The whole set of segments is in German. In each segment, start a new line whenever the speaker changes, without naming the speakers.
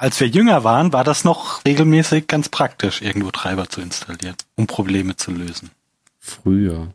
Als wir jünger waren, war das noch regelmäßig ganz praktisch, irgendwo Treiber zu installieren, um Probleme zu lösen.
Früher.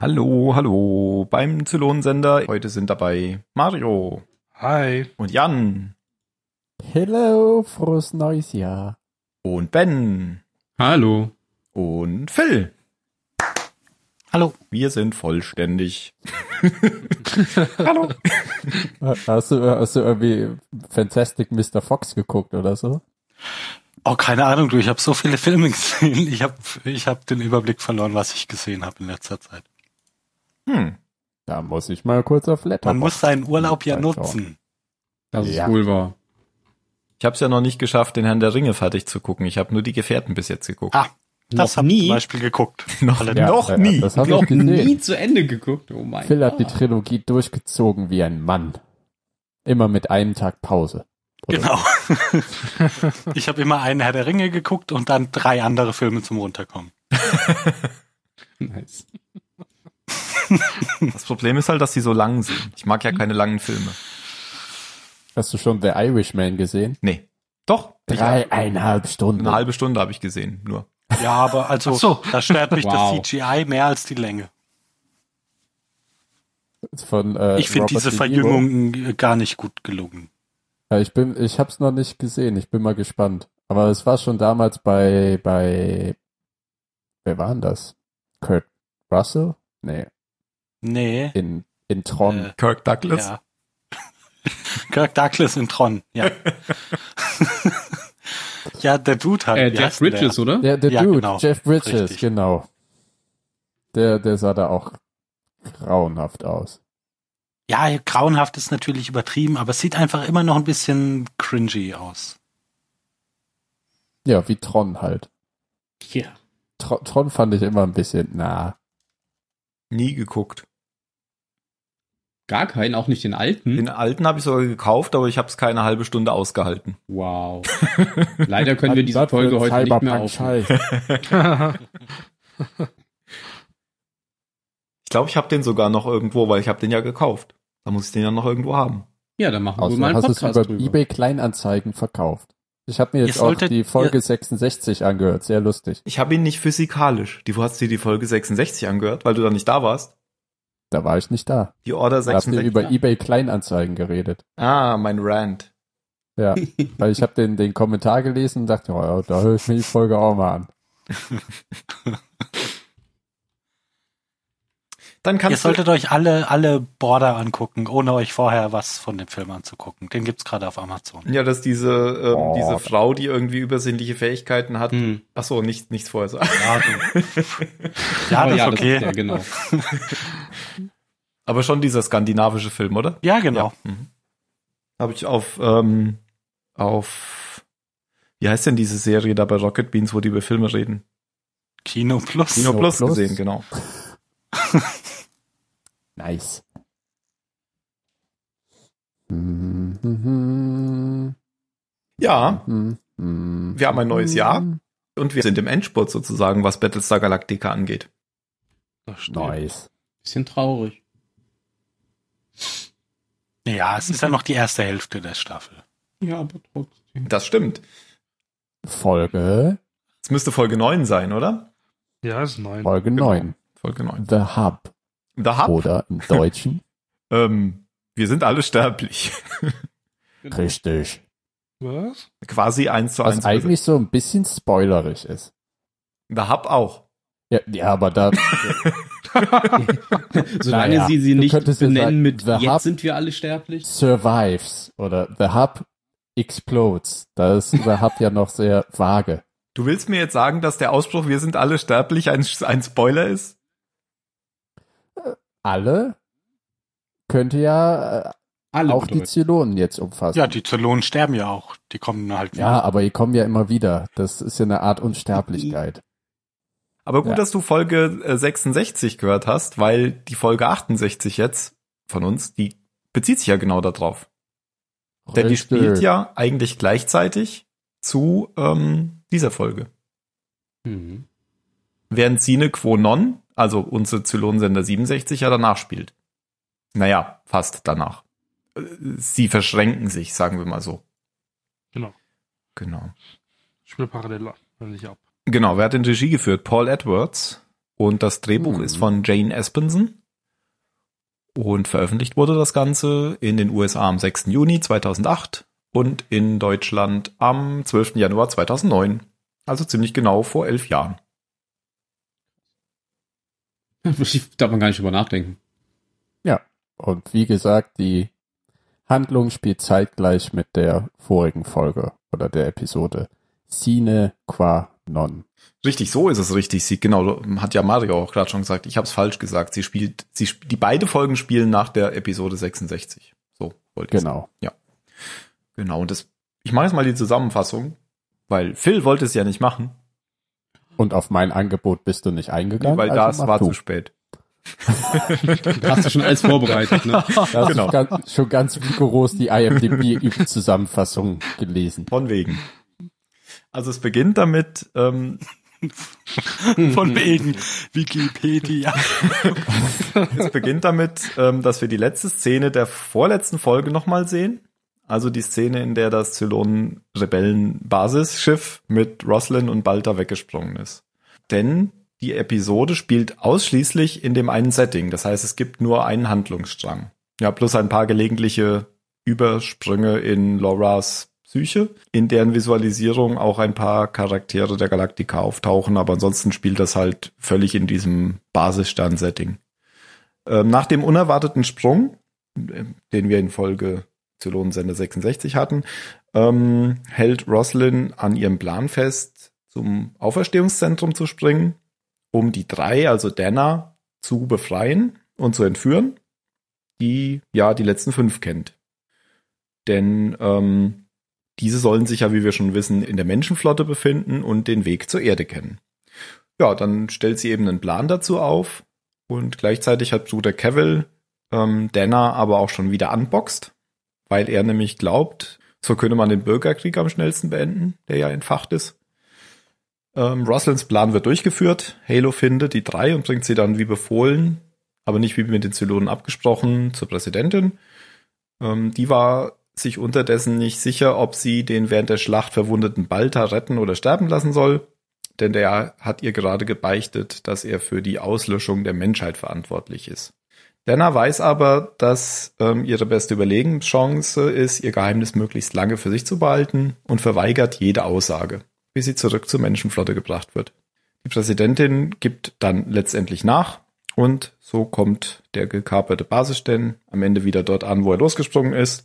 Hallo, hallo beim Zylonensender. Heute sind dabei Mario
Hi.
und Jan
Hello, frohes neues Jahr.
und Ben
Hallo.
und Phil.
Hallo.
Wir sind vollständig. hallo.
Äh, Hast du, hast du irgendwie Fantastic Mr. Fox geguckt oder so?
Oh, keine Ahnung, du, ich habe so viele Filme gesehen. Ich habe ich hab den Überblick verloren, was ich gesehen habe in letzter Zeit.
Hm.
Da muss ich mal kurz auf Letter.
Man muss seinen Urlaub ja nutzen.
Das ist
Ja.
wohl wahr.
Ich habe es ja noch nicht geschafft, den Herrn der Ringe fertig zu gucken. Ich habe nur die Gefährten bis jetzt geguckt.
Ah, Das
Noch
habe ich
nie.
zum Beispiel geguckt.
noch
Ja,
noch
ja,
nie.
Das habe ich
Noch nie
gesehen.
zu Ende geguckt. Oh mein
Phil hat die
Gott.
Trilogie durchgezogen wie ein Mann. Immer mit einem Tag Pause. Oder-
Genau. ich habe immer einen Herr der Ringe geguckt und dann drei andere Filme zum Runterkommen.
Nice.
Das Problem ist halt, dass sie so lang sind. Ich mag ja
Hm.
keine langen Filme.
Hast du schon The Irishman gesehen?
Nee. Doch. Ich-
Dreieinhalb Stunden.
Eine halbe Stunde habe ich gesehen, nur.
Ja, aber also,
Ach so.
da stört mich
Wow.
das CGI mehr als die Länge.
Von, äh,
Ich finde
Robert
diese
De Niro.
Verjüngung äh, gar nicht gut gelungen.
Ja, ich bin, ich hab's noch nicht gesehen. Ich bin mal gespannt. Aber es war schon damals bei, bei, wer war denn das? Kurt Russell? Nee,
Nee.
in, in Tron.
Äh,
Kirk Douglas.
ja. Kirk Douglas in Tron, ja. ja, der Dude hat.
Äh,
wie
Jeff
heißt denn der?
Bridges, oder?
Der, der
Ja,
Dude,
genau.
Jeff Bridges,
Richtig.
genau. Der, der sah da auch grauenhaft aus.
Ja, grauenhaft ist natürlich übertrieben, aber es sieht einfach immer noch ein bisschen cringy aus.
Ja, wie Tron halt.
Ja.
Tron, Tron fand ich immer ein bisschen, na,
Nie geguckt.
Gar keinen, auch nicht den alten.
Den alten habe ich sogar gekauft, aber ich habe es keine halbe Stunde ausgehalten.
wow. Leider können wir diese Folge heute nicht mehr aufnehmen.
aufnehmen.
Ich glaube, ich habe den sogar noch irgendwo, weil ich habe den ja gekauft. Da muss ich den ja noch irgendwo haben.
Ja, dann machen wir mal
Außerdem
einen
hast du es
Podcast
über
drüber.
eBay Kleinanzeigen verkauft. Ich habe mir
Ihr
jetzt auch
solltet-
die Folge 66 angehört, sehr lustig.
Ich habe ihn nicht physikalisch. Die, du hast dir die Folge 66 angehört, weil du da nicht da warst.
Da war ich nicht da.
Die Order
Da habt ihr
66.
über eBay Kleinanzeigen geredet.
Ah, mein Rant.
Ja, weil ich habe den, den Kommentar gelesen und dachte, oh, ja, da höre ich mir die Folge auch mal an.
Dann
Ihr
kannst du.
solltet euch alle, alle Border angucken, ohne euch vorher was von dem Film anzugucken. Den gibt's gerade auf Amazon.
Ja, dass diese, ähm,
Oh,
diese
da-
Frau, die irgendwie übersinnliche Fähigkeiten hat.
Hm.
Ach so, nicht, nichts vorher sagen.
Ja, du. ja
Ah,
Aber
das ist okay.
ja, genau.
Aber schon dieser skandinavische Film, oder?
ja, genau.
Ja. Mhm. Habe ich auf, ähm, auf, wie heißt denn diese Serie da bei Rocket Beans, wo die über Filme reden?
Kino Plus.
Kino
Kino
Plus,
Plus?
gesehen, genau.
Nice. Wir
Ja, Wir haben ein neues
Mm.
Jahr. und wir sind im Endspurt sozusagen, was Battlestar Galactica angeht.
Nice.
Bisschen traurig.
Ja, es ist ja noch die erste Hälfte der Staffel.
Ja, aber trotzdem.
Das stimmt.
Folge,
Es müsste Folge 9 sein, oder?
Ja, ist neun.
Folge
Genau.
9.
Folge 9.
The Hub.
Da hab,
Oder im Deutschen.
ähm, wir sind alle sterblich.
Richtig.
Was?
Quasi eins zu
Was
eins.
eigentlich so ein bisschen spoilerisch ist.
Da hab auch.
Ja, ja aber da,
Solange
Naja,
sie sie
du
nicht
könntest ja
benennen
sagen,
mit
The
jetzt
Hub-
sind wir alle sterblich.
Survives oder The Hub explodes. Da ist The Hub ja noch sehr vage.
Du willst mir jetzt sagen, dass der Ausspruch, wir sind alle sterblich, ein, ein Spoiler ist?
Alle könnte ja äh,
Alle
auch die
bedeutet.
Zylonen jetzt umfassen.
Ja, die Zylonen sterben ja auch. Die kommen halt wieder.
Ja, aber die kommen ja immer wieder. Das ist ja eine Art Unsterblichkeit.
Aber gut,
Ja.
dass du Folge äh, 66 gehört hast, weil die Folge 68 jetzt von uns, die bezieht sich ja genau darauf. Denn die spielt ja eigentlich gleichzeitig zu ähm, dieser Folge.
Mhm.
Während Sine Quo Non, also unsere Zylonsender 67, ja danach spielt. Naja, fast danach. Äh, Sie verschränken sich, sagen wir mal so.
Genau.
Genau.
Spiel parallel ab, wenn ich ab.
Genau, wer hat denn Regie geführt? Paul Edwards. Und das Drehbuch
Mhm.
ist von Jane Espenson. Und veröffentlicht wurde das Ganze in den USA am 6. Juni 2008 und in Deutschland am 12. Januar 2009. Also ziemlich genau vor elf Jahren.
Darf man gar nicht drüber nachdenken.
Und wie gesagt, die Handlung spielt zeitgleich mit der vorigen Folge oder der Episode. Sine qua non.
Richtig, so ist es richtig. Sie, genau, hat ja Mario auch gerade schon gesagt. Ich habe es falsch gesagt. Sie spielt, sie, sp- die beide Folgen spielen nach der Episode 66. So wollte ich
Genau.
Genau. Und das, ich mache jetzt mal die Zusammenfassung, weil Phil wollte es ja nicht machen,
Und auf mein Angebot bist du nicht eingegangen.
weil
also
das
mach
war
du.
zu spät.
Hast du schon alles vorbereitet, ne?
Da hast
Genau.
du ganz, schon ganz rigoros die IMDb-Zusammenfassung gelesen.
Von wegen. Also es beginnt damit, ähm,
Von wegen Wikipedia.
es beginnt damit, ähm, dass wir die letzte Szene der vorletzten Folge nochmal sehen. Also die Szene, in der das Zylonen-Rebellen-Basisschiff mit Roslin und Balta weggesprungen ist. Denn die Episode spielt ausschließlich in dem einen Setting. Das heißt, es gibt nur einen Handlungsstrang. Ja, plus ein paar gelegentliche Übersprünge in Loras Psyche, in deren Visualisierung auch ein paar Charaktere der Galaktika auftauchen. Aber ansonsten spielt das halt völlig in diesem Basisstern-Setting. Ähm, nach dem unerwarteten Sprung, ähm, den wir in Folge Zylonensender 66 hatten, ähm, hält Roslin an ihrem Plan fest, zum Auferstehungszentrum zu springen, um die drei, also Dana, zu befreien und zu entführen, die ja die letzten fünf kennt. Denn ähm, diese sollen sich ja, wie wir schon wissen, in der Menschenflotte befinden und den Weg zur Erde kennen. Ja, dann stellt sie eben einen Plan dazu auf, und gleichzeitig hat Bruder Cavill ähm, Dana aber auch schon wieder unboxt, weil er nämlich glaubt, so könne man den Bürgerkrieg am schnellsten beenden, der ja entfacht ist. Ähm, Roslins Plan wird durchgeführt. Halo findet die drei und bringt sie dann wie befohlen, aber nicht wie mit den Zylonen abgesprochen, zur Präsidentin. Ähm, die war sich unterdessen nicht sicher, ob sie den während der Schlacht verwundeten Balta retten oder sterben lassen soll denn der hat ihr gerade gebeichtet, dass er für die Auslöschung der Menschheit verantwortlich ist. Dana weiß aber, dass ähm, ihre beste Überlegenschance ist, ihr Geheimnis möglichst lange für sich zu behalten und verweigert jede Aussage, bis sie zurück zur Menschenflotte gebracht wird. Die Präsidentin gibt dann letztendlich nach und so kommt der gekaperte Basisstern am Ende wieder dort an, wo er losgesprungen ist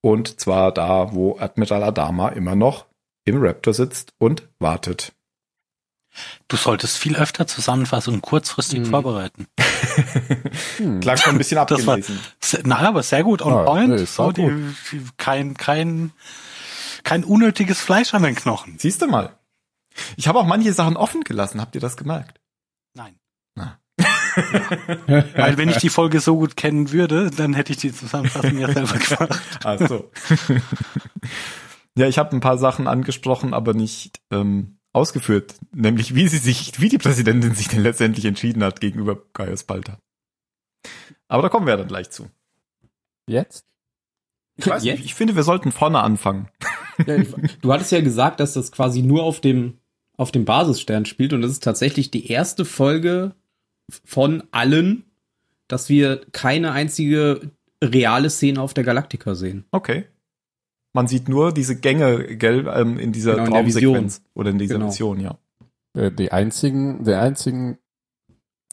und zwar da, wo Admiral Adama immer noch im Raptor sitzt und wartet.
Du solltest viel öfter Zusammenfassungen kurzfristig
Mhm.
vorbereiten.
Hm.
Klang schon ein bisschen
Das war-
abgelesen.
Se- Na, aber sehr gut on
Ja,
point.
nee, ist
so,
auch
die, die, kein, kein, kein unnötiges Fleisch an den Knochen.
Siehst du mal. Ich habe auch manche Sachen offen gelassen, habt ihr das gemerkt?
Nein.
Na.
Weil wenn ich die Folge so gut kennen würde, dann hätte ich die Zusammenfassung ja selber gemacht.
Ach so. ja, ich habe ein paar Sachen angesprochen, aber nicht ähm, ausgeführt, nämlich wie sie sich, wie die Präsidentin sich denn letztendlich entschieden hat gegenüber Gaius Balta. Aber da kommen wir dann gleich zu.
Jetzt?
Ich, weiß nicht,
Jetzt?
ich finde, wir sollten vorne anfangen.
Ja, ich- du hattest ja gesagt, dass das quasi nur auf dem, auf dem Basisstern spielt und das ist tatsächlich die erste Folge von allen, dass wir keine einzige reale Szene auf der Galaktika sehen.
Okay. Man sieht nur diese Gänge, gell, ähm, in dieser
Genau, in der
Traumsequenz oder in dieser
Genau.
Vision, ja.
Äh, Die einzigen, der einzigen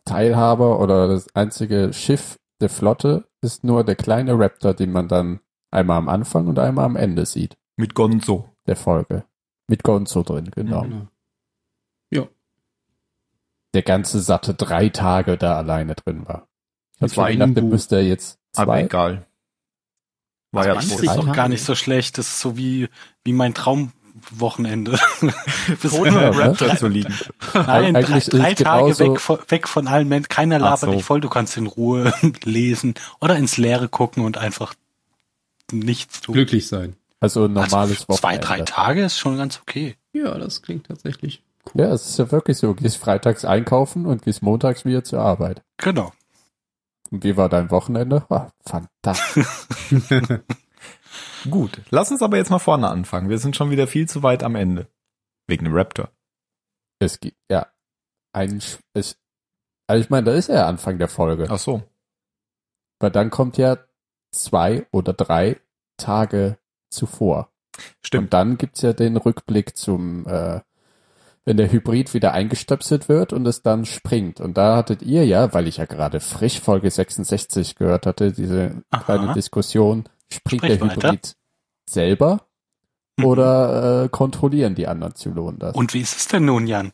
Teilhaber oder das einzige Schiff der Flotte ist nur der kleine Raptor, den man dann einmal am Anfang und einmal am Ende sieht,
Mit Gonzo.
der Folge. Mit Gonzo drin, genau.
Mhm.
Der ganze satte drei Tage da alleine drin war. Ich hab
Das war
schon
ein
gedacht, dann
Buch.
müsste er jetzt
Aber
zwei,
egal. War
Also
ja
ich
wo-
sehe es
tot.
auch gar nicht so schlecht. Das ist so wie, wie mein Traumwochenende. Bis
Tot
Ja,
im
ne?
Raptor zu liegen.
Nein,
Eigentlich ist
drei, drei
es
Tage
genauso-
weg, von- weg von allen Menschen. Keiner
Ach
labert
so.
dich voll. Du kannst in Ruhe lesen oder ins Leere gucken und einfach nichts tun.
Glücklich sein.
also ein normales
also, Zwei,
Wochenende.
drei Tage ist schon ganz okay.
Ja, das klingt tatsächlich cool.
Ja, es ist ja wirklich so. Gehst freitags einkaufen und gehst montags wieder zur Arbeit.
Genau.
Und wie war dein Wochenende? Ah, fantastisch.
Gut, lass uns aber jetzt mal vorne anfangen. Wir sind schon wieder viel zu weit am Ende. Wegen dem Raptor.
es gibt, ja. Ein, Sch- es, also ich meine, da ist ja Anfang der Folge.
Ach so.
Weil dann kommt ja zwei oder drei Tage zuvor. Und
Stimmt.
dann gibt's ja den Rückblick zum, äh, wenn der Hybrid wieder eingestöpselt wird und es dann springt. Und da hattet ihr ja, weil ich ja gerade frisch Folge 66 gehört hatte, diese
Aha.
kleine Diskussion, springt
Sprich
der
weiter.
Hybrid selber oder äh, kontrollieren die anderen Zylonen das?
Mhm. Und wie ist es denn nun, Jan?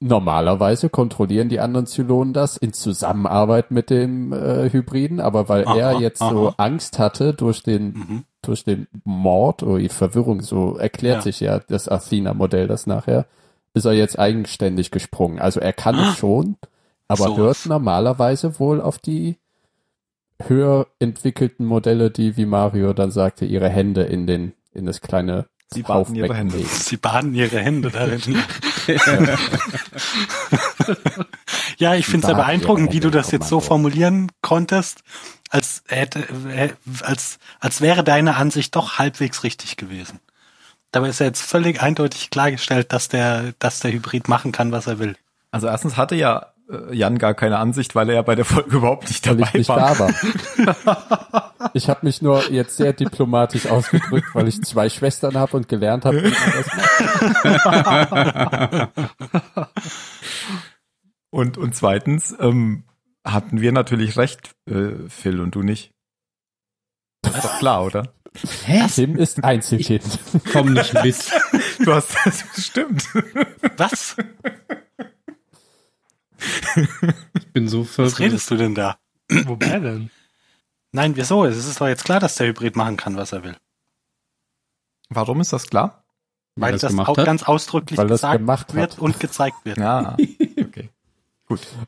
Normalerweise kontrollieren die anderen Zylonen das in Zusammenarbeit mit dem äh, Hybriden, aber weil
Aha,
er jetzt so
aha.
Angst hatte durch den,
Mhm.
durch den Mord oder die Verwirrung, so erklärt
Ja.
sich ja das Athena-Modell das nachher, ist er jetzt eigenständig gesprungen. Also er kann
Ah.
es schon, aber
So.
hört normalerweise wohl auf die höher entwickelten Modelle, die, wie Mario dann sagte, ihre Hände in den, in das kleine
Sie baden ihre
Taufbecken
Hände.
legen.
Sie baden ihre Hände darin. ja, ich finde es
baden
aber beeindruckend,
ihre
wie du
Hände,
das jetzt so
Kommando.
formulieren konntest, als, hätte, äh, als, als wäre deine Ansicht doch halbwegs richtig gewesen. Dabei ist ja jetzt völlig eindeutig klargestellt, dass der, dass der Hybrid machen kann, was er will.
Also erstens hatte ja äh, Jan gar keine Ansicht, weil er ja bei der Folge überhaupt nicht
weil
dabei
ich nicht
war.
da war. ich habe mich nur jetzt sehr diplomatisch ausgedrückt, weil ich zwei Schwestern habe und gelernt habe, wie man das macht.
Und, und zweitens ähm, hatten wir natürlich recht, äh, Phil und du nicht. Das ist doch klar, oder?
Hä?
Tim ist Einzelkind.
Komm nicht mit.
Du hast das bestimmt.
Was?
Ich bin so
Was
verwirrt.
redest du denn da?
Wobei denn?
Nein, wieso? Es ist doch jetzt klar, dass der Hybrid machen kann, was er will.
Warum ist das klar?
Weil
Weil
er's
das
gemacht
auch
hat?
ganz ausdrücklich
Weil er's
gesagt
gemacht
wird
hat.
und gezeigt wird.
Ja, okay.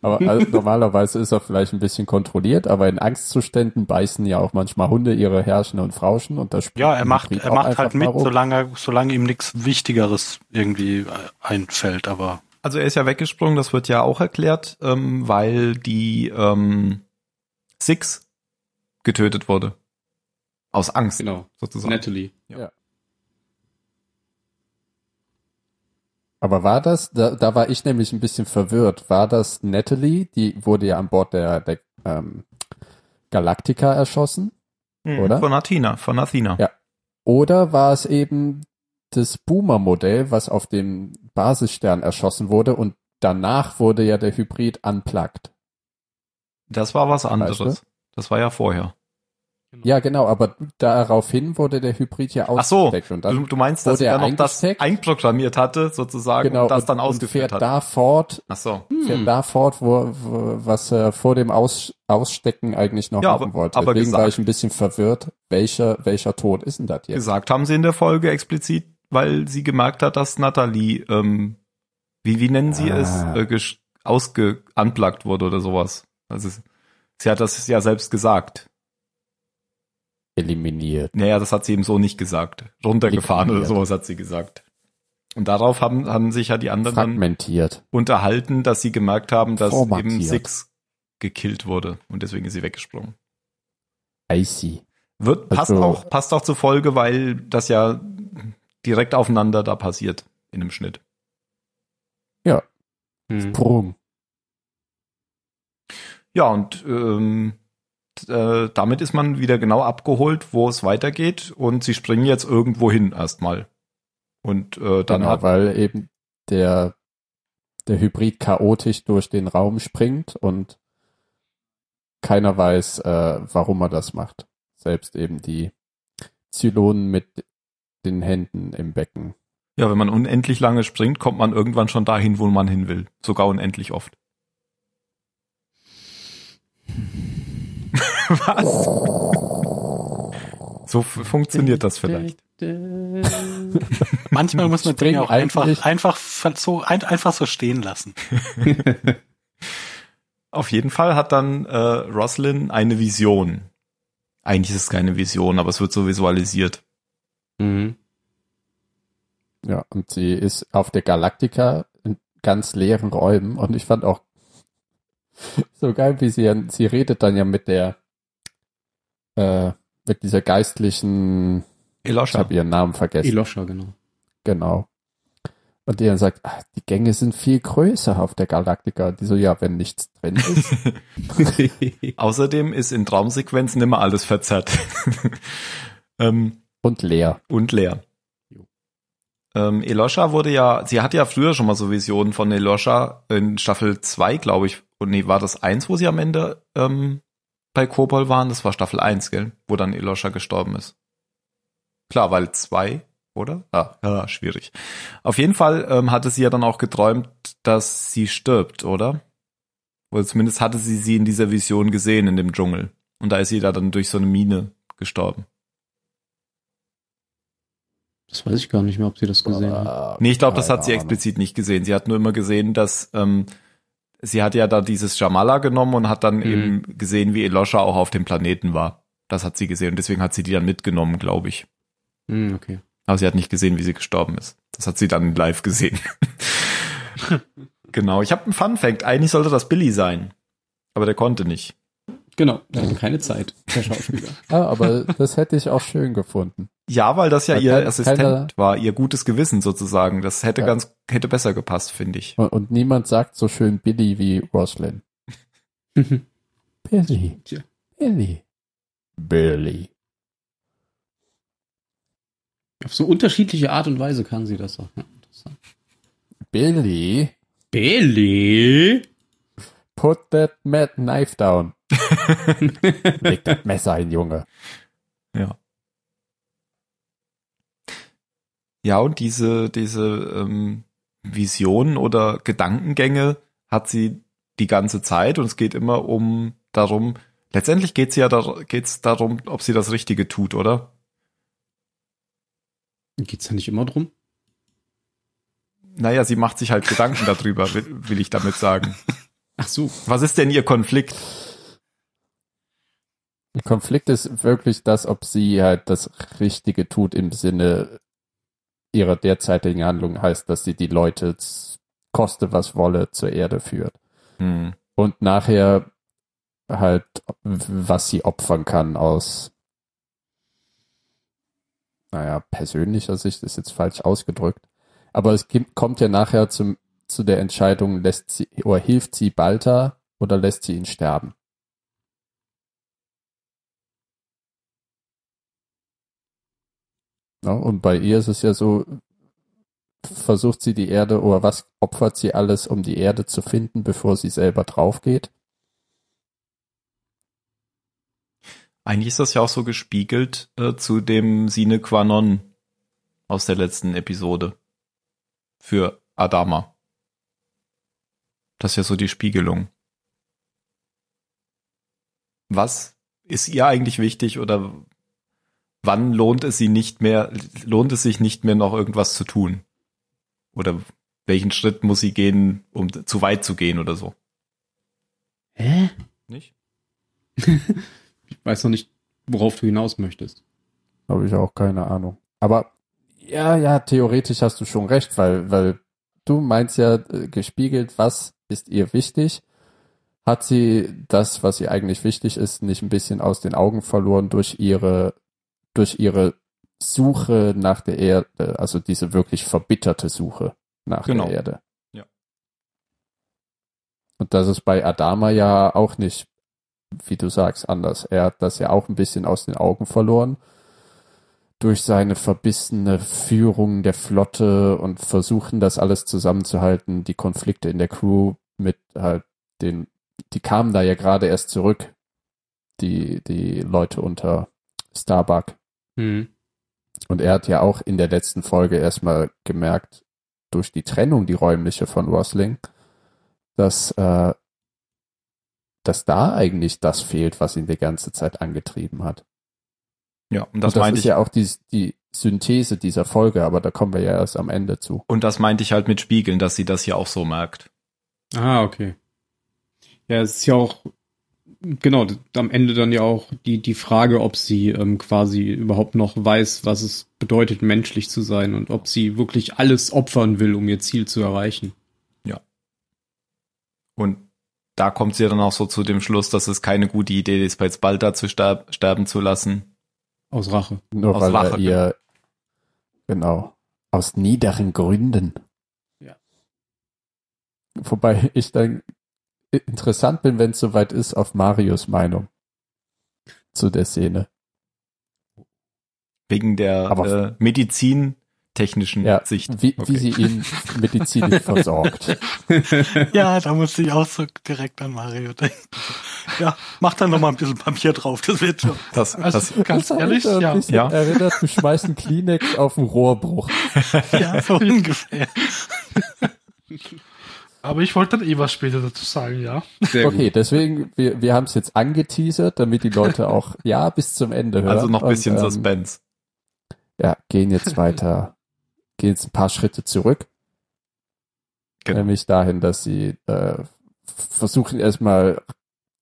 Aber also, normalerweise ist er vielleicht ein bisschen kontrolliert, aber in Angstzuständen beißen ja auch manchmal Hunde ihre Herrschen und Frauschen und da spielt
Ja, er
ein
macht,
Hybrid
er
auch
macht
einfach
halt
mal
mit,
rum.
solange, er- solange ihm nichts Wichtigeres irgendwie äh, einfällt, aber
Also er ist ja weggesprungen, das wird ja auch erklärt, ähm, weil die ähm, Six getötet wurde. Aus Angst
Genau.
sozusagen.
Natalie.
Aber war das, da, da war ich nämlich ein bisschen verwirrt, war das Natalie, die wurde ja an Bord der, der ähm, Galactica erschossen?
Mhm,
oder?
Von Athena, von Athena.
Ja. Oder war es eben das Boomer-Modell, was auf dem Basisstern erschossen wurde und danach wurde ja der Hybrid unplugged.
Das war was anderes.
Weißt du?
Das war ja vorher.
Ja, genau, aber daraufhin wurde der Hybrid ja
Ach so,
ausgesteckt und
Du,
dann
du meinst, dass
wurde
er
er
noch das
eingesteckt?
einprogrammiert hatte, sozusagen,
genau
und das
und-
dann
und
ausgeführt hat.
fährt
Hm.
da fort,
Ach so.
Hm.
fährt da fort, wo, wo was er vor dem Aus, Ausstecken eigentlich noch
Ja,
machen
aber-
wollte.
aber
Deswegen war ich
gesagt.
ein bisschen verwirrt, welcher welcher Tod ist denn das jetzt?
Gesagt haben sie in der Folge explizit, weil sie gemerkt hat, dass Nathalie, ähm, wie, wie nennen sie
Ah.
es, äh, gesch- ausge unplugged wurde oder sowas. Also es- sie hat das ja selbst gesagt.
Eliminiert.
Naja, das hat sie eben so nicht gesagt. Runtergefahren oder
Liquidiert.
sowas hat sie gesagt. Und darauf haben, haben sich ja die anderen dann
Fragmentiert.
unterhalten, dass sie gemerkt haben, dass
Formatiert.
eben Six gekillt wurde und deswegen ist sie weggesprungen.
Icy.
Wird passt
Also-
auch passt auch zur Folge, weil das ja direkt aufeinander da passiert in dem Schnitt.
Hm.
Sprung.
Ja und ähm, t- äh, damit ist man wieder genau abgeholt, wo es weitergeht und sie springen jetzt irgendwo hin erstmal. Und äh, dann
Genau,
hat
weil eben der der Hybrid chaotisch durch den Raum springt und keiner weiß, äh, warum er das macht. Selbst eben die Zylonen mit den Händen im Becken.
Ja, wenn man unendlich lange springt, kommt man irgendwann schon dahin, wo man hin will. Sogar unendlich oft. Was? So f- funktioniert das vielleicht.
Manchmal muss man Dinge
Springen
auch einfach,
eigentlich-
einfach, ver- so, ein, einfach so stehen lassen.
Auf jeden Fall hat dann äh, Roslyn eine Vision. Eigentlich ist es keine Vision, aber es wird so visualisiert.
mhm.
Ja, und sie ist auf der Galaktika in ganz leeren Räumen und ich fand auch so geil, wie sie, sie redet dann ja mit der, äh, mit dieser geistlichen Ich
Elosha.
habe ihren Namen vergessen.
Elosha, genau.
Genau. Und die dann sagt, ah, die Gänge sind viel größer auf der Galaktika. Und die so, ja, wenn nichts drin ist.
Außerdem ist in Traumsequenzen immer alles verzerrt. ähm,
und leer.
und leer.
Jo.
Ähm, Elosha wurde ja, sie hatte ja früher schon mal so Visionen von Elosha in Staffel 2, glaube ich. Und nee, war das 1, wo sie am Ende ähm, bei Kobol waren? Das war Staffel 1, gell? Wo dann Elosha gestorben ist. Klar, weil 2, oder? Ah, ja, schwierig. Auf jeden Fall ähm, hatte sie ja dann auch geträumt, dass sie stirbt, oder? Oder zumindest hatte sie sie in dieser Vision gesehen, in dem Dschungel. Und da ist sie da dann durch so eine Mine gestorben.
Das weiß ich gar nicht mehr, ob sie das gesehen hat.
Nee, ich glaube, das
Ah, Keine
hat sie
Ahnung.
explizit nicht gesehen. Sie hat nur immer gesehen, dass ähm, sie hat ja da dieses Jamala genommen und
Mhm.
hat dann eben gesehen, wie Elosha auch auf dem Planeten war. Das hat sie gesehen und deswegen hat sie die dann mitgenommen, glaube ich.
Mhm, okay.
Aber sie hat nicht gesehen, wie sie gestorben ist. Das hat sie dann live gesehen. genau, ich habe einen Fun Fact. Eigentlich sollte das Billy sein, aber der konnte nicht.
Genau, er hatte keine Zeit, der Schauspieler.
Ah, aber das hätte ich auch schön gefunden.
Ja, weil das ja
Weil
ihr
kein-
Assistent
keiner-
war, ihr gutes Gewissen sozusagen. Das hätte
Ja.
ganz hätte besser gepasst, finde ich.
Und, und niemand sagt so schön Billy wie Roslyn. Billy.
Tja.
Billy. Billy.
Auf so unterschiedliche Art und Weise kann sie das auch. Ja, interessant.
Billy.
Billy!
Put that ma- knife down. Leg das Messer ein, Junge.
Ja, und diese, diese ähm, Visionen oder Gedankengänge hat sie die ganze Zeit und es geht immer um darum, letztendlich geht's ja dar geht's darum, ob sie das Richtige tut, oder?
Geht's da nicht immer drum?
Naja, sie macht sich halt Gedanken darüber, will, will ich damit sagen.
Ach so.
Was ist denn ihr Konflikt?
Der Konflikt ist wirklich das, ob sie halt das Richtige tut im Sinne ihrer derzeitigen Handlung, heißt, dass sie die Leute, z- koste was wolle, zur Erde führt.
Hm.
Und nachher halt, was sie opfern kann aus, naja, persönlicher Sicht ist jetzt falsch ausgedrückt. Aber es gibt, kommt ja nachher zum, zu der Entscheidung, lässt sie, oder hilft sie Balta oder lässt sie ihn sterben. Ja, und bei ihr ist es ja so, versucht sie die Erde oder was opfert sie alles, um die Erde zu finden, bevor sie selber drauf geht?
Eigentlich ist das ja auch so gespiegelt äh, zu dem Sine qua non aus der letzten Episode für Adama. Das ist ja so die Spiegelung. Was ist ihr eigentlich wichtig oder wann lohnt es sie nicht mehr, lohnt es sich nicht mehr noch irgendwas zu tun? Oder welchen Schritt muss sie gehen, um zu weit zu gehen oder so?
Hä?
Nicht?
Ich weiß noch nicht, worauf du hinaus möchtest.
Habe ich auch keine Ahnung. Aber ja, ja, theoretisch hast du schon recht, weil, weil du meinst ja äh, gespiegelt, was ist ihr wichtig? Hat sie das, was ihr eigentlich wichtig ist, nicht ein bisschen aus den Augen verloren durch ihre, durch ihre Suche nach der Erde, also diese wirklich verbitterte Suche nach
Genau.
der Erde?
Ja.
Und das ist bei Adama ja auch nicht, wie du sagst, anders. Er hat das ja auch ein bisschen aus den Augen verloren durch seine verbissene Führung der Flotte und versuchen, das alles zusammenzuhalten, die Konflikte in der Crew mit halt den, die kamen da ja gerade erst zurück, die, die Leute unter Starbuck.
Hm.
Und er hat ja auch in der letzten Folge erstmal gemerkt, durch die Trennung, die räumliche von Rosling, dass, äh, dass da eigentlich das fehlt, was ihn die ganze Zeit angetrieben hat.
Ja, und das,
Das, und das
meinte
ist
ich.
ja auch die, die Synthese dieser Folge, aber da kommen wir ja erst am Ende zu.
Und das meinte ich halt mit Spiegeln, dass sie das hier auch so merkt.
Ah, okay. Ja, es ist ja auch, genau, d- am Ende dann ja auch die, die Frage, ob sie ähm, quasi überhaupt noch weiß, was es bedeutet, menschlich zu sein und ob sie wirklich alles opfern will, um ihr Ziel zu erreichen.
Und da kommt sie dann auch so zu dem Schluss, dass es keine gute Idee ist, jetzt Balta zu sterb sterben zu lassen.
Aus Rache.
Nur
Aus
weil er
Rache,
ihr, genau, aus niederen Gründen.
Ja.
Wobei ich dann interessant bin, wenn es soweit ist, auf Marios Meinung zu der Szene.
Wegen der
Aber-
äh, medizintechnischen
Ja,
Sicht.
wie,
Okay.
wie sie ihn medizinisch versorgt.
Ja, da musste ich auch so direkt an Mario denken. Ja, mach da noch mal ein bisschen Papier drauf, das wird schon.
Das,
Also
das,
ganz
hat mich
ehrlich,
so ein
ja.
bisschen
Ja.
Erinnert, du schmeißt einen Kleenex auf den Rohrbruch.
Ja, so ungefähr.
Aber ich wollte dann eh was später dazu sagen, ja.
Sehr
okay, deswegen, wir, wir haben es jetzt angeteasert, damit die Leute auch ja bis zum Ende hören.
also noch ein bisschen
und, ähm,
Suspense.
Ja, gehen jetzt weiter, gehen jetzt ein paar Schritte zurück.
Genau.
Nämlich dahin, dass sie äh, versuchen erstmal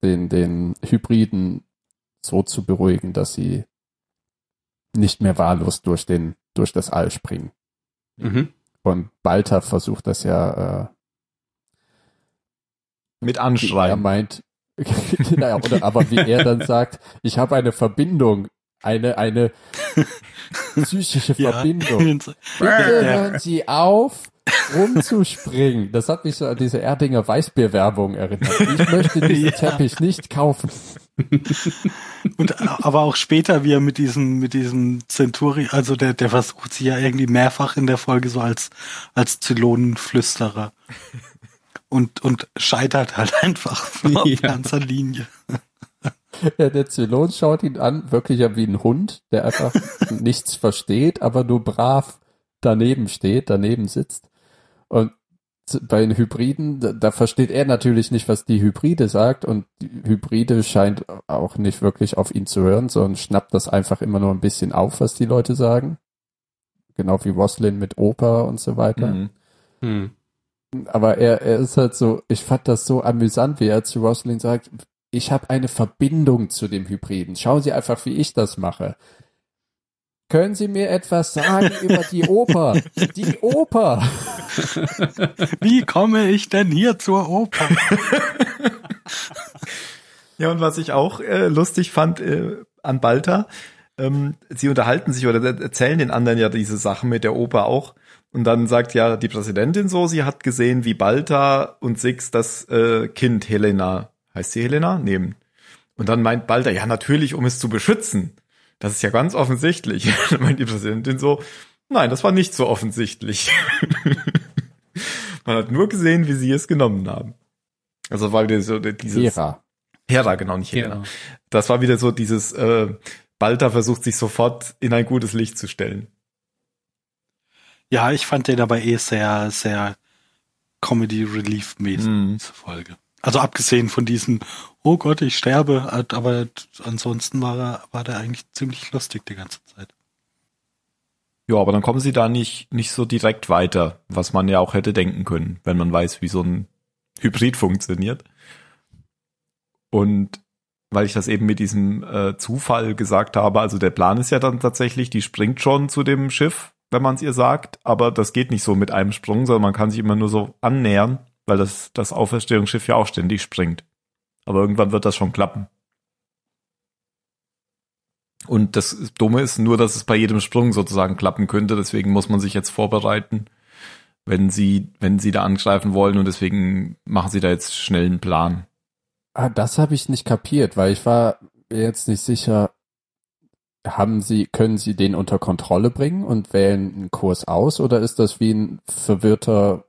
den, den Hybriden so zu beruhigen, dass sie nicht mehr wahllos durch, den, durch das All springen.
Mhm.
Und Balta versucht das ja äh,
Mit
wie er
Anschreien.
meint, naja, oder, aber wie er dann sagt, ich habe eine Verbindung, eine, eine psychische Verbindung. Bitte hören Sie auf, rumzuspringen. Das hat mich so an diese Erdinger Weißbierwerbung erinnert. Ich möchte diesen
Ja.
Teppich nicht kaufen.
Und äh, aber auch später, wie er mit diesem, mit diesem Centuri, also der, der versucht sich ja irgendwie mehrfach in der Folge so als, als Zylonenflüsterer. Und, und scheitert halt einfach so auf
Ja.
ganzer Linie.
Ja, der Zylon schaut ihn an, wirklich ja wie ein Hund, der einfach nichts versteht, aber nur brav daneben steht, daneben sitzt. Und z- bei den Hybriden, da, da versteht er natürlich nicht, was die Hybride sagt und die Hybride scheint auch nicht wirklich auf ihn zu hören, sondern schnappt das einfach immer nur ein bisschen auf, was die Leute sagen. Genau wie Roslin mit Opa und so weiter.
Mhm.
Hm.
Aber er, er ist halt so, ich fand das so amüsant, wie er zu Rosalind sagt, ich habe eine Verbindung zu dem Hybriden. Schauen Sie einfach, wie ich das mache. Können Sie mir etwas sagen über die Oper? Die Oper!
Wie komme ich denn hier zur Oper?
Ja, und was ich auch äh, lustig fand äh, an Balta, ähm, sie unterhalten sich oder erzählen den anderen ja diese Sachen mit der Oper auch. Und dann sagt ja die Präsidentin so, sie hat gesehen, wie Balta und Six das äh, Kind Helena, heißt sie Helena, nehmen. Und dann meint Balta, ja natürlich, um es zu beschützen. Das ist ja ganz offensichtlich. dann meint die Präsidentin so, nein, das war nicht so offensichtlich. Man hat nur gesehen, wie sie es genommen haben. Also weil die so die- dieses
Hera.
Hera, genau, nicht Helena.
Ja.
Das war wieder so dieses, äh, Balta versucht sich sofort in ein gutes Licht zu stellen.
Ja, ich fand den aber eh sehr, sehr Comedy Relief mäßig,
Mhm.
diese Folge. Also abgesehen von diesem, oh Gott, ich sterbe, äh, aber ansonsten war er, war der eigentlich ziemlich lustig die ganze Zeit.
Ja, aber dann kommen sie da nicht, nicht so direkt weiter, was man ja auch hätte denken können, wenn man weiß, wie so ein Hybrid funktioniert. Und weil ich das eben mit diesem äh, Zufall gesagt habe, also der Plan ist ja dann tatsächlich, die springt schon zu dem Schiff, wenn man es ihr sagt, aber das geht nicht so mit einem Sprung, sondern man kann sich immer nur so annähern, weil das, das Auferstehungsschiff ja auch ständig springt. Aber irgendwann wird das schon klappen. Und das Dumme ist nur, dass es bei jedem Sprung sozusagen klappen könnte. Deswegen muss man sich jetzt vorbereiten, wenn sie, wenn sie da angreifen wollen. Und deswegen machen sie da jetzt schnell einen Plan.
Ah, das habe ich nicht kapiert, weil ich war mir jetzt nicht sicher, haben sie, können sie den unter Kontrolle bringen und wählen einen Kurs aus oder ist das wie ein verwirrter,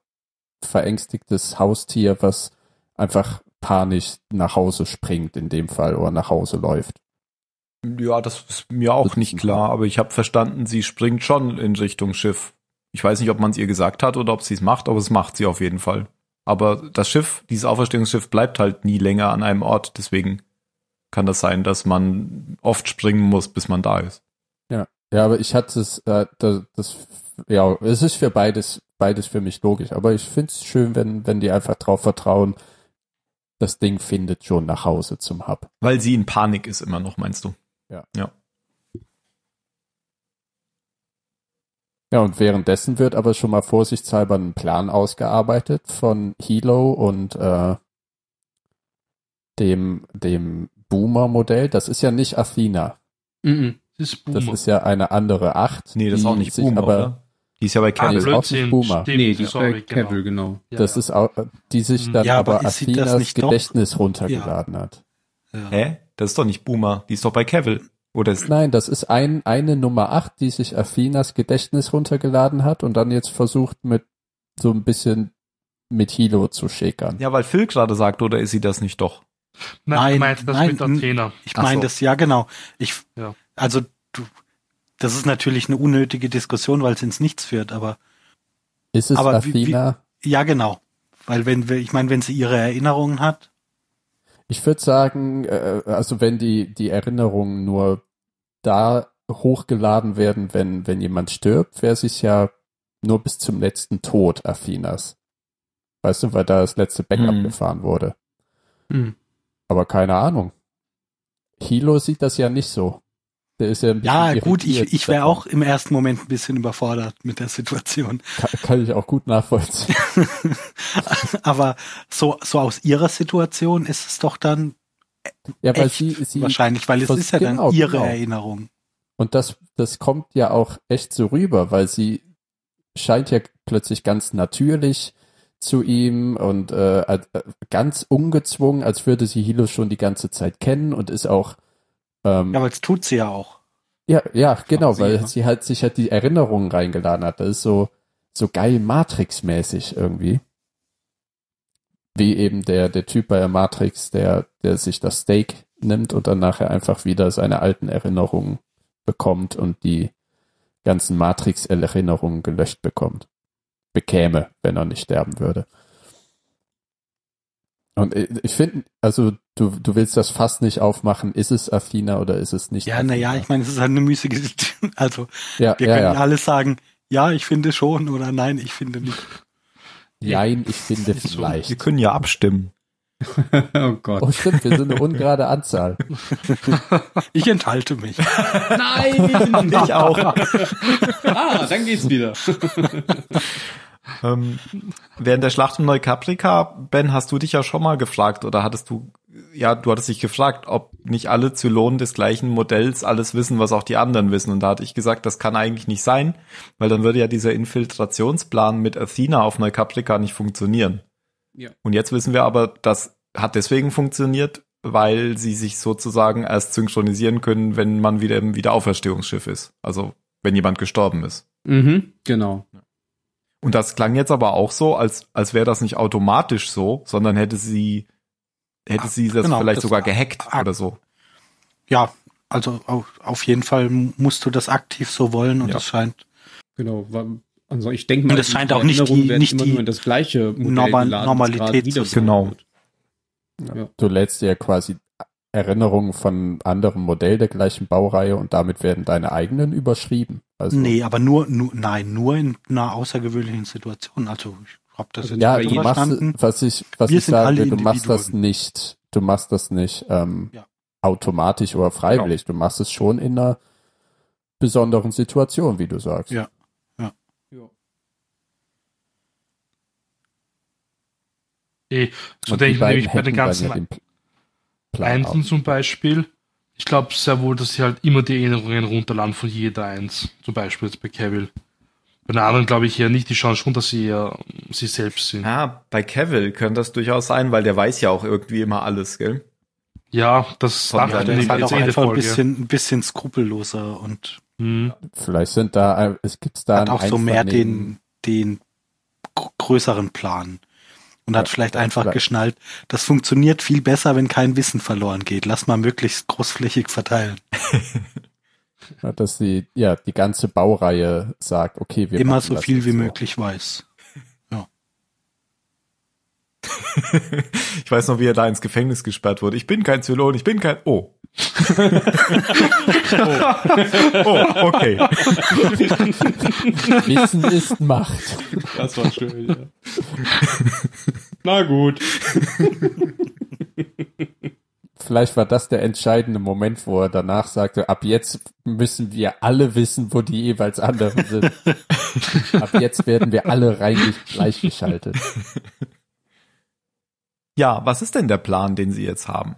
verängstigtes Haustier, was einfach panisch nach Hause springt in dem Fall oder nach Hause läuft?
Ja, das ist mir auch nicht klar, aber ich habe verstanden, sie springt schon in Richtung Schiff. Ich weiß nicht, ob man es ihr gesagt hat oder ob sie es macht, aber es macht sie auf jeden Fall. Aber das Schiff, dieses Auferstehungsschiff bleibt halt nie länger an einem Ort, deswegen kann das sein, dass man oft springen muss, bis man da ist.
Ja, ja, aber ich hatte es, äh, das, das, ja, es ist für beides, beides für mich logisch. Aber ich finde es schön, wenn, wenn die einfach drauf vertrauen, das Ding findet schon nach Hause zum Hub.
Weil sie in Panik ist immer noch, meinst du?
Ja.
Ja.
Ja, und währenddessen wird aber schon mal vorsichtshalber ein Plan ausgearbeitet von Hilo und äh, dem, dem Boomer-Modell. Das ist ja nicht Athena.
Mhm.
Das ist Boomer.
Das ist ja eine andere Acht.
Nee, das ist
die
auch nicht
sich
Boomer,
aber,
oder? Die ist ja bei
ah,
das
Carol.
ist auch nicht
Blödsinn.
Boomer.
Stimmt,
Nee, die ist bei
sorry, genau.
Cavill, genau.
Ja,
Das
ja.
ist auch, die sich dann
Ja, aber
aber
ist sie das
Athenas
nicht doch?
Gedächtnis runtergeladen hat.
Ja.
Hä? Das ist doch nicht Boomer. Die ist doch bei Cavill. Oder ist,
Nein, das ist ein, eine Nummer 8, die sich Athenas Gedächtnis runtergeladen hat und dann jetzt versucht mit so ein bisschen mit Hilo zu schäkern.
ja, weil Phil gerade sagt, oder ist sie das nicht doch?
Nein,
Nein, nein, meint das
nein,
mit
n-
Athena.
Ich
Ach
meine
so.
das, ja genau. Ich,
Ja.
also du, das ist natürlich eine unnötige Diskussion, weil es ins Nichts führt, aber
Ist es
Aber wie- wie-
Athena?
ja genau. Weil wenn wir, ich meine, wenn sie ihre Erinnerungen hat,
Ich würde sagen, äh, also wenn die, die Erinnerungen nur da hochgeladen werden, wenn, wenn jemand stirbt, wäre es ja nur bis zum letzten Tod Athenas. Weißt du, weil da das letzte Backup
Mhm.
gefahren wurde.
Mhm.
Aber keine Ahnung. Hilo sieht das ja nicht so. Der ist ja ein bisschen
ja gut, ich,
irritiert
ich wäre
davon.
auch im ersten Moment ein bisschen überfordert mit der Situation.
Ka- kann ich auch gut nachvollziehen.
aber so, so aus ihrer Situation ist es doch dann
Ja, weil
echt
sie, sie
wahrscheinlich, weil es
vers-
ist ja dann
genau,
ihre
genau.
Erinnerung.
Und das, das kommt ja auch echt so rüber, weil sie scheint ja plötzlich ganz natürlich zu ihm und äh, als- äh, ganz ungezwungen, als würde sie Hilo schon die ganze Zeit kennen und ist auch ähm,
Ja, aber das tut sie ja auch.
ja, ja, genau,
sie,
weil
ne?
ja.
sie halt sich halt die Erinnerungen reingeladen hat. Das ist so, so geil Matrix-mäßig irgendwie. Wie eben der, der Typ bei der Matrix, der, der sich das Steak nimmt und dann nachher einfach wieder seine alten Erinnerungen bekommt und die ganzen Matrix-Erinnerungen gelöscht bekommt. Bekäme, wenn er nicht sterben würde. Und ich ich finde, also du, du willst das fast nicht aufmachen, ist es Athena oder ist es nicht
Ja, naja,
Athena?
ich meine, es ist halt eine müßige, also
Ja,
wir
genau. ja,
können
ja.
ja alle sagen, ja, ich finde schon oder nein, ich finde nicht.
Nein, ich finde
Ist so.
Wir
vielleicht.
können ja abstimmen.
oh Gott.
Oh stimmt, wir sind eine ungerade Anzahl.
Ich enthalte mich.
Nein!
Ich auch.
ah, dann geht's wieder.
ähm, während der Schlacht um Neukaprika, Ben, hast du dich ja schon mal gefragt oder hattest du, ja, du hattest dich gefragt, ob nicht alle Zylonen des gleichen Modells alles wissen, was auch die anderen wissen. Und da hatte ich gesagt, das kann eigentlich nicht sein, weil dann würde ja dieser Infiltrationsplan mit Athena auf Neukaprika nicht funktionieren.
Ja.
Und jetzt wissen wir aber, das hat deswegen funktioniert, weil sie sich sozusagen erst synchronisieren können, wenn man wieder im Wiederauferstehungsschiff ist. Also, wenn jemand gestorben ist.
Mhm, genau.
Und das klang jetzt aber auch so, als, als wäre das nicht automatisch so, sondern hätte sie, hätte
Ah,
sie das
genau,
vielleicht
das-
sogar gehackt
ah,
oder so.
Ja, also auf, auf jeden Fall musst du das aktiv so wollen und
Ja.
das scheint
Genau. weil- Also ich denke mal,
Und es scheint auch nicht
Erinnerungen
die-
werden
nicht
immer
die
nur in das gleiche Modell
Normal-
geladen,
Normalität
das gerade wieder
zu-
Genau.
wird.
Du lädst dir ja quasi Erinnerungen von anderem Modell der gleichen Baureihe und damit werden deine eigenen überschrieben. Also,
nee, aber nur, nur nein, nur in einer außergewöhnlichen Situation. Also ich habe das
Also
jetzt
ja,
bei
nicht
du
jedem
machst,
verstanden.
was ich, was
Wir
ich
sind
sagen
alle
will, du machst das
Individuen.
nicht, du machst das nicht ähm,
Ja. Genau.
automatisch oder freiwillig. Du machst es schon in einer besonderen Situation, wie du sagst.
Ja.
Eh, so
Und die
denke
beiden
ich mir nämlich bei den
hätten dann ja
ganzen
den Pl- Plan
Einsen
auf.
zum Beispiel. Ich glaube sehr wohl, dass sie halt immer die Erinnerungen runterladen von jeder Eins. Zum Beispiel jetzt bei Cavill. Bei den anderen glaube ich eher nicht. Die schauen schon, dass sie eher ähm, sie selbst sind.
Ah, bei Cavill könnte das durchaus sein, weil der weiß ja auch irgendwie immer alles, gell?
Ja, das
Von
dachte
daher
ich
ist
Der
mir
ist halt auch
jetzt eh eine
einfach ein
Folge.
bisschen, ein bisschen skrupelloser und
Hm.
Vielleicht sind da, äh, es gibt's da
hat auch so mehr den, den gr- größeren Plan. Und hat
Ja,
vielleicht
ja,
einfach
vielleicht.
geschnallt, das funktioniert viel besser, wenn kein Wissen verloren geht. Lass mal möglichst großflächig verteilen.
Ja, dass die, ja, die ganze Baureihe sagt, okay, wir
Immer
machen
so
Genau, das
viel
jetzt
wie
so.
möglich weiß.
Ich weiß noch, wie er da ins Gefängnis gesperrt wurde. Ich bin kein Zylon, ich bin kein. Oh. oh. oh, okay.
Wissen ist Macht.
Das war schön, ja. Na gut.
Vielleicht war das der entscheidende Moment, wo er danach sagte, ab jetzt müssen wir alle wissen, wo die jeweils anderen sind. ab jetzt werden wir alle rein gleichgeschaltet.
Ja, was ist denn der Plan, den Sie jetzt haben?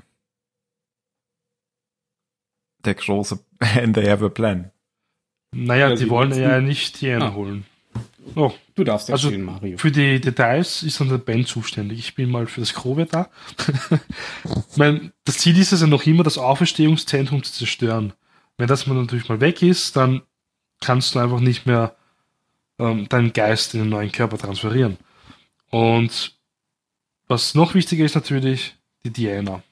Der große And they have a plan.
Naja,
Ja,
die
sie
wollen
wissen-
ja nicht die
Ah.
ah. holen. Oh,
Du darfst
Also,
erzählen, Mario.
für die Details ist dann der Ben zuständig. Ich bin mal für das Grobe da. ich meine, das Ziel ist es ja noch immer, das Auferstehungszentrum zu zerstören. Wenn das mal natürlich mal weg ist, dann kannst du einfach nicht mehr ähm, deinen Geist in den neuen Körper transferieren. Und was noch wichtiger ist natürlich, die Diana.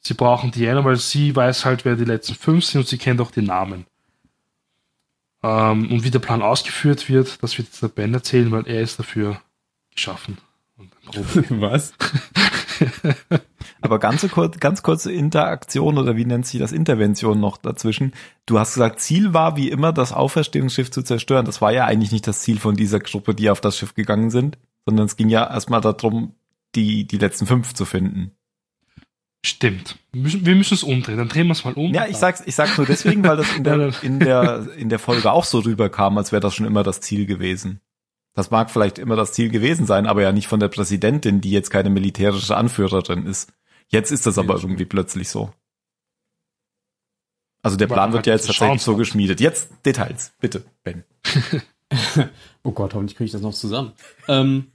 Sie brauchen Diana, weil sie weiß halt, wer die letzten fünf sind und sie kennt auch die Namen. Ähm, und wie der Plan ausgeführt wird, das wird jetzt der Ben erzählen, weil er ist dafür geschaffen. Und ein Profi.
Was?
Aber ganz kurz, ganz kurze Interaktion oder wie nennt sich das Intervention noch dazwischen? Du hast gesagt, Ziel war wie immer das Auferstehungsschiff zu zerstören. Das war ja eigentlich nicht das Ziel von dieser Gruppe, die auf das Schiff gegangen sind, sondern es ging ja erstmal darum, die, die letzten fünf zu finden.
Stimmt. Wir müssen, wir müssen es umdrehen. Dann drehen wir es mal um.
Ja, ich sag's, ich sag's nur deswegen, weil das in der, in der, in der Folge auch so rüberkam, als wäre das schon immer das Ziel gewesen. Das mag vielleicht immer das Ziel gewesen sein, aber ja nicht von der Präsidentin, die jetzt keine militärische Anführerin ist. Jetzt ist das aber irgendwie plötzlich so. Also der
Weil
Plan
man
wird
halt
ja jetzt
diese
tatsächlich
Chance
so
hat.
geschmiedet. Jetzt Details, bitte, Ben.
Oh Gott, hoffentlich kriege ich das noch zusammen. Ähm,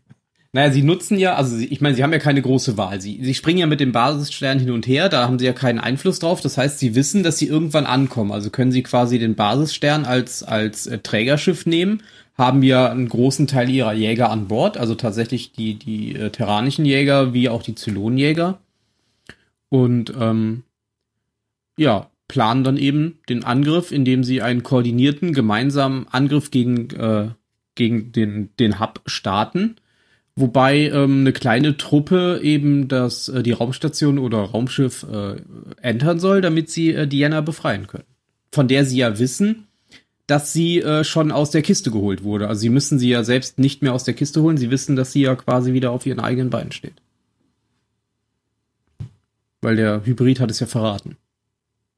naja, sie nutzen ja, also sie, ich meine, sie haben ja keine große Wahl. Sie, sie springen ja mit dem Basisstern hin und her, da haben sie ja keinen Einfluss drauf. Das heißt, sie wissen, dass sie irgendwann ankommen. Also können sie quasi den Basisstern als, als äh, Trägerschiff nehmen, haben ja einen großen Teil ihrer Jäger an Bord, also tatsächlich die, die äh, terranischen Jäger wie auch die Zylonenjäger. Und ähm, ja, planen dann eben den Angriff, indem sie einen koordinierten gemeinsamen Angriff gegen äh, gegen den, den Hub starten. Wobei ähm, eine kleine Truppe eben das, äh, die Raumstation oder Raumschiff äh, entern soll, damit sie äh, Diana befreien können. Von der sie ja wissen, dass sie äh, schon aus der Kiste geholt wurde. Also sie müssen sie ja selbst nicht mehr aus der Kiste holen. Sie wissen, dass sie ja quasi wieder auf ihren eigenen Beinen steht. Weil der Hybrid hat es ja verraten.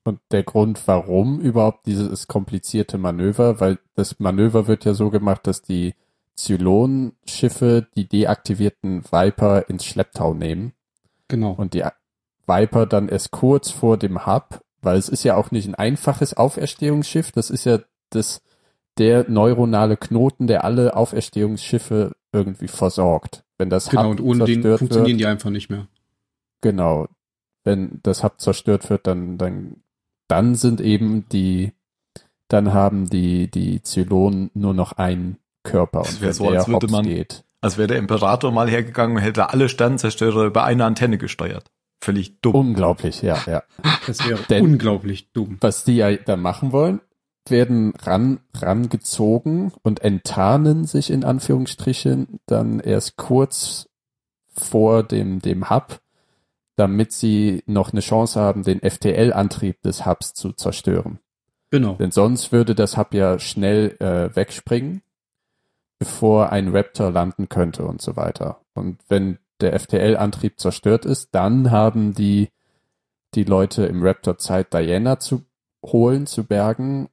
Und der Grund, warum überhaupt dieses komplizierte Manöver, weil das Manöver wird ja so gemacht, dass die Zylonenschiffe die deaktivierten Viper ins Schlepptau nehmen
Genau.
und die Viper dann erst kurz vor dem Hub, weil es ist ja auch nicht ein einfaches Auferstehungsschiff, das ist ja das, der neuronale Knoten, der alle Auferstehungsschiffe irgendwie versorgt. Wenn das
Genau,
Hub
und ohne den
zerstört wird,
funktionieren die einfach nicht mehr.
Genau. Wenn das Hub zerstört wird, dann, dann, dann sind eben die, dann haben die, die Zylonen nur noch einen Körper.
Das
Und
wär
wenn
so,
der
als würde
hops
man-
geht,
Als wäre der Imperator mal hergegangen und hätte alle Sternzerstörer über eine Antenne gesteuert. Völlig dumm.
unglaublich, ja, ja.
Das wäre
Denn-
unglaublich dumm.
Was die ja da machen wollen, werden ran, rangezogen und enttarnen sich in Anführungsstrichen dann erst kurz vor dem, dem Hub, damit sie noch eine Chance haben, den FTL-Antrieb des Hubs zu zerstören.
Genau.
Denn sonst würde das Hub ja schnell äh, wegspringen, bevor ein Raptor landen könnte und so weiter. Und wenn der FTL-Antrieb zerstört ist, dann haben die, die Leute im Raptor Zeit, Diana zu holen, zu bergen.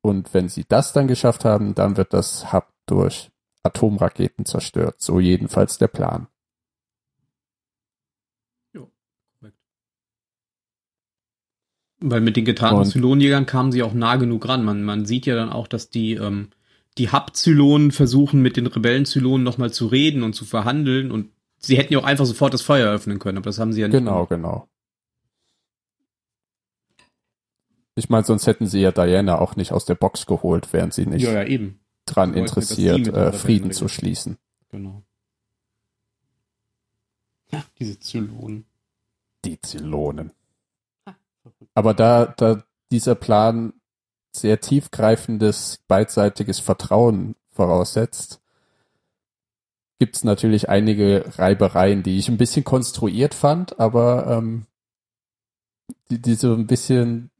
Und wenn sie das dann geschafft haben, dann wird das Hub durch Atomraketen zerstört. So jedenfalls der Plan.
Weil mit den getarnten
Und-
Zylonjägern kamen sie auch nah genug ran. Man, man sieht ja dann auch, dass die, ähm, die Hub-Zylonen versuchen, mit den Rebellen-Zylonen nochmal zu reden und zu verhandeln. Und sie hätten ja auch einfach sofort das Feuer eröffnen können, aber das haben sie ja nicht.
Genau,
gemacht.
genau. Ich meine, sonst hätten sie ja Diana auch nicht aus der Box geholt, wären sie nicht
Ja, ja, eben.
dran
wollten ja, dass sie
interessiert,
mit der
äh, Frieden
Welt
zu
regiert.
schließen.
Genau. Ja, diese Zylonen.
Die Zylonen.
Ah.
Aber da, da dieser Plan sehr tiefgreifendes, beidseitiges Vertrauen voraussetzt, gibt es natürlich einige Reibereien, die ich ein bisschen konstruiert fand, aber ähm, die, die so ein bisschen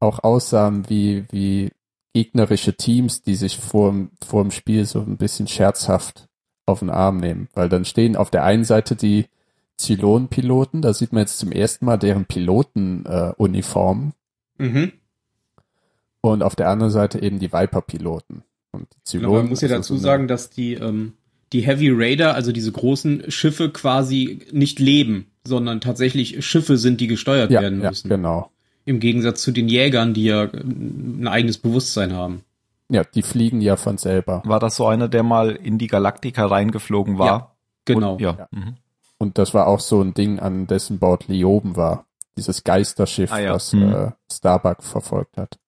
auch aussahen wie, wie gegnerische Teams, die sich vorm, vorm Spiel so ein bisschen scherzhaft auf den Arm nehmen. Weil dann stehen auf der einen Seite die Zylon-Piloten, da sieht man jetzt zum ersten Mal deren Pilotenuniformen äh, Uniformen.
Mhm.
und auf der anderen Seite eben die Viper-Piloten. Und die Zylonen.
Aber Genau, man muss ja
also
dazu
so eine-
sagen, dass die, ähm, die Heavy Raider, also diese großen Schiffe quasi nicht leben, sondern tatsächlich Schiffe sind, die gesteuert
ja,
werden
ja,
müssen.
genau.
Im Gegensatz zu den Jägern, die ja äh, ein eigenes Bewusstsein haben.
Ja, die fliegen ja von selber.
War das so einer, der mal in die Galaktika reingeflogen war?
Genau.
Und, ja.
Ja.
Mhm.
Und das war auch so ein Ding, an dessen Bord Lioben war. Dieses Geisterschiff,
Ah ja,
was
hm.
äh, Starbuck verfolgt hat.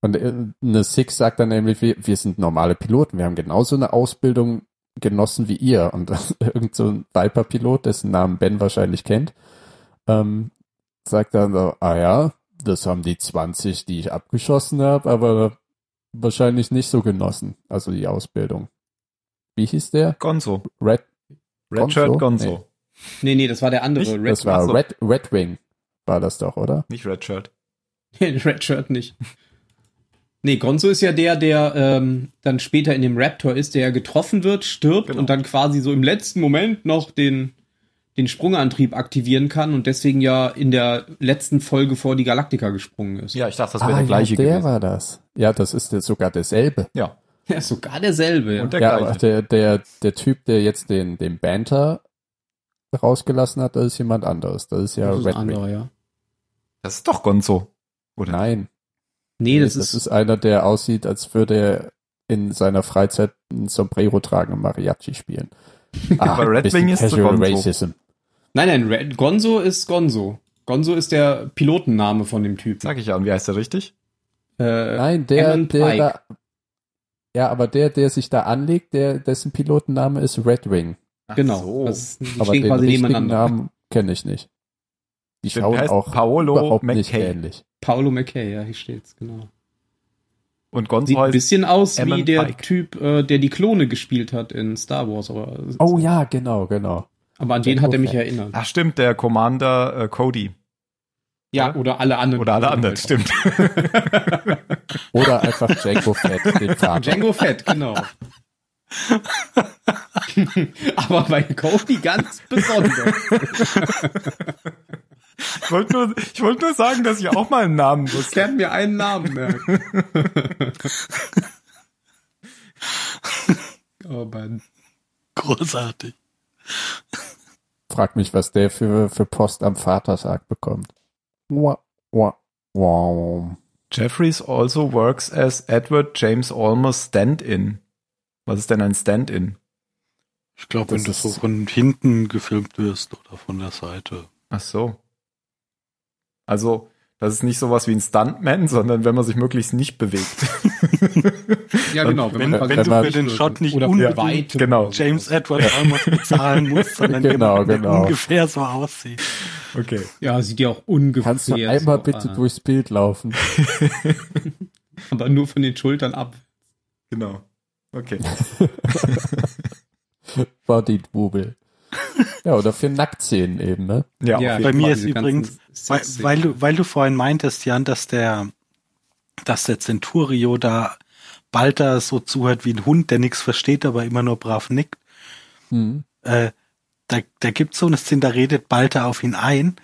Und äh, eine Six sagt dann nämlich, wir, wir sind normale Piloten, wir haben genauso eine Ausbildung genossen wie ihr. Und irgend so ein Viper-Pilot, dessen Namen Ben wahrscheinlich kennt, ähm, sagt dann so, ah ja, das haben die 20, die ich abgeschossen habe, aber wahrscheinlich nicht so genossen, also die Ausbildung. Wie hieß der?
Gonzo.
Red
Redshirt
Gonzo?
Gonzo.
Nee.
Nee, nee, das war der andere.
Nicht?
Red,
Das war
Ach so.
Red, Red Wing, war das doch, oder?
Nicht Redshirt.
Red Shirt nicht. Nee, Gonzo ist ja der, der ähm, dann später in dem Raptor ist, der ja getroffen wird, stirbt
Genau.
und dann quasi so im letzten Moment noch den, den Sprungantrieb aktivieren kann und deswegen ja in der letzten Folge vor die Galaktika gesprungen ist.
Ja, ich dachte, das
Ah,
wäre der gleiche
ja, der
gewesen.
war das. Ja, das ist der, sogar derselbe.
Ja.
Ja, sogar derselbe. Ja.
Und der
ja, aber
gleiche.
der, der, der Typ, der jetzt den, den Banter rausgelassen hat, das ist jemand anderes. Das ist ja
das ist ein
Red Wing.
anderer, ja.
Das ist doch Gonzo. Oder?
Nein,
Nee, das, ist,
einer, der aussieht, als würde er in seiner Freizeit ein Sombrero tragen und Mariachi spielen. Ah,
Aber Red
bisschen
Wing ist
Casual
Gonzo.
Racism.
Nein, nein, Red, Gonzo ist Gonzo. Gonzo ist der Pilotenname von dem Typen.
Sag ich ja. Und wie heißt der richtig?
Äh,
Nein, der,
Alan
der
Pike.
da, ja, aber der, der sich da anlegt, der, dessen Pilotenname ist Red Wing.
genau.
so.
Das ist, die
aber
stehen
den
quasi
richtigen
nebeneinander.
Namen kenne ich nicht. Die
Der
schauen
heißt
auch
Paolo
überhaupt nicht
McKay.
ähnlich.
Paolo McKay, ja, hier steht's, genau.
Und Gonzo
Sieht ein
heißt
bisschen aus wie
Ammon
der
Pike.
Typ, äh, der die Klone gespielt hat in Star Wars, aber,
Oh ja, genau, genau.
aber an den hat er mich
Okay.
erinnert.
Ach stimmt, der Commander äh, Cody.
ja, oder alle anderen.
Oder alle
Klone
anderen,
halt auch.
stimmt.
Oder einfach Django Fett, den Vater.
Django Fett, genau. aber bei Cody ganz besonders.
ich wollte nur, ich wollte nur sagen, dass ich auch mal einen Namen
Ich
wusste.
kann mir einen Namen merken. oh Mann.
Großartig.
Frag mich, was der für, für Post am Vatertag bekommt. Wow, wow, wow.
Jeffries also works as Edward James Olmos Stand-In. Was ist denn ein Stand-In?
Ich glaube, wenn du
Das
so
ist-
von hinten gefilmt wirst oder von der Seite.
Ach so. Also, das ist nicht sowas wie ein Stuntman, sondern wenn man sich möglichst nicht bewegt.
Ja, genau.
Wenn,
man-
wenn,
quasi-
wenn
du
man-
für den Shot nicht
Oder
unbedingt
weit.
genau.
James Edward Olmos bezahlen musst, sondern
Genau,
jemand, der
genau.
ungefähr so aussieht.
Okay.
Ja, sieht ja auch ungefähr
Kannst du einmal
so Ah.
bitte
an.
durchs Bild laufen?
Aber nur von den Schultern ab.
Genau. Okay.
Body Bubel. Ja, oder für Nacktszenen eben, ne?
Ja, auf
bei
jeden
mir
Fall.
ist übrigens- Weil, weil, du, weil du vorhin meintest, Jan, dass der, dass der Centurio da Balta so zuhört wie ein Hund, der nichts versteht, aber immer nur brav nickt.
Hm.
Äh, da, da gibt's so eine Szene, da redet Balta auf ihn ein.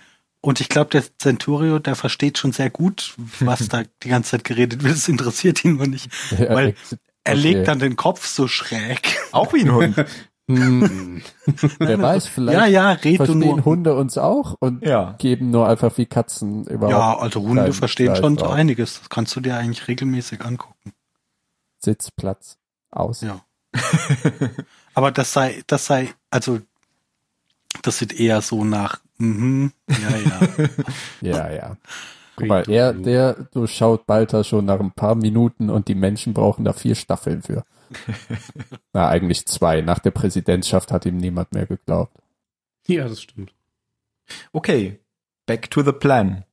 Und ich glaube, der Centurio, der versteht schon sehr gut, was da die ganze Zeit geredet wird. Es interessiert ihn nur nicht. Weil- Er
Okay.
legt dann den Kopf so schräg.
auch wie ein Hund.
Hm. Wer weiß, vielleicht
ja, ja, red du
verstehen
nur.
Hunde uns auch und
Ja.
geben nur einfach wie Katzen überhaupt
Ja, also Hunde
Kleinen
verstehen
Scheiß
schon so
auch.
einiges. Das kannst du dir eigentlich regelmäßig angucken.
Sitzplatz aus.
Ja. Aber das sei, das sei, also das sieht eher so nach, mhm, ja, ja.
Ja, ja. Guck mal, er, der durchschaut Balta schon nach ein paar Minuten und die Menschen brauchen da vier Staffeln für. Na, eigentlich zwei. Nach der Präsidentschaft hat ihm niemand mehr geglaubt.
Ja, das stimmt.
Okay, back to the plan.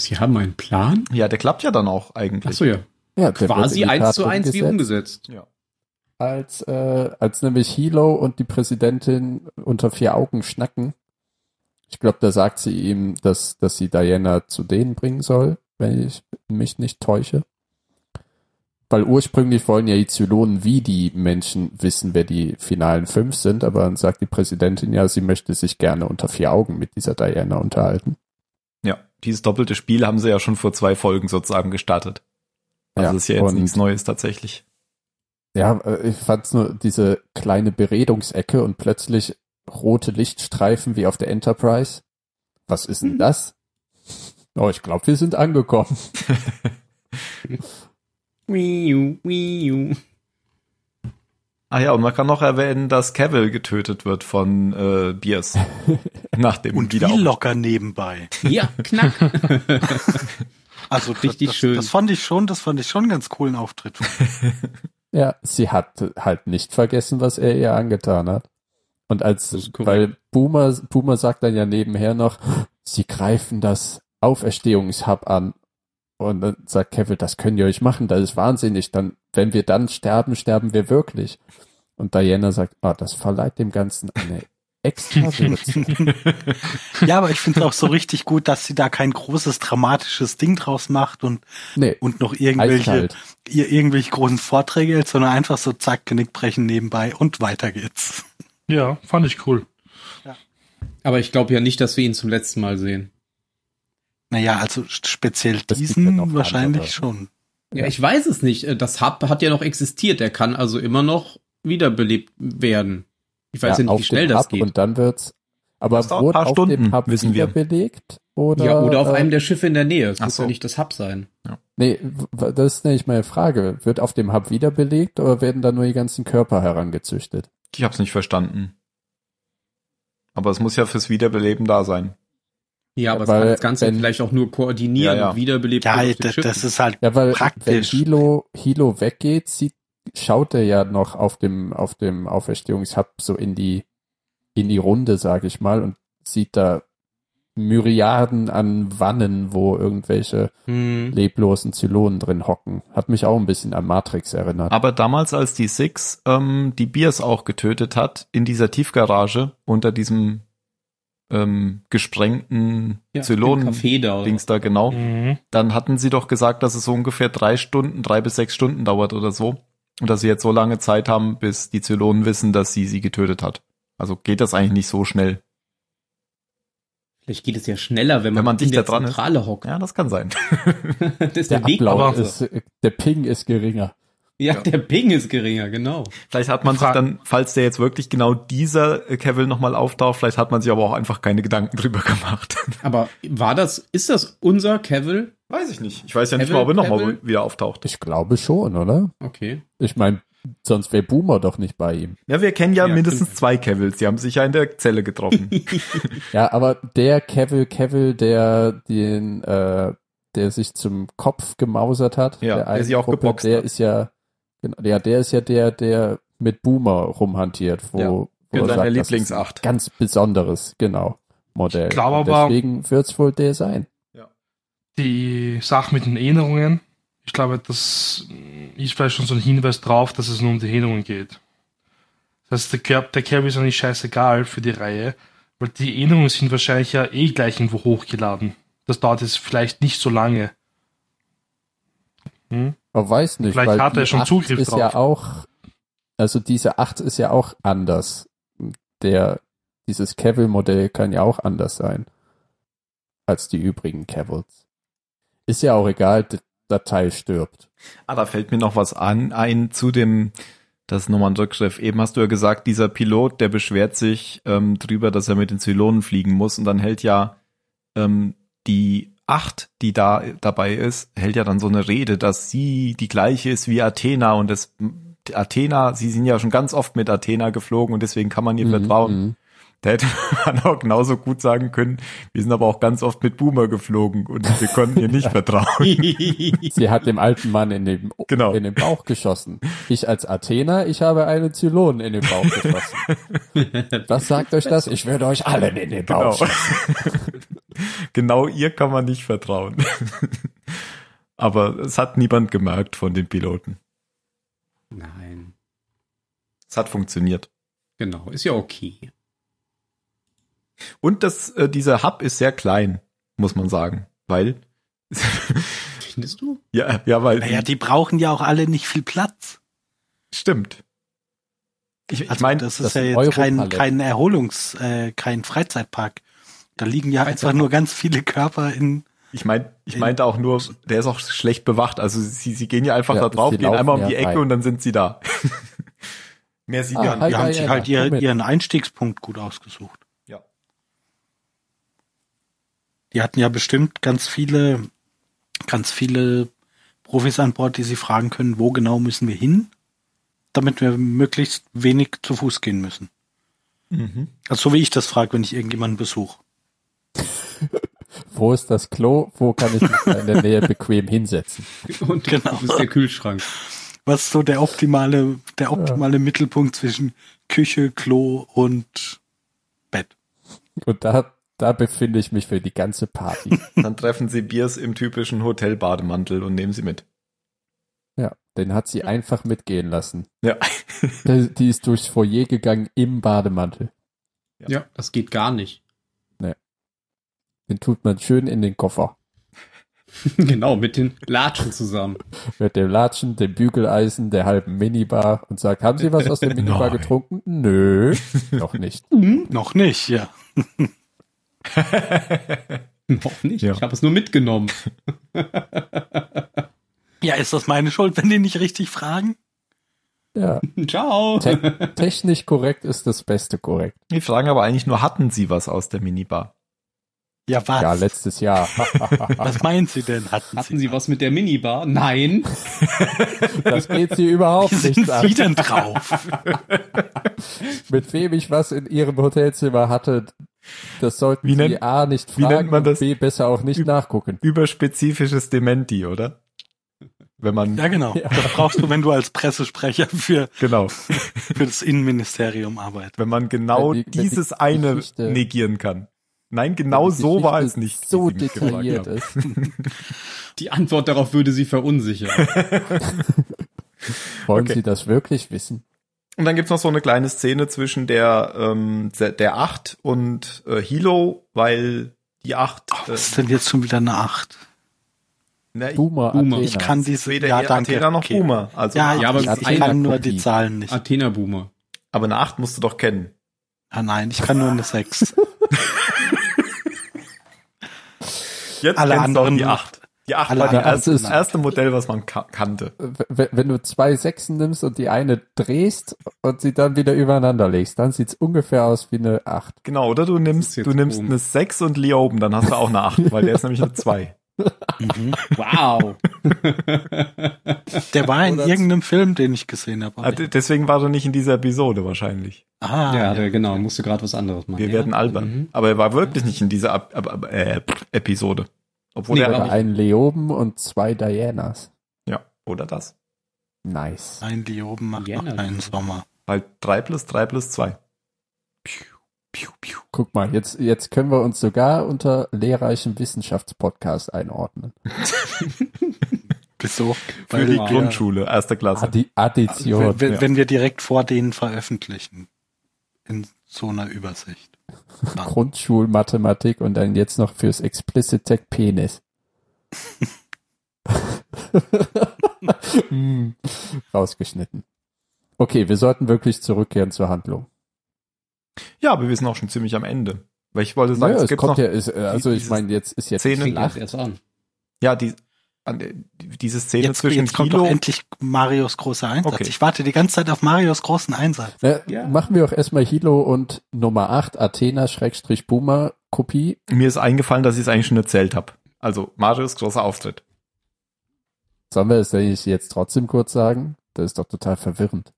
Sie haben einen Plan?
Ja, der klappt ja dann auch eigentlich.
Ach so ja.
Ja, der wird in
Quasi
die
eins
Tat
zu eins wie umgesetzt.
Ja.
als, äh, als nämlich Hilo und die Präsidentin unter vier Augen schnacken. Ich glaube, da sagt sie ihm, dass, dass sie Diana zu denen bringen soll, wenn ich mich nicht täusche. Weil ursprünglich wollen ja die Zylonen wie die Menschen wissen, wer die finalen fünf sind, aber dann sagt die Präsidentin ja, sie möchte sich gerne unter vier Augen mit dieser Diana unterhalten.
Ja, dieses doppelte Spiel haben sie ja schon vor zwei Folgen sozusagen gestartet. Also
Ja,
das ist ja jetzt
und-
nichts Neues tatsächlich.
Ja, äh, ich fand's nur diese kleine Beredungsecke und plötzlich rote Lichtstreifen wie auf der Enterprise. Was ist denn das? Oh, ich glaube, wir sind angekommen.
Wiu, wiu.
Ah ja, und man kann noch erwähnen, dass Cavill getötet wird von äh, Biers. nach dem
Und wie
Wiederauf-
locker nebenbei.
Ja, knack.
Also das-
Richtig
das,
schön.
Das fand ich schon, das fand ich schon einen ganz coolen Auftritt.
Ja, sie hat halt nicht vergessen, was er ihr angetan hat. Und als,
Das ist korrekt.
weil Boomer, Boomer sagt dann ja nebenher noch, sie greifen das Auferstehungshub an. Und dann sagt Kevin, das könnt ihr euch machen, das ist wahnsinnig. Dann, wenn wir dann sterben, sterben wir wirklich. Und Diana sagt, ah, das verleiht dem Ganzen eine extra Würze.
ja, aber ich finde es auch so richtig gut, dass sie da kein großes dramatisches Ding draus macht und
Nee,
und noch irgendwelche
eiskalt.
ihr, irgendwelche großen Vorträge hält, sondern einfach so zack Genickbrechen nebenbei und weiter geht's.
Ja, fand ich cool.
Aber ich glaube ja nicht, dass wir ihn zum letzten Mal sehen.
Naja, also speziell
Das gibt ja noch
diesen wahrscheinlich
andere.
schon.
Ja, ich weiß es nicht. Äh, Das Hub hat ja noch existiert. Er kann also immer noch wiederbelebt werden. Ich weiß ja, nicht,
auf
wie schnell
dem
das
Hub
geht.
Und dann wird's, aber
Das dauert ein
wurde
paar
auf
Stunden,
dem Hub
wissen wir.
wieder belegt? Oder,
ja, oder auf
äh,
einem der Schiffe in der Nähe. Es
Ach
muss
so.
ja nicht das Hub sein.
Nee, w- das ist nämlich meine Frage. Wird auf dem Hub wieder belegt oder werden da nur die ganzen Körper herangezüchtet?
Ich hab's nicht verstanden. Aber es muss ja fürs Wiederbeleben da sein.
Ja, aber es
Weil,
kann das Ganze
wenn-
vielleicht auch nur koordinieren
Ja, ja.
und wiederbelebt
Ja,
werden auf den
das,
Schiffen.
das ist halt
Ja, weil
Praktisch.
wenn Hilo, Hilo weggeht, sieht, schaut er ja noch auf dem, auf dem Auferstehungshub so in die, in die Runde, sage ich mal, und sieht da Myriaden an Wannen, wo irgendwelche
Hm.
leblosen Zylonen drin hocken. Hat mich auch ein bisschen an Matrix erinnert.
Aber damals, als die Six ähm, die Biers auch getötet hat, in dieser Tiefgarage unter diesem ähm, gesprengten
Ja, im
Zylonen-Dings
Café da.
da genau,
Mhm.
dann hatten sie doch gesagt, dass es so ungefähr drei Stunden, drei bis sechs Stunden dauert oder so. Und dass sie jetzt so lange Zeit haben, bis die Zylonen wissen, dass sie sie getötet hat. Also geht das eigentlich nicht so schnell.
Vielleicht geht es ja schneller, wenn man,
Wenn man
in
dichter
der
dran ist.
Zentrale hockt.
Ja, das kann sein.
das ist
der
der, Weg.
Ablauf
aber-
ist, äh, der Ping ist geringer.
ja,
Ja.
der Ping ist geringer, genau.
Vielleicht hat man sich
Fra-
dann, falls der jetzt wirklich genau dieser äh, Cavill nochmal auftaucht, vielleicht hat man sich aber auch einfach keine Gedanken drüber gemacht.
Aber war das, ist das unser Cavill?
Weiß ich nicht. Ich weiß ja nicht
Cavill-
mal, ob er nochmal
Cavill?
wieder auftaucht.
Ich glaube schon, oder?
Okay.
Ich meine, sonst wäre Boomer doch nicht bei ihm.
Ja, wir kennen ja, Genau,
Ja,
mindestens
stimmt.
zwei Cavills. Die haben sich ja in der Zelle getroffen.
Ja, aber der Cavill Cavill, der den, äh, der sich zum Kopf gemausert hat,
Ja, der
einen
sich auch
Gruppe,
geboxt
der
hat.
ist ja, genau, ja, der ist ja der, der mit Boomer rumhantiert, wo,
Ja,
wo
genau, der
er sagt, das ist ein
Lieblingsacht.
Ganz besonderes, genau, Modell.
Ich glaube
Und
aber-
Deswegen wird's wohl der sein.
Die Sache mit den Erinnerungen, ich glaube, das ist vielleicht schon so ein Hinweis drauf, dass es nur um die Erinnerungen geht. Das heißt, der Kerl, der Kerl ist eigentlich scheißegal für die Reihe, weil die Erinnerungen sind wahrscheinlich ja eh gleich irgendwo hochgeladen. Das dauert jetzt vielleicht nicht so lange. Hm?
Aber weiß nicht,
Vielleicht
weil
hat er
die
schon
8
Zugriff
ist
drauf.
ja auch, also diese 8 ist ja auch anders. Der, dieses Cavill-Modell kann ja auch anders sein als die übrigen Cavills. Ist ja auch egal, d- der Teil stirbt.
ah, da fällt mir noch was an, ein zu dem, das ist nochmal ein Rückgriff. Eben hast du ja gesagt, dieser Pilot, der beschwert sich ähm, drüber, dass er mit den Zylonen fliegen muss und dann hält ja ähm, die Acht, die da dabei ist, hält ja dann so eine Rede, dass sie die gleiche ist wie Athena und das Athena, sie sind ja schon ganz oft mit Athena geflogen und deswegen kann man ihr vertrauen.
Mhm.
Da hätte man auch genauso gut sagen können, wir sind aber auch ganz oft mit Boomer geflogen und wir konnten ihr nicht vertrauen.
Mhm. Sie hat dem alten Mann in den,
Genau.
in den Bauch geschossen. Ich als Athener, ich habe einen Zylon in den Bauch geschossen. Was sagt euch das? Ich werde euch allen in den Bauch
Genau.
schießen.
genau ihr kann man nicht vertrauen. aber es hat niemand gemerkt von den Piloten.
Nein.
Es hat funktioniert.
Genau, ist ja okay.
Und das, äh, dieser Hub ist sehr klein, muss man sagen. Weil,
Findest du?
ja, ja, weil,
Naja, die brauchen ja auch alle nicht viel Platz.
stimmt. Ich, ich
Also
meine,
das
das
ist ja jetzt
Europalette.
kein, kein Erholungs-, äh, kein Freizeitpark. Da liegen ja einfach nur ganz viele Körper in.
ich meine, ich meinte auch nur, der ist auch schlecht bewacht. Also sie, sie gehen ja einfach
Ja,
da drauf,
sie
gehen einmal um
laufen
die
ja
Ecke
rein.
und dann sind sie da. Mehr sieht
Ah,
man.
halt,
Die haben
halt,
sich
halt,
halt
komm
ihr,
mit.
ihren Einstiegspunkt gut ausgesucht.
Ja.
Die hatten ja bestimmt ganz viele, ganz viele Profis an Bord, die sie fragen können, wo genau müssen wir hin, damit wir möglichst wenig zu Fuß gehen müssen.
Mhm.
Also so wie ich das frage, wenn ich irgendjemanden besuche.
Wo ist das Klo? Wo kann ich mich da in der Nähe bequem hinsetzen?
Und
Genau.
du bist der Kühlschrank.
Was so der optimale, der optimale Mittelpunkt zwischen Küche, Klo und Bett.
Und da, da befinde ich mich für die ganze Party.
Dann treffen sie Biers im typischen Hotelbademantel und nehmen sie mit.
Ja, den hat sie einfach mitgehen lassen.
Ja.
Die, die ist durchs Foyer gegangen im Bademantel.
Ja, das geht gar nicht.
Den tut man schön in den Koffer.
genau, mit den Latschen zusammen.
Mit dem Latschen, dem Bügeleisen, der halben Minibar und sagt, haben Sie was aus der Minibar
Nein.
getrunken? Nö, noch nicht.
Noch nicht, ja.
Noch nicht.
Ja.
Ich habe es nur mitgenommen.
Ja, ist das meine Schuld, wenn die nicht richtig fragen?
Ja,
Ciao.
te technisch korrekt ist das Beste korrekt.
Die fragen aber eigentlich nur, hatten sie was aus der Minibar?
Ja, was?
Ja, letztes Jahr.
was meinen Sie denn? Hatten,
Hatten Sie was mit der Minibar? Nein.
Das geht sie
Wie
überhaupt
sind
nicht
Sie
an.
denn drauf?
Mit wem ich was in ihrem Hotelzimmer hatte, das sollten
Wie
sie
nennt-
A nicht
wie
fragen
nennt man das?
und B besser auch nicht
Üb-
nachgucken.
Überspezifisches Dementi, oder? Wenn man,
Ja, genau.
Ja.
Das brauchst du, wenn du als Pressesprecher für,
genau.
für das Innenministerium arbeitest.
wenn man genau
Wenn die- wenn die
dieses eine
Geschichte-
negieren kann. Nein, genau
Die
so war es
Geschichte
nicht. die
So
sie mich gefragt
detailliert
haben.
ist.
Die Antwort darauf würde Sie verunsichern.
Wollen
Okay.
Sie das wirklich wissen?
Und dann gibt's noch so eine kleine Szene zwischen der, ähm, der- der Acht und äh, Hilo, weil die Acht, äh,
Was ist denn jetzt schon wieder eine Acht?
na, ich,
Boomer,
Boomer.
Athena.
Ich kann diese,
weder
ja,
ja,
danke.
Athena noch
okay.
Puma. Also,
Ja,
Ja, aber
aber ich,
mit
ich
einer
kann nur
Kopie.
die Zahlen nicht.
Athena Boomer.
aber eine Acht musst du doch kennen.
Ah, nein, ich kann nur eine Sechs.
Jetzt
Alle
kennst du auch
anderen
die Acht. Die Acht
alle
war die
anderen
erste, das
sind-
erste Modell, was man ka kannte.
W- wenn du zwei Sechsen nimmst und die eine drehst und sie dann wieder übereinander legst, dann sieht's ungefähr aus wie eine Acht.
Genau, oder du nimmst,
jetzt
du nimmst
oben.
eine 6 und Lioben, dann hast du auch eine Acht, weil der ist nämlich eine 2.
Mhm.
Wow.
Der war in
Oder-
irgendeinem Film, den ich gesehen habe. aber-
Also, Deswegen war er nicht in dieser Episode wahrscheinlich.
Ah,
ja, der, genau. Musste gerade was anderes machen.
Wir
ja.
werden albern.
Mhm.
Aber er war wirklich nicht in dieser Ab Ab Ab äh, Pff, Episode. Obwohl
Nee,
er
war
Oder
nicht.
ein Leoben und zwei Dianas.
Ja, oder das.
Nice.
Ein Lioben macht
Gerne.
noch keinen Sommer.
Weil 3 plus 3 plus 2.
Guck mal, jetzt, jetzt können wir uns sogar unter lehrreichem Wissenschaftspodcast einordnen.
Wieso?
Für die
wir-
Grundschule, erste Klasse.
Addi Addition.
wenn, wenn,
ja.
wenn wir direkt vor denen veröffentlichen. In so einer Übersicht.
Grundschulmathematik Ah. und dann jetzt noch fürs Explicit Tech Penis. Hm, Rausgeschnitten. Okay, wir sollten wirklich zurückkehren zur Handlung.
Ja, aber wir sind auch schon ziemlich am Ende. Weil ich wollte sagen, es
Naja, es
gibt noch.
kommt ja,
Ja,
ist, äh, also ich
dieses
meine, jetzt ist jetzt
Szene-
Fängt
Schlacht.
jetzt erst an.
die, an, äh, diese Szene
Jetzt,
zwischen
jetzt kommt doch
Kilo.
endlich Marios großer Einsatz.
Okay.
Ich warte die ganze Zeit auf Marios großen Einsatz.
Na,
Ja.
Machen wir auch erstmal Hilo und Nummer 8, Athena-Boomer-Kopie.
Mir ist eingefallen, dass ich es eigentlich schon erzählt habe. Also, Marius, großer Auftritt.
Sollen wir es eigentlich jetzt trotzdem kurz sagen? Das ist doch total verwirrend.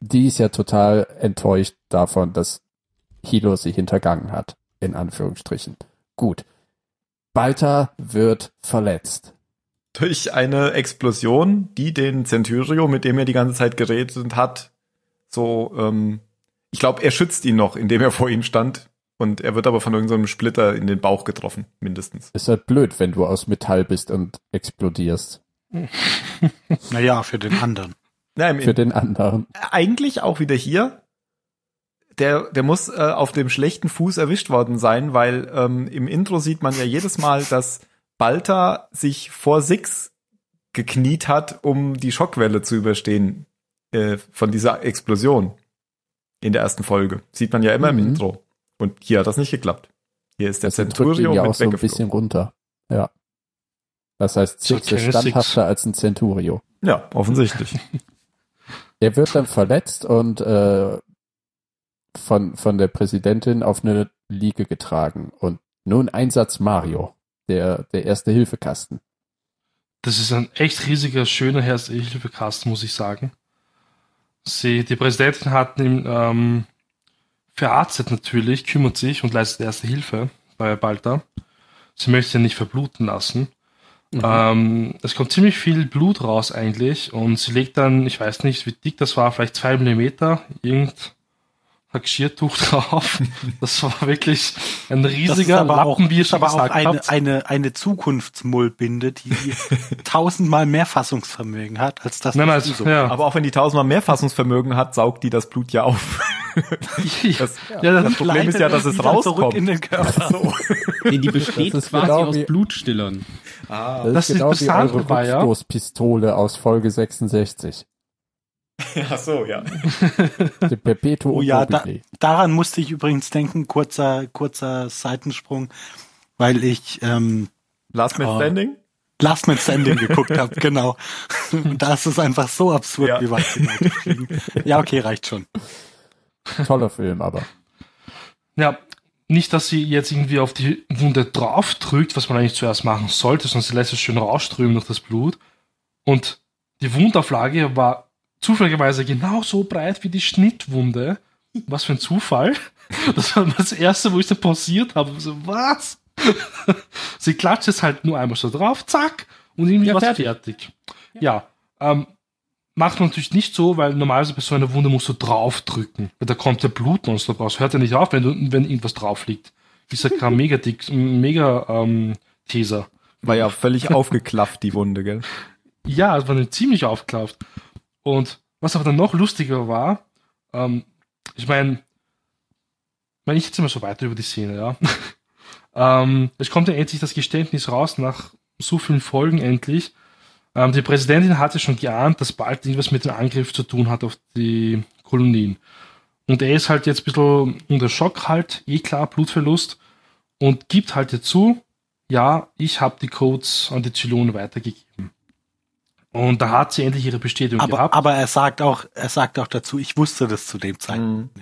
Die ist ja total enttäuscht davon, dass Hilo sie hintergangen hat. In Anführungsstrichen. Gut. Balta wird verletzt.
Durch eine Explosion, die den Centurio, mit dem er die ganze Zeit geredet hat, so, ähm, ich glaube, er schützt ihn noch, indem er vor ihm stand. Und er wird aber von irgendeinem Splitter in den Bauch getroffen, mindestens.
Ist halt blöd, wenn du aus Metall bist und explodierst.
Naja, für den anderen.
Ja, im,
Für den anderen.
eigentlich auch wieder hier. Der, der muss äh, auf dem schlechten Fuß erwischt worden sein, weil ähm, im Intro sieht man ja jedes Mal, dass Balta sich vor Six gekniet hat, um die Schockwelle zu überstehen äh, von dieser Explosion in der ersten Folge. Sieht man ja immer
Mhm.
im Intro. Und hier hat das nicht geklappt. Hier ist der
Das drückt
Centurio
ihn ja auch
mit
so ein
weggeflogen.
bisschen runter. Ja. Das heißt, Six ist
Sarcastic.
standhafter als ein Centurio.
Ja, offensichtlich.
Er wird dann verletzt und äh, von, von der Präsidentin auf eine Liege getragen. Und nun Einsatz Mario, der, der Erste-Hilfe-Kasten.
Das ist ein echt riesiger, schöner Herzhilfekasten, muss ich sagen. Sie, die Präsidentin hat ihn ähm, verarztet natürlich, kümmert sich und leistet erste Hilfe bei Balta. Sie möchte ihn nicht verbluten lassen.
Mhm.
Ähm, es kommt ziemlich viel Blut raus eigentlich und sie legt dann, ich weiß nicht, wie dick das war, vielleicht zwei Millimeter, irgend Hackschiertuch drauf. Das war wirklich ein
Das ist
riesiger
aber auch,
Lappen, wie ihr
ist
schon
aber auch
gesagt
eine,
habt.
eine, eine Zukunftsmullbinde, die tausendmal mehr Fassungsvermögen hat, als das,
Nein, nein,
was du
also,
so-
ja.
Aber auch wenn die tausendmal mehr Fassungsvermögen hat, saugt die das Blut ja auf. Das,
ja, das
das Problem ist ja, dass es
Wieder Zurück
rauskommt.
in den Körper.
So.
Nee, die besteht
Das ist
quasi
genau wie-
aus Blutstillern.
Ah,
Das,
Das
ist
ist
genau
das
wie eure
andere war, ja.
Rückstoßpistole aus Folge 66.
ja, so, ja.
Die Perpetuum
Oh ja, da,
mobile.
daran musste ich übrigens denken, kurzer, kurzer Seitensprung, weil ich ähm,
Last Man
Oh.
Standing?
Last Man Standing geguckt habe, genau. Und da ist es einfach so absurd,
Ja.
wie weit sie Leute fliegen. Ja, okay, reicht schon.
Toller Film, aber.
Ja, nicht, dass sie jetzt irgendwie auf die Wunde draufdrückt, was man eigentlich zuerst machen sollte, sondern sie lässt es schön rausströmen durch das Blut. Und die Wundauflage war zufälligerweise genauso breit wie die Schnittwunde. Was für ein Zufall. Das war das erste, wo ich dann pausiert habe. So, was? sie klatscht es halt nur einmal so drauf, zack, und irgendwie
Ja,
war's
fertig.
fertig. Ja, ähm, macht man natürlich nicht so, weil normalerweise bei so einer Wunde musst du draufdrücken. Weil da kommt der Blutmonster raus. Hört ja nicht auf, wenn, du, wenn irgendwas drauf liegt. Ist ja kein mega dick, mega ähm, Teser.
War ja völlig aufgeklafft, die Wunde, gell?
Ja, es war eine ziemlich aufgeklafft. Und was aber dann noch lustiger war, ähm, ich meine, mein, ich jetzt immer so weiter über die Szene, ja. ähm, es kommt ja endlich das Geständnis raus, nach so vielen Folgen endlich. Ähm, die Präsidentin hatte schon geahnt, dass bald irgendwas mit dem Angriff zu tun hat auf die Kolonien. Und er ist halt jetzt ein bisschen unter Schock halt, eh klar, Blutverlust. Und gibt halt jetzt zu, ja, ich habe die Codes an die Zylonen weitergegeben. Und da hat sie endlich ihre Bestätigung
Aber,
gehabt.
aber er sagt auch, er sagt auch dazu, ich wusste das zu dem Zeitpunkt.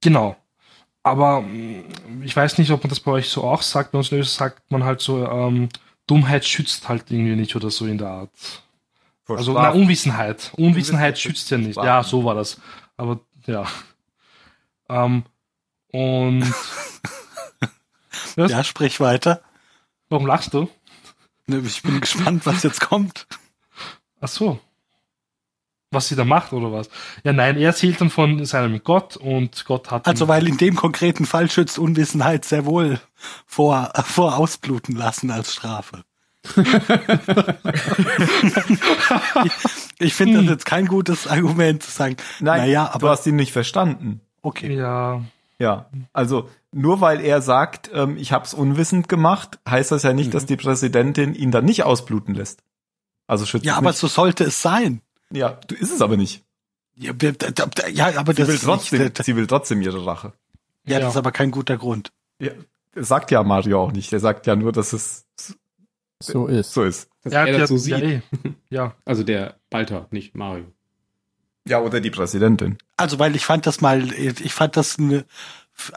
Genau. Aber mh, ich weiß nicht, ob man das bei euch so auch sagt. Bei uns in Österreich sagt man halt so, ähm, Dummheit schützt halt irgendwie nicht oder so in der Art.
Vor
also na,
Strafe.
Unwissenheit. Unwissenheit
Unwissenheit
schützt
schützt
ja nicht.
Strafen.
Ja, so war das. Aber ja. Ähm, und
Mhm.
Was?
Ja, sprich weiter.
warum lachst du?
Ne, Ich bin gespannt, was jetzt kommt.
Ach so. Was sie da macht oder was? Ja, nein, er erzählt dann von seinem Gott und Gott hat
Also
ihm-
weil in dem konkreten Fall schützt Unwissenheit sehr wohl vor, vor ausbluten lassen als Strafe. ich ich finde das jetzt kein gutes Argument zu sagen.
Hm. Nein,
naja,
du
aber
hast ihn nicht verstanden.
okay.
ja,
Ja, also nur weil er sagt, ähm, ich hab's unwissend gemacht, heißt das ja nicht, dass die Präsidentin ihn dann nicht ausbluten lässt. Also schützt
Ja,
es
aber
nicht.
so sollte es sein.
ja, du ist es aber nicht.
Ja, wir- da- da- da- ja, aber
Sie
das
will
ist, nicht,
trotzdem,
das,
sie will trotzdem ihre Rache.
ja,
Ja.
das ist aber kein guter Grund.
Ja, das sagt ja Mario auch nicht. Er sagt ja nur, dass es
So ist.
so ist.
Dass
er,
er das
hat
so
ja, ja,
sieht.
eh. ja,
Also der Balter, nicht Mario.
Ja, oder die Präsidentin.
Also weil ich fand das mal, ich fand das eine,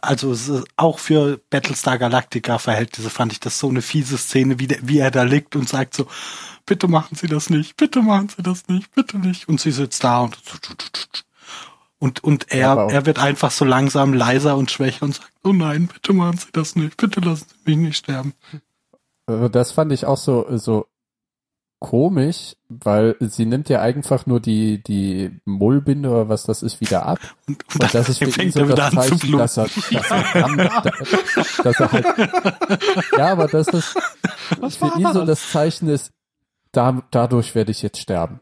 also es ist auch für Battlestar Galactica Verhältnisse fand ich das so eine fiese Szene, wie, der, wie er da liegt und sagt so, bitte machen Sie das nicht, bitte machen Sie das nicht, bitte nicht. Und sie sitzt da und Und, und er,
Ja, aber auch-
er wird einfach so langsam leiser und schwächer und sagt, oh nein, bitte machen Sie das nicht, bitte lassen Sie mich nicht sterben.
Äh, Das fand ich auch so, so komisch, weil sie nimmt ja einfach nur die, die Mullbinde oder was das ist wieder ab.
Und, und,
Und das ist für
dann
ihn
fängt
so
er wieder
das
an zu
Zeichen,
bluten.
dass er, dass er, kann, dass er halt, ja, aber das ist für ihn so das Zeichen ist, da, dadurch werde ich jetzt sterben.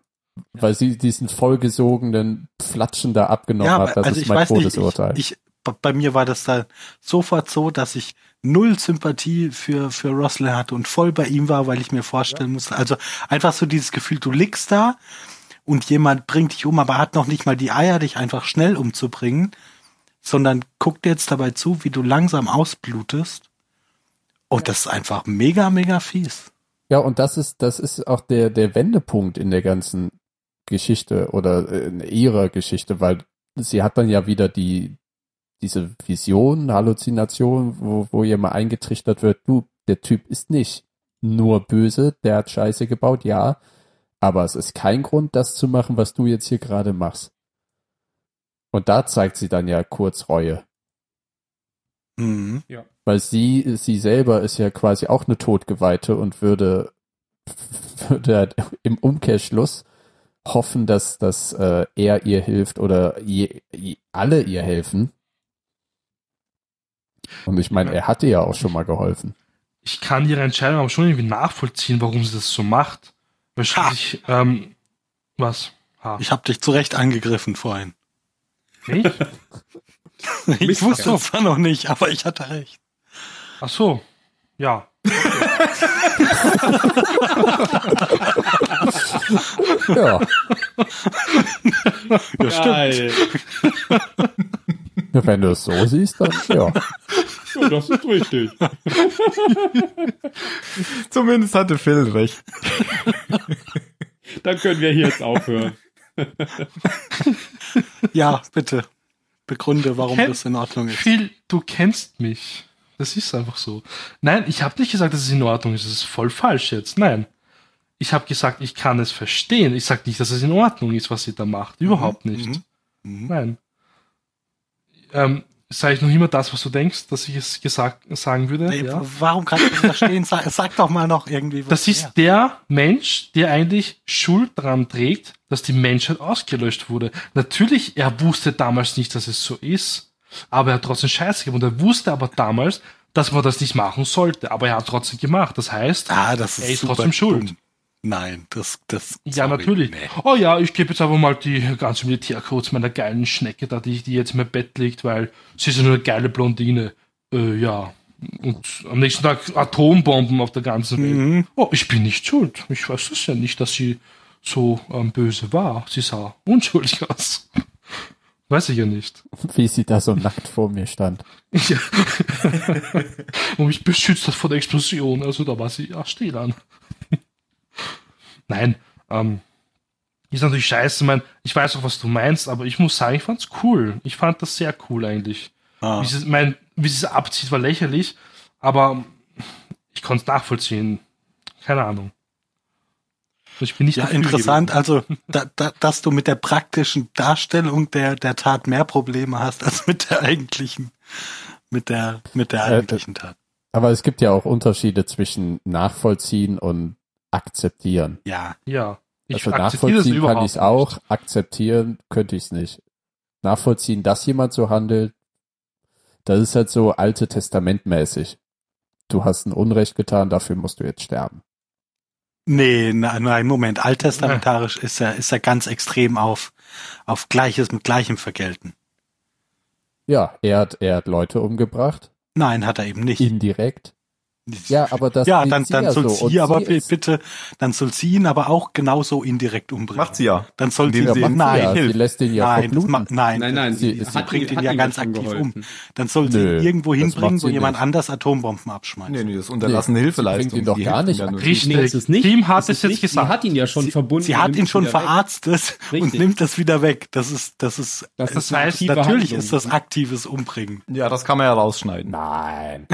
Weil sie diesen vollgesogenen Flatschen da abgenommen
Ja,
hat. Das
also
ist
ich
mein
weiß nicht,
Todesurteil.
ich, b- bei mir war das dann sofort so, dass ich null Sympathie für, für Roslin hatte und voll bei ihm war, weil ich mir vorstellen musste. Also einfach so dieses Gefühl, du liegst da und jemand bringt dich um, aber hat noch nicht mal die Eier, dich einfach schnell umzubringen, sondern guckt jetzt dabei zu, wie du langsam ausblutest. Und das ist einfach mega, mega fies.
Ja, und das ist, das ist auch der, der Wendepunkt in der ganzen Geschichte oder äh, in ihrer Geschichte, weil sie hat dann ja wieder die, diese Vision, Halluzination, wo, wo ihr mal eingetrichtert wird, du, der Typ ist nicht nur böse, der hat Scheiße gebaut, ja, aber es ist kein Grund, das zu machen, was du jetzt hier gerade machst. Und da zeigt sie dann ja kurz Reue.
Mhm.
Weil sie, sie selber ist ja quasi auch eine Todgeweihte und würde, würde halt im Umkehrschluss hoffen, dass, dass äh, er ihr hilft oder je, je, alle ihr helfen. Und ich meine, er hatte ja auch schon mal geholfen.
ich kann ihre Entscheidung aber schon irgendwie nachvollziehen, warum sie das so macht. Wahrscheinlich, ähm, was? Ha.
Ich habe dich zu Recht angegriffen vorhin.
Nicht?
Ich
Mist,
wusste
ja.
es zwar noch nicht, aber ich hatte recht.
Ach so. Ja.
Ja,
Ja,
Geil.
wenn du es so siehst, dann ja.
Ja, das ist richtig.
Zumindest hatte Phil recht.
Dann können wir hier jetzt aufhören.
Ja, bitte. Begründe, warum
Ken-
das in Ordnung ist.
Phil, du kennst mich. Das ist einfach so. Nein, ich habe nicht gesagt, dass es in Ordnung ist. Das ist voll falsch jetzt. Nein. Ich habe gesagt, ich kann es verstehen. Ich sage nicht, dass es in Ordnung ist, was sie da macht. Überhaupt
Mhm,
nicht.
mhm, mhm.
Nein. Ähm, sage ich noch immer das, was du denkst, dass ich es gesagt, sagen würde?
Nee, w- Warum kannst du da stehen? Sag, sag doch mal noch irgendwie was.
Das ist
mehr.
der Mensch, der eigentlich Schuld dran trägt, dass die Menschheit ausgelöscht wurde. Natürlich, er wusste damals nicht, dass es so ist, aber er hat trotzdem Scheiße gemacht. Er wusste aber damals, dass man das nicht machen sollte, aber er hat trotzdem gemacht. Das heißt,
Ah, das ist,
er ist
super
trotzdem schuld.
dumm. Nein, das, das.
Ja,
sorry,
natürlich.
nee.
Oh ja, ich gebe jetzt aber mal die ganze Militärcodes meiner geilen Schnecke da, die, die jetzt im Bett liegt, weil sie ist ja nur eine geile Blondine. Äh, ja. Und am nächsten Tag Atombomben auf der ganzen Welt.
Mhm.
Oh, ich bin nicht schuld. Ich weiß es ja nicht, dass sie so ähm, böse war. Sie sah unschuldig aus. Weiß ich ja nicht.
Wie sie da so nackt vor mir stand.
Ja. Und mich beschützt hat vor der Explosion. Also da war sie ja still an. Nein, ähm, ist natürlich scheiße. Ich, mein, ich weiß auch, was du meinst, aber ich muss sagen, ich fand's cool. Ich fand das sehr cool eigentlich.
Ah.
Wie sie, mein, wie sie es abzieht, war lächerlich, aber ich konnte es nachvollziehen. Keine Ahnung. Ich bin nicht
Ja,
dafür
interessant. Also, da, da, dass du mit der praktischen Darstellung der, der Tat mehr Probleme hast als mit der eigentlichen, mit der, mit der
Äh,
eigentlichen Tat.
Aber es gibt ja auch Unterschiede zwischen nachvollziehen und akzeptieren.
Ja.
gewesen. Ja. Ich
also
akzeptiere das
nachvollziehen kann
überhaupt
ich es
nicht.
auch, akzeptieren könnte ich es nicht. Nachvollziehen, dass jemand so handelt, das ist halt so alte Testamentmäßig. Du hast ein Unrecht getan, dafür musst du jetzt sterben.
Nee, nein, nein, Moment. Alttestamentarisch ist er, ist er ganz extrem auf, auf Gleiches mit Gleichem vergelten.
Ja, er hat, er hat Leute umgebracht,
Nein, hat er eben nicht.
indirekt. Ja, aber das
ja,
sieht
dann, dann
ja
soll
so.
sie
und
aber bi-
ist-
bitte, dann soll sie ihn aber auch genauso indirekt umbringen.
Macht sie ja.
Dann soll sie,
Indem
ja,
sie
macht
ihn-
nein,
ja, sie
hilft.
lässt ihn ja
nein, das ma-
verbluten.
nein,
Nein, nein,
Sie- sie
bringt ihn
hat
ja ganz
schon
aktiv um.
geholfen.
dann soll sie
Nö,
ihn irgendwo
das
hinbringen,
macht
wo
sie
jemand
nicht.
anders Atombomben abschmeißt.
Nee, nee, das unterlassen
Nee,
Hilfeleistung.
bringt ihn doch
die
gar
helfen
nicht
ja nur.
Richtig.
Nee, es ist nicht.
Tim um. hat es
ist
jetzt
nicht.
gesagt.
Sie hat ihn ja schon
Sie,
verbunden.
sie
und
hat
nimmt
ihn schon
wieder weg.
verarztet und
Richtig.
nimmt das wieder weg. Das ist, das ist,
Das ist
heißt,
eine aktive
natürlich
Handlung.
ist das aktives Umbringen.
Ja, das kann man ja rausschneiden.
Nein.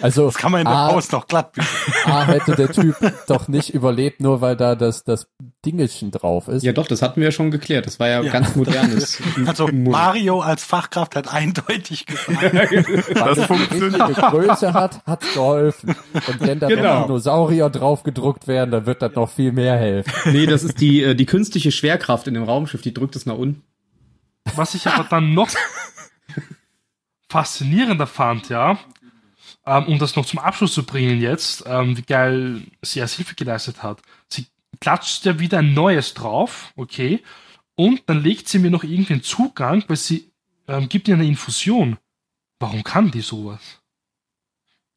Also,
Das kann man in der
ah,
Faust noch glatt biegen.
A hätte der Typ doch nicht überlebt, nur weil da das, das Dingelchen drauf ist.
Ja, doch, das hatten wir ja schon geklärt. Das war ja,
Ja.
ganz modernes.
Also
Mund.
Mario als Fachkraft hat eindeutig gesagt,
Weil das
funktioniert.
richtige Größe hat, hat geholfen. Und wenn da
Genau.
noch Dinosaurier drauf gedruckt werden, dann wird das noch viel mehr helfen.
Nee, das ist die, äh, die künstliche Schwerkraft in dem Raumschiff, die drückt es nach unten.
Was ich aber dann noch faszinierender fand, ja, ähm, um das noch zum Abschluss zu bringen jetzt, ähm, wie geil sie als Hilfe geleistet hat. Sie klatscht ja wieder ein neues drauf, okay, und dann legt sie mir noch irgendwie einen Zugang, weil sie ähm, gibt ihr eine Infusion. Warum kann die sowas?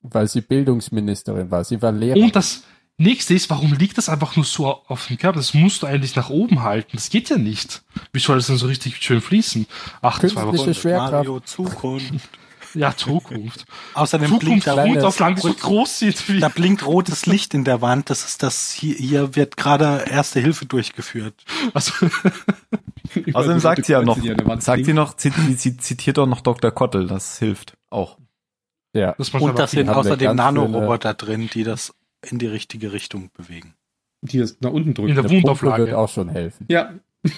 Weil sie Bildungsministerin war. Sie war Lehrerin.
Und das nächste ist, warum liegt das einfach nur so auf dem Körper? Das musst du eigentlich nach oben halten. Das geht ja nicht. Wie soll das denn so richtig schön fließen? Ach, das war aber
Künstliche Schwerkraft.
Mario Zukunft.
Ja, Zukunft.
Außerdem blinkt
Zukunft
da,
Kleine-
ruht auf Land, die so
Rück-
groß sind wie.
da blinkt rotes Licht in der Wand. Das ist das, hier, hier wird gerade erste Hilfe durchgeführt.
Also,
Außerdem Also sagt sie ja noch, sagt sie
noch.
noch, zit- sie zit- zitiert doch noch Dr. Kottel, das hilft auch.
ja.
das man
Und das sind
haben wir
außerdem
ganz viele-
Nanoroboter drin, die das in die richtige Richtung bewegen.
Die das nach unten drückt.
in der
Eine Pumpe wird
Wundauflage.
auch schon helfen.
Ja.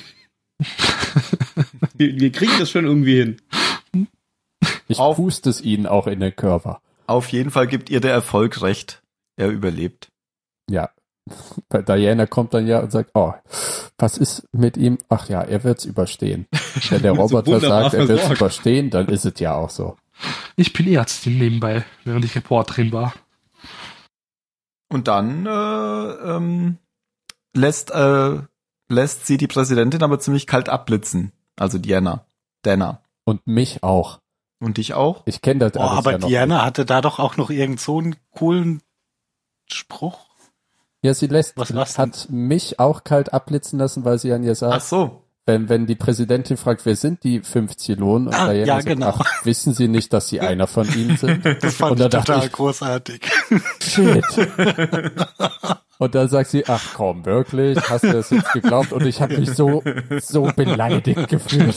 wir, wir kriegen das schon irgendwie hin.
Ich
Auf-
puste es ihnen auch in den Körper.
Auf jeden Fall gibt ihr der Erfolg recht. Er überlebt.
Ja. Bei Diana kommt dann ja und sagt, oh, was ist mit ihm? Ach ja, er wird's überstehen. Wenn der
So
Roboter
wunderbar
sagt, er wird's
versorgt.
überstehen, dann ist es ja auch so.
Ich bin Ärztin nebenbei, während ich Reporterin war.
Und dann äh, ähm, lässt, äh, lässt sie die Präsidentin aber ziemlich kalt abblitzen. Also Diana. Dana.
Und mich auch.
Und dich auch?
Ich kenne das
Boah,
alles
Oh, aber
ja noch
Diana
nicht.
hatte da doch auch noch irgend so einen coolen Spruch.
Ja, sie lässt,
Was war's denn?
hat mich auch kalt abblitzen lassen, weil sie dann ja sagt,
Ach so.
wenn, wenn die Präsidentin fragt, wer sind die fünf Zylonen? Und
Ah,
Diana
ja,
sagt,
genau.
ach, wissen sie nicht, dass sie einer von ihnen sind?
Das fand
Und
ich
da dachte
total
ich-
großartig.
Shit. Und dann sagt sie, ach komm, wirklich, hast du das jetzt geglaubt? Und ich habe mich so, so beleidigt gefühlt.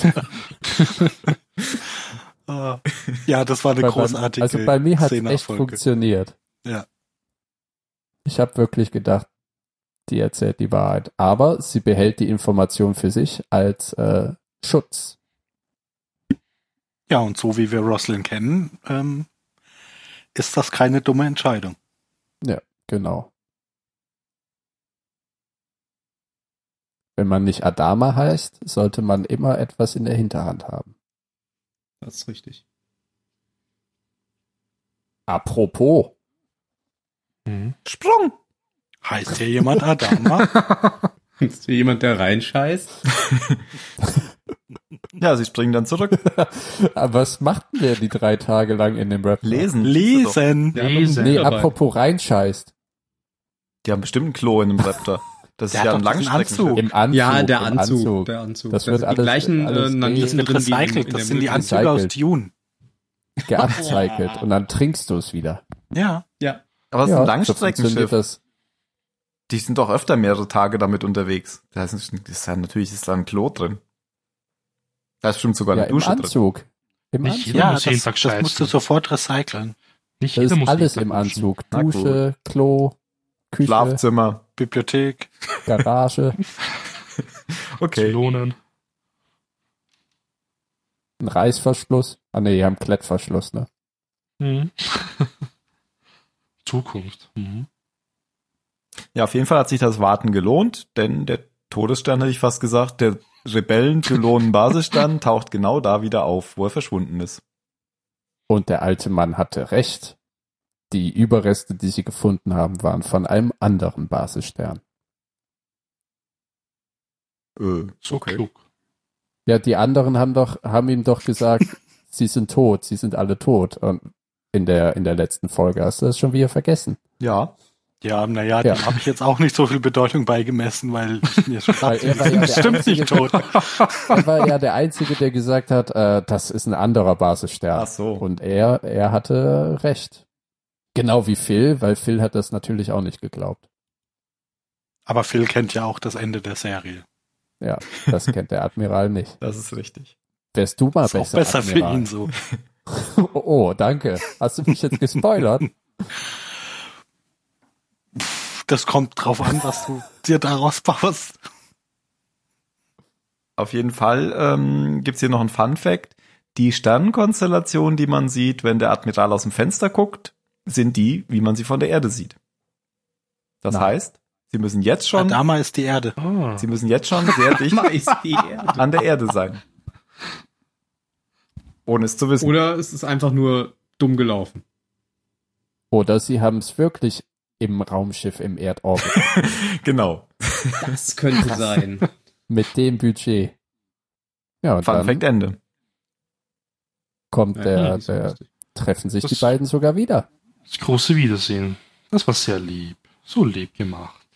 Äh, Ja, das war eine
Weil bei-
großartige
Also bei mir hat es echt
Szenefolge.
funktioniert.
Ja.
Ich habe wirklich gedacht, die erzählt die Wahrheit. Aber sie behält die Information für sich als äh, Schutz.
Ja, und so wie wir Roslyn kennen, ähm, ist das keine dumme Entscheidung.
Genau. Wenn man nicht Adama heißt, sollte man immer etwas in der Hinterhand haben.
Das ist richtig.
Apropos.
Sprung!
Heißt hier jemand Adama?
Ist hier jemand, der reinscheißt?
Ja, sie springen dann zurück.
Aber was machten wir die drei Tage lang in dem Rap?
Lesen.
Lesen.
Der hat noch einen
Lesen.
Hund
Nee,
dabei.
apropos reinscheißt.
Die haben bestimmt einen Klo in einem Raptor. Das
Der
ist
hat
ja ein
doch diesen
Langstrecken.
Anzug.
Im Anzug.
Ja, der
im
Anzug, Der Anzug.
Das wird
sind die
alles-
gleichen
alles
äh, Naniten
Das
Das ist
wird
drin, wie in- in
recycelt.
der
Das sind die
Mülltonne.
Anzüge aus Dune.
Geupcycelt. Und dann trinkst du es wieder.
Ja.
Aber es ist
Ja,
ein
so funktioniert
Langstreckenschiff.
das.
Die sind doch öfter mehrere Tage damit unterwegs. Da ist, das ist ja natürlich ist da ein Klo drin. Da ist bestimmt sogar eine
Ja, im
Dusche drin.
Anzug. Im
Nicht
Anzug.
jeder
Ja,
muss
das,
jeden Tag
das
scheißen.
musst du sofort recyceln.
Nicht
Das
jeder
ist
muss
alles
jeden
im
Tag duschen.
Anzug.
Na gut.
Dusche, Klo, Küche,
Schlafzimmer.
Bibliothek.
Garage.
Okay.
Zylonen.
Ein Reißverschluss. Ah nee, die haben Klettverschluss, ne?
Mhm. Zukunft. Mhm.
Ja, auf jeden Fall hat sich das Warten gelohnt, denn der Todesstern hätte ich fast gesagt, der rebellen zylonen basisstern taucht genau da wieder auf, wo er verschwunden ist.
Und der alte Mann hatte recht. Die Überreste, die sie gefunden haben, waren von einem anderen Basisstern.
Äh,
So klug.
Ja, die anderen haben doch, haben ihm doch gesagt, sie sind tot, sie sind alle tot. Und in der, in der letzten Folge hast du das schon wieder vergessen.
ja.
Ja, naja,
Ja.
dem habe ich jetzt auch nicht so viel Bedeutung beigemessen, weil ich mir schon
Weil
dachte,
er
die
war ja
sind
der
bestimmt nicht tot.
Er war ja der Einzige, der gesagt hat, äh, das ist ein anderer Basisstern.
Ach so.
Und er, er hatte recht. Genau wie Phil, weil Phil hat das natürlich auch nicht geglaubt.
Aber Phil kennt ja auch das Ende der Serie.
Ja, das kennt der Admiral nicht.
Das ist richtig.
Wärst du mal
Ist auch
Ah, besser,
besser für
Admiral.
ihn so.
Oh, oh, danke. Hast du mich jetzt gespoilert?
Pff, das kommt drauf an, was du dir daraus baust.
Auf jeden Fall ähm, gibt's hier noch ein Fun Fact. Die Sternenkonstellation, die man sieht, wenn der Admiral aus dem Fenster guckt, sind die, wie man sie von der Erde sieht. Das
Nein.
heißt, sie müssen jetzt schon,
Adama ist die Erde.
Ah,
sie müssen jetzt schon sehr dicht
Nice, die Erde.
an der Erde sein. Ohne es zu wissen.
Oder es ist einfach nur dumm gelaufen.
Oder Oh, sie haben es wirklich im Raumschiff im Erdorbit.
Genau.
Das könnte sein.
mit dem Budget. Ja, und
Fun
dann
Fact Ende.
kommt
Ja,
der,
das ist
der
lustig.
treffen sich
Das-
die beiden sogar wieder.
das große Wiedersehen. Das war sehr lieb. So lieb gemacht.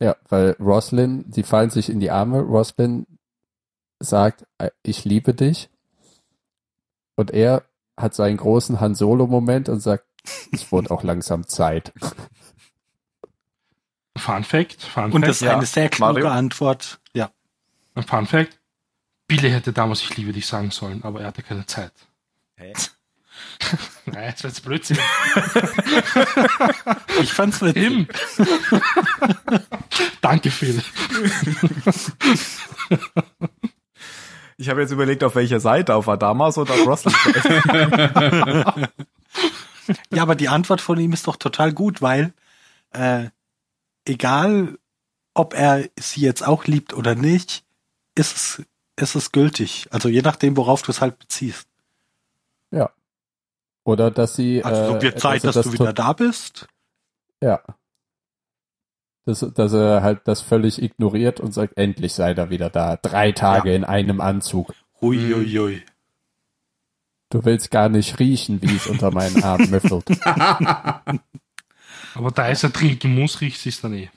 Ja, weil Roslyn, sie fallen sich in die Arme. Roslyn sagt, "Äh, ich liebe dich. Und er hat seinen großen Han Solo-Moment und sagt, es wurde auch langsam Zeit.
Fun Fact, Fun
Und das ist
Fact,
Ja,
eine sehr kluge
Mario.
Antwort. Ja.
ein Fun Fact. Billy hätte damals ich liebe dich sagen sollen, aber er hatte keine Zeit.
Hä?
Nein, das war jetzt Blödsinn.
Ich fand's mit
Tim. Danke, Phil.
Ich habe jetzt überlegt, auf welcher Seite, auf Adamas oder auf Roslyn.
Ja, aber die Antwort von ihm ist doch total gut, weil äh, egal, ob er sie jetzt auch liebt oder nicht, ist es, ist es gültig. Also je nachdem, worauf du es halt beziehst.
Oder dass sie.
Also
äh,
so wird Zeit,
er
dass, du wieder da bist.
Ja. Dass, dass er halt das völlig ignoriert und sagt, endlich sei er wieder da. Drei Tage in einem Anzug.
Hm.
Huiuiui.
Du willst gar nicht riechen, wie es unter meinen Armen müffelt.
Aber da ist er trinken muss, riecht sich's dann eh.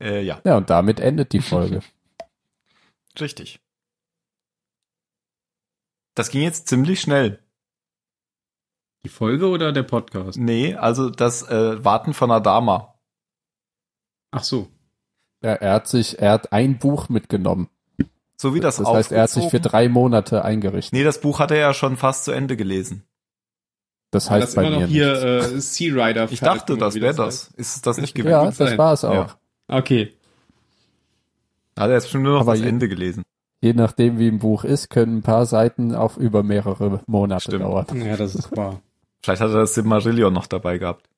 äh, ja,
Ja, und damit endet die Folge.
richtig. Das ging jetzt ziemlich schnell.
Die Folge oder der Podcast?
Nee, also das äh, Warten von Adama.
Ach so.
Ja, er hat sich, er hat ein Buch mitgenommen.
So wie das,
Das heißt, er hat sich für
aufgezogen-
drei Monate eingerichtet.
Nee, das Buch hat er ja schon fast zu Ende gelesen.
Das
Das
heißt
ist
bei
immer noch
mir
hier
nicht.
äh, Sea Rider.
Ich dachte, das wäre das. Ist das nicht gewesen?
Ja,
gut
das
sein.
war es auch.
äh, Ja.
Okay.
Hat er jetzt bestimmt nur noch
Aber
das
je-
Ende gelesen.
Je nachdem, wie ein Buch ist, können ein paar Seiten auch über mehrere Monate
Stimmt.
dauern.
Ja, das ist wahr.
Vielleicht hat er das Silmarillion noch dabei gehabt.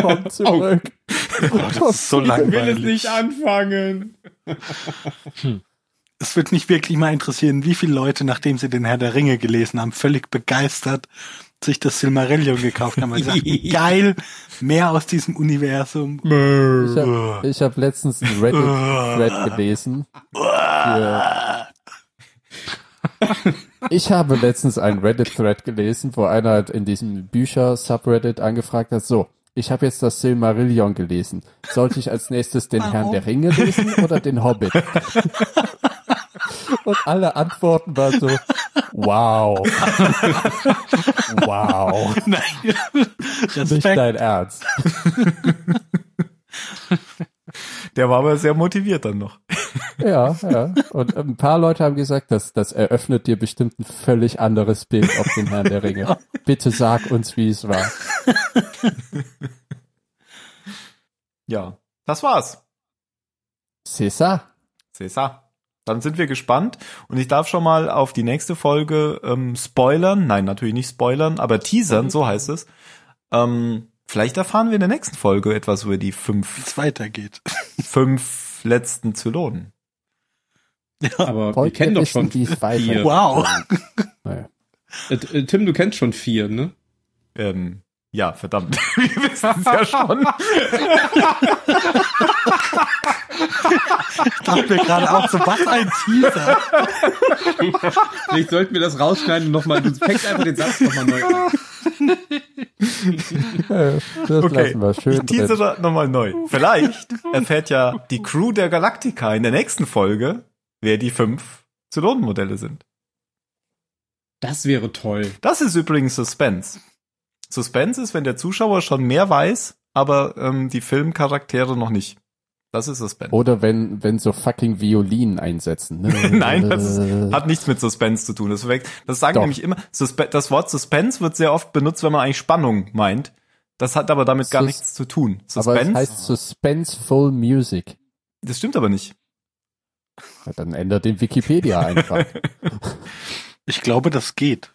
Komm zurück.
Das ist so
Ich will es
langweilig.
nicht anfangen.
Es wird mich wirklich mal interessieren, wie viele Leute, nachdem sie den Herr der Ringe gelesen haben, völlig begeistert sich das Silmarillion gekauft haben. Weil sie sagten, geil, mehr aus diesem Universum.
Ich habe ich hab letztens einen Reddit-Thread gelesen.
Ah.
Für ich habe letztens einen Reddit-Thread gelesen, wo einer halt in diesem Bücher-Subreddit angefragt hat, so, ich habe jetzt das Silmarillion gelesen. Sollte ich als nächstes den
Warum?
Herrn der Ringe lesen oder den Hobbit? Und alle Antworten waren so, wow. wow.
Nein,
Nicht
Respekt.
dein Ernst.
Der war aber sehr motiviert dann noch.
Ja, ja. Und ein paar Leute haben gesagt, das, das eröffnet dir bestimmt ein völlig anderes Bild auf den Herrn der Ringe. Bitte sag uns, wie es war.
Ja, das war's.
César?
César. Dann sind wir gespannt und ich darf schon mal auf die nächste Folge ähm, spoilern. Nein, natürlich nicht spoilern, aber teasern, so heißt es. Ähm, vielleicht erfahren wir in der nächsten Folge etwas über die
Wie
fünf,
es weitergeht.
fünf letzten Zylonen.
Aber wir
Wollt
kennen
ihr
doch schon
wissen, wie es weitergeht?
vier.
Wow.
Naja.
Äh, äh, Tim, du kennst schon vier, ne?
Ähm, ja, verdammt. wir wissen es ja schon.
Ich dachte mir gerade auch so, was ein Teaser.
Vielleicht sollten wir das rausschneiden und nochmal. Du fängst einfach den Satz nochmal neu an.
Äh, Das
Okay.
lassen wir
Ich
schön drin.
teasere nochmal neu. Vielleicht erfährt ja die Crew der Galaktika in der nächsten Folge, wer die fünf Zylonenmodelle sind.
Das wäre toll.
Das ist übrigens Suspense. Suspense ist, wenn der Zuschauer schon mehr weiß, aber ähm, die Filmcharaktere noch nicht. Das ist Suspense.
Oder wenn, wenn so fucking Violinen einsetzen. Ne? Äh,
Nein, das ist, hat nichts mit Suspense zu tun. Das, verwechselt- das sagen
Doch.
nämlich immer, Suspe das Wort Suspense wird sehr oft benutzt, wenn man eigentlich Spannung meint. Das hat aber damit gar
Sus-
nichts zu tun.
aber es
Suspense,
heißt Suspenseful Music.
das stimmt aber nicht.
Ja, dann ändert den Wikipedia einfach.
Ich glaube, das geht.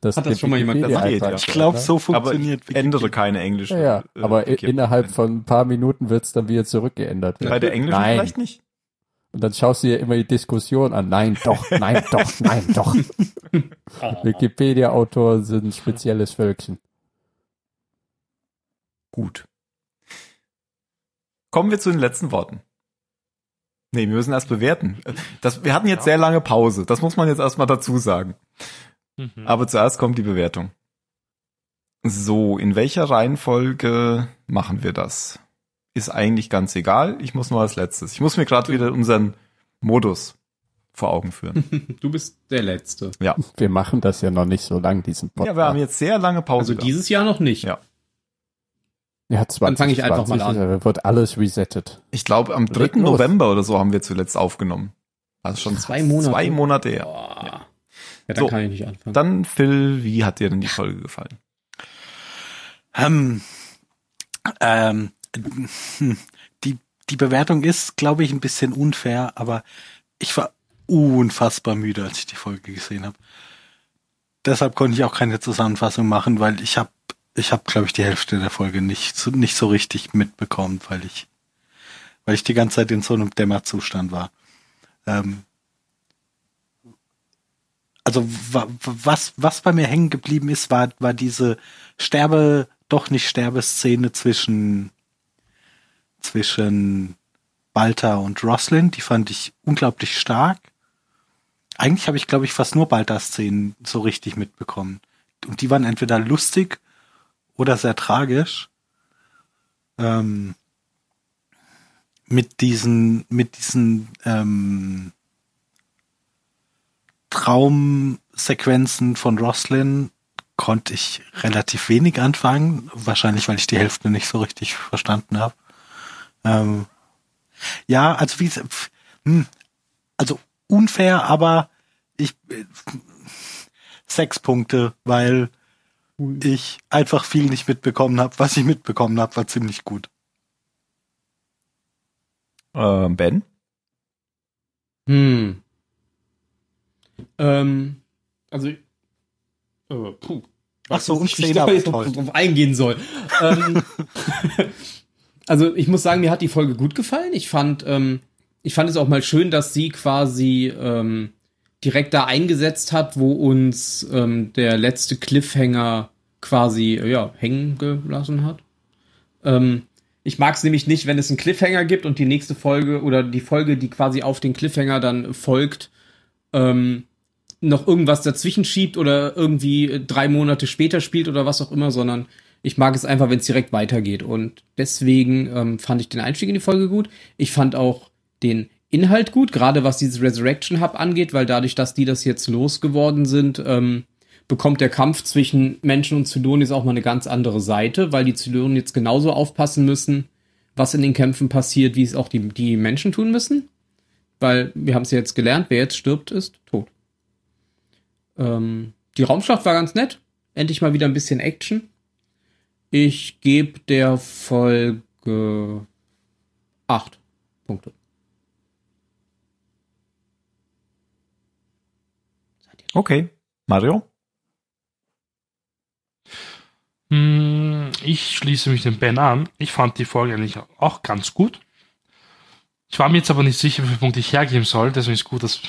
Das
Hat das schon mal jemand
gesagt?
Ich glaube, so
Aber
funktioniert
ändere keine englische.
Ja, ja.
äh,
aber i-
Wikipedia.
innerhalb von ein paar Minuten wird's dann wieder zurückgeändert.
Bei der englischen
Nein.
vielleicht nicht.
Und dann schaust du dir immer die Diskussion an. Nein, doch, nein, doch, nein, doch. Wikipedia-Autoren sind ein spezielles Völkchen.
Gut. Kommen wir zu den letzten Worten. Nee, wir müssen erst bewerten. Das, wir hatten jetzt sehr lange Pause. Das muss man jetzt erstmal dazu sagen.
Mhm.
Aber zuerst kommt die Bewertung. So, in welcher Reihenfolge machen wir das? Ist eigentlich ganz egal. Ich muss nur als letztes. Ich muss mir gerade wieder unseren Modus vor Augen führen.
Du bist der Letzte.
Wir machen das ja noch nicht so lang, diesen
ja,
Podcast.
wir haben jetzt sehr lange Pause.
Also
gehabt.
dieses Jahr noch nicht.
Ja.
Ja, 20,
Dann fang ich einfach mal an.
Wird alles resettet.
ich glaube, am 3.
Leg los.
November oder so haben wir zuletzt aufgenommen. Also schon
Zwei Monate.
Zwei Monate her.
Boah. Ja, dann
So.
kann ich nicht anfangen.
Dann, Phil, wie hat dir denn die Folge gefallen?
Ähm, ähm, die, die Bewertung ist, glaube ich, ein bisschen unfair, aber ich war unfassbar müde, als ich die Folge gesehen habe. Deshalb konnte ich auch keine Zusammenfassung machen, weil ich habe, ich habe, glaube ich, die Hälfte der Folge nicht so, nicht so richtig mitbekommen, weil ich, weil ich die ganze Zeit in so einem Dämmerzustand war. Ähm, also wa- wa- was, was bei mir hängen geblieben ist, war, war diese Sterbe, doch nicht Sterbeszene zwischen, zwischen Balta und Roslin. Die fand ich unglaublich stark. Eigentlich habe ich, glaube ich, fast nur Balta-Szenen so richtig mitbekommen. Und die waren entweder lustig oder sehr tragisch. Ähm, mit diesen, mit diesen ähm, Traumsequenzen von Roslin konnte ich relativ wenig anfangen. Wahrscheinlich, weil ich die Hälfte nicht so richtig verstanden habe. Ähm, ja, also wie es- pf, hm, also unfair, aber ich äh, sechs Punkte, weil ich einfach viel nicht mitbekommen habe. Was ich mitbekommen habe, war ziemlich gut.
Ähm, ben?
Hm. Ähm, also, äh, puh.
Ach so,
Weiß
und
nicht, wie ich
Zehner
da
war
jetzt
toll.
drauf drauf eingehen soll. ähm, also, ich muss sagen, mir hat die Folge gut gefallen. Ich fand, ähm, ich fand es auch mal schön, dass sie quasi ähm, direkt da eingesetzt hat, wo uns ähm, der letzte Cliffhanger quasi äh, ja, hängen gelassen hat. Ähm, ich mag es nämlich nicht, wenn es einen Cliffhanger gibt und die nächste Folge oder die Folge, die quasi auf den Cliffhanger dann folgt, ähm, noch irgendwas dazwischen schiebt oder irgendwie äh, drei Monate später spielt oder was auch immer, sondern ich mag es einfach, wenn es direkt weitergeht. Und deswegen ähm, fand ich den Einstieg in die Folge gut. Ich fand auch den Inhalt gut, gerade was dieses Resurrection Hub angeht, weil dadurch, dass die das jetzt losgeworden sind, ähm, bekommt der Kampf zwischen Menschen und Zylonis auch mal eine ganz andere Seite, weil die Zylonen jetzt genauso aufpassen müssen, was in den Kämpfen passiert, wie es auch die, die Menschen tun müssen. Weil wir haben es ja jetzt gelernt, wer jetzt stirbt, ist tot. Ähm, die Raumschlacht war ganz nett. Endlich mal wieder ein bisschen Action. Ich gebe der Folge acht Punkte.
Okay. Mario?
Mm, Ich schließe mich dem Ben an. Ich fand die Folge eigentlich auch ganz gut. Ich war mir jetzt aber nicht sicher, wie viele Punkte ich hergeben soll. Deswegen ist gut, dass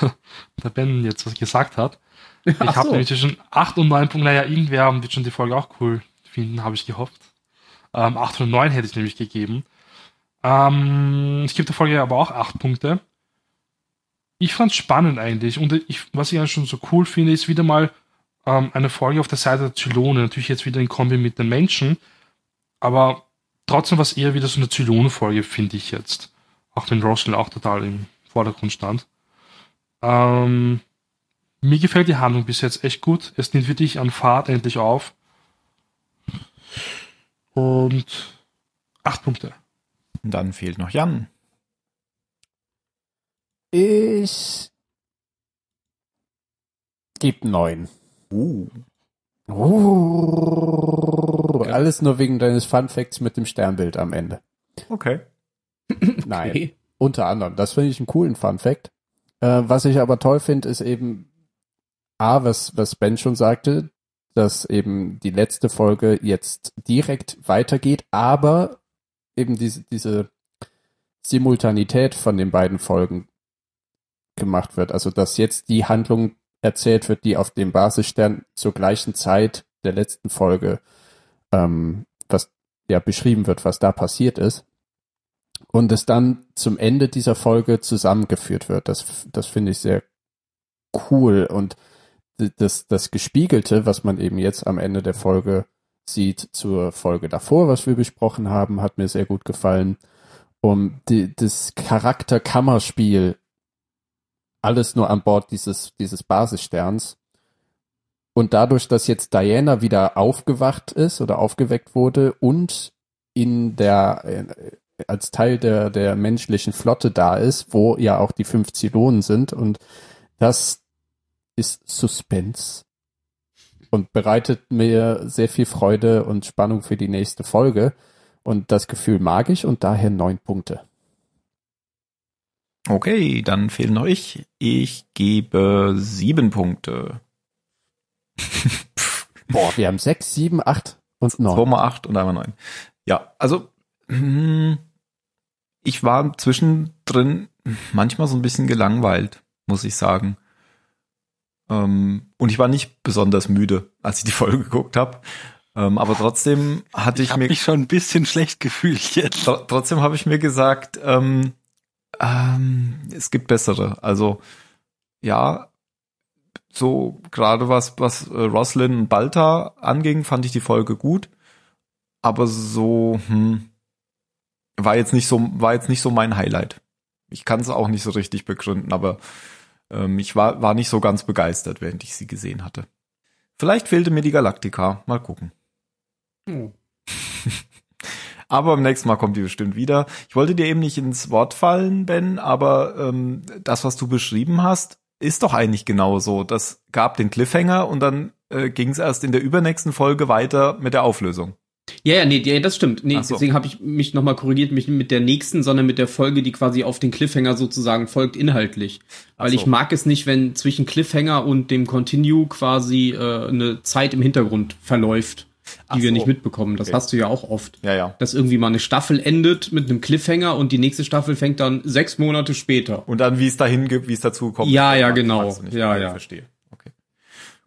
der Ben jetzt was gesagt hat. Ich
Ach
habe
so.
nämlich zwischen 8 und 9 Punkten. Naja, irgendwer wird schon die Folge auch cool finden, habe ich gehofft. Ähm, 8 und 9 hätte ich nämlich gegeben. Ähm, ich gebe der Folge aber auch 8 Punkte. Ich fand spannend eigentlich. Und ich, was ich eigentlich schon so cool finde, ist wieder mal, ähm, eine Folge auf der Seite der Zylone, natürlich jetzt wieder in Kombi mit den Menschen, aber trotzdem war es eher wieder so eine Zylone-Folge, finde ich jetzt. Auch wenn Rosalind auch total im Vordergrund stand. Ähm, mir gefällt die Handlung bis jetzt echt gut. Es nimmt wirklich an Fahrt endlich auf. Und acht Punkte.
Und dann fehlt noch Jan.
Ich geb neun.
Uh.
Uh, alles nur wegen deines Fun Facts mit dem Sternbild am Ende.
Okay.
Nein.
Okay.
Unter anderem. Das finde ich einen coolen Fun Fact. Äh, was ich aber toll finde, ist eben A, was, was Ben schon sagte, dass eben die letzte Folge jetzt direkt weitergeht, aber eben diese, diese Simultanität von den beiden Folgen gemacht wird. Also, dass jetzt die Handlung erzählt wird, die auf dem Basisstern zur gleichen Zeit der letzten Folge, ähm, was ja beschrieben wird, was da passiert ist und es dann zum Ende dieser Folge zusammengeführt wird. Das, das finde ich sehr cool und d- das, das Gespiegelte, was man eben jetzt am Ende der Folge sieht zur Folge davor, was wir besprochen haben, hat mir sehr gut gefallen. Um die, das Charakterkammerspiel, alles nur an Bord dieses, dieses Basissterns. Und dadurch, dass jetzt Diana wieder aufgewacht ist oder aufgeweckt wurde und in der, als Teil der, der menschlichen Flotte da ist, wo ja auch die fünf Zylonen sind. Und das ist Suspense und bereitet mir sehr viel Freude und Spannung für die nächste Folge. Und das Gefühl mag ich und daher neun Punkte.
Okay, dann fehlt noch ich. Ich gebe sieben Punkte.
Boah, wir haben sechs, sieben, acht und neun.
Zweimal acht und einmal neun. Ja, also hm, ich war zwischendrin manchmal so ein bisschen gelangweilt, muss ich sagen. Ähm, und ich war nicht besonders müde, als ich die Folge geguckt habe. Ähm, aber trotzdem hatte ich,
Ich habe
mir
mich schon ein bisschen schlecht gefühlt jetzt.
Tr trotzdem habe ich mir gesagt, ähm, ähm, es gibt bessere. Also ja, so gerade was was äh, Roslyn und Balta anging, fand ich die Folge gut, aber so hm, war jetzt nicht so war jetzt nicht so mein Highlight. Ich kann es auch nicht so richtig begründen, aber ähm, ich war war nicht so ganz begeistert, während ich sie gesehen hatte. Vielleicht fehlte mir die Galaktika. Mal gucken.
Oh.
Aber beim nächsten Mal kommt die bestimmt wieder. Ich wollte dir eben nicht ins Wort fallen, Ben, aber ähm, das, was du beschrieben hast, ist doch eigentlich genau so. Das gab den Cliffhanger und dann äh, ging es erst in der übernächsten Folge weiter mit der Auflösung.
Ja, ja, nee, ja, das stimmt. Nee,
Ach so.
deswegen habe ich mich nochmal korrigiert, mich nicht mit der nächsten, sondern mit der Folge, die quasi auf den Cliffhanger sozusagen folgt, inhaltlich. Weil
so.
ich mag es nicht, wenn zwischen Cliffhanger und dem Continue quasi äh, eine Zeit im Hintergrund verläuft, die
Ach
wir
so.
nicht mitbekommen. Das
Okay.
hast du ja auch oft.
Ja, ja.
Dass irgendwie mal eine Staffel endet mit einem Cliffhanger und die nächste Staffel fängt dann sechs Monate später.
Und dann, wie es dahin gibt, wie es dazu kommt.
Ja, ja,
Magst
genau.
du nicht.
Ja, ja.
Verstehe. Okay.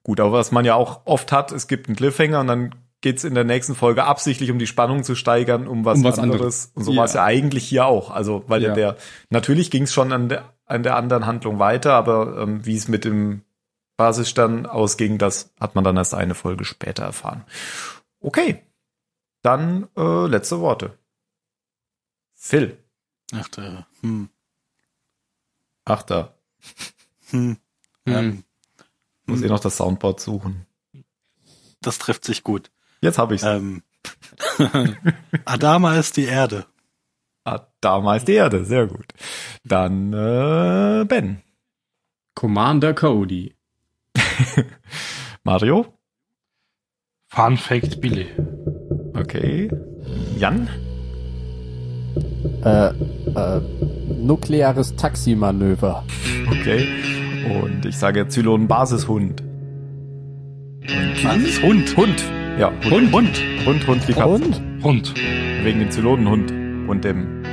Gut, aber was man ja auch oft hat, es gibt einen Cliffhanger und dann geht's in der nächsten Folge absichtlich, um die Spannung zu steigern, um was,
Um was
anderes.
anderes.
Und so
Ja.
war es ja eigentlich hier auch. Also, weil
Ja.
in der, natürlich ging's schon an der, an der anderen Handlung weiter, aber ähm, wie es mit dem Basisstand ausging, das hat man dann erst eine Folge später erfahren. Okay. Dann äh, letzte Worte. Phil.
Ach, da, hm,
Achter.
hm, ähm,
Muss
Hm.
ihr noch das Soundboard suchen.
das trifft sich gut.
Jetzt habe ich's.
Ähm, Adama ist die Erde.
Ah, damals die Erde, sehr gut. Dann äh, Ben,
Commander Cody.
Mario,
Fun Fact Billy.
okay, Jan,
Äh, äh, nukleares Taximanöver.
okay, und ich sage Zylon Basishund.
Mann ist Hund.
Hund, ja, Hund,
Hund. Hund.
Hund, Hund wie Katze.
Und?
Hund.
Wegen dem Zylonenhund und dem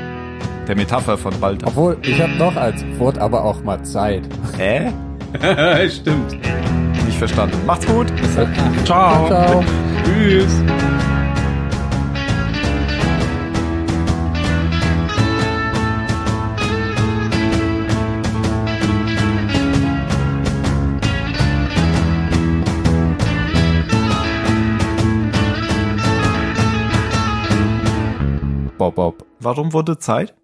der Metapher von Walter.
Obwohl, ich habe noch eins. Wurde aber auch mal Zeit.
Hä?
stimmt.
Nicht verstanden. Macht's gut.
Ciao.
Ciao.
Tschüss.
Bob, Bob.
Warum wurde Zeit?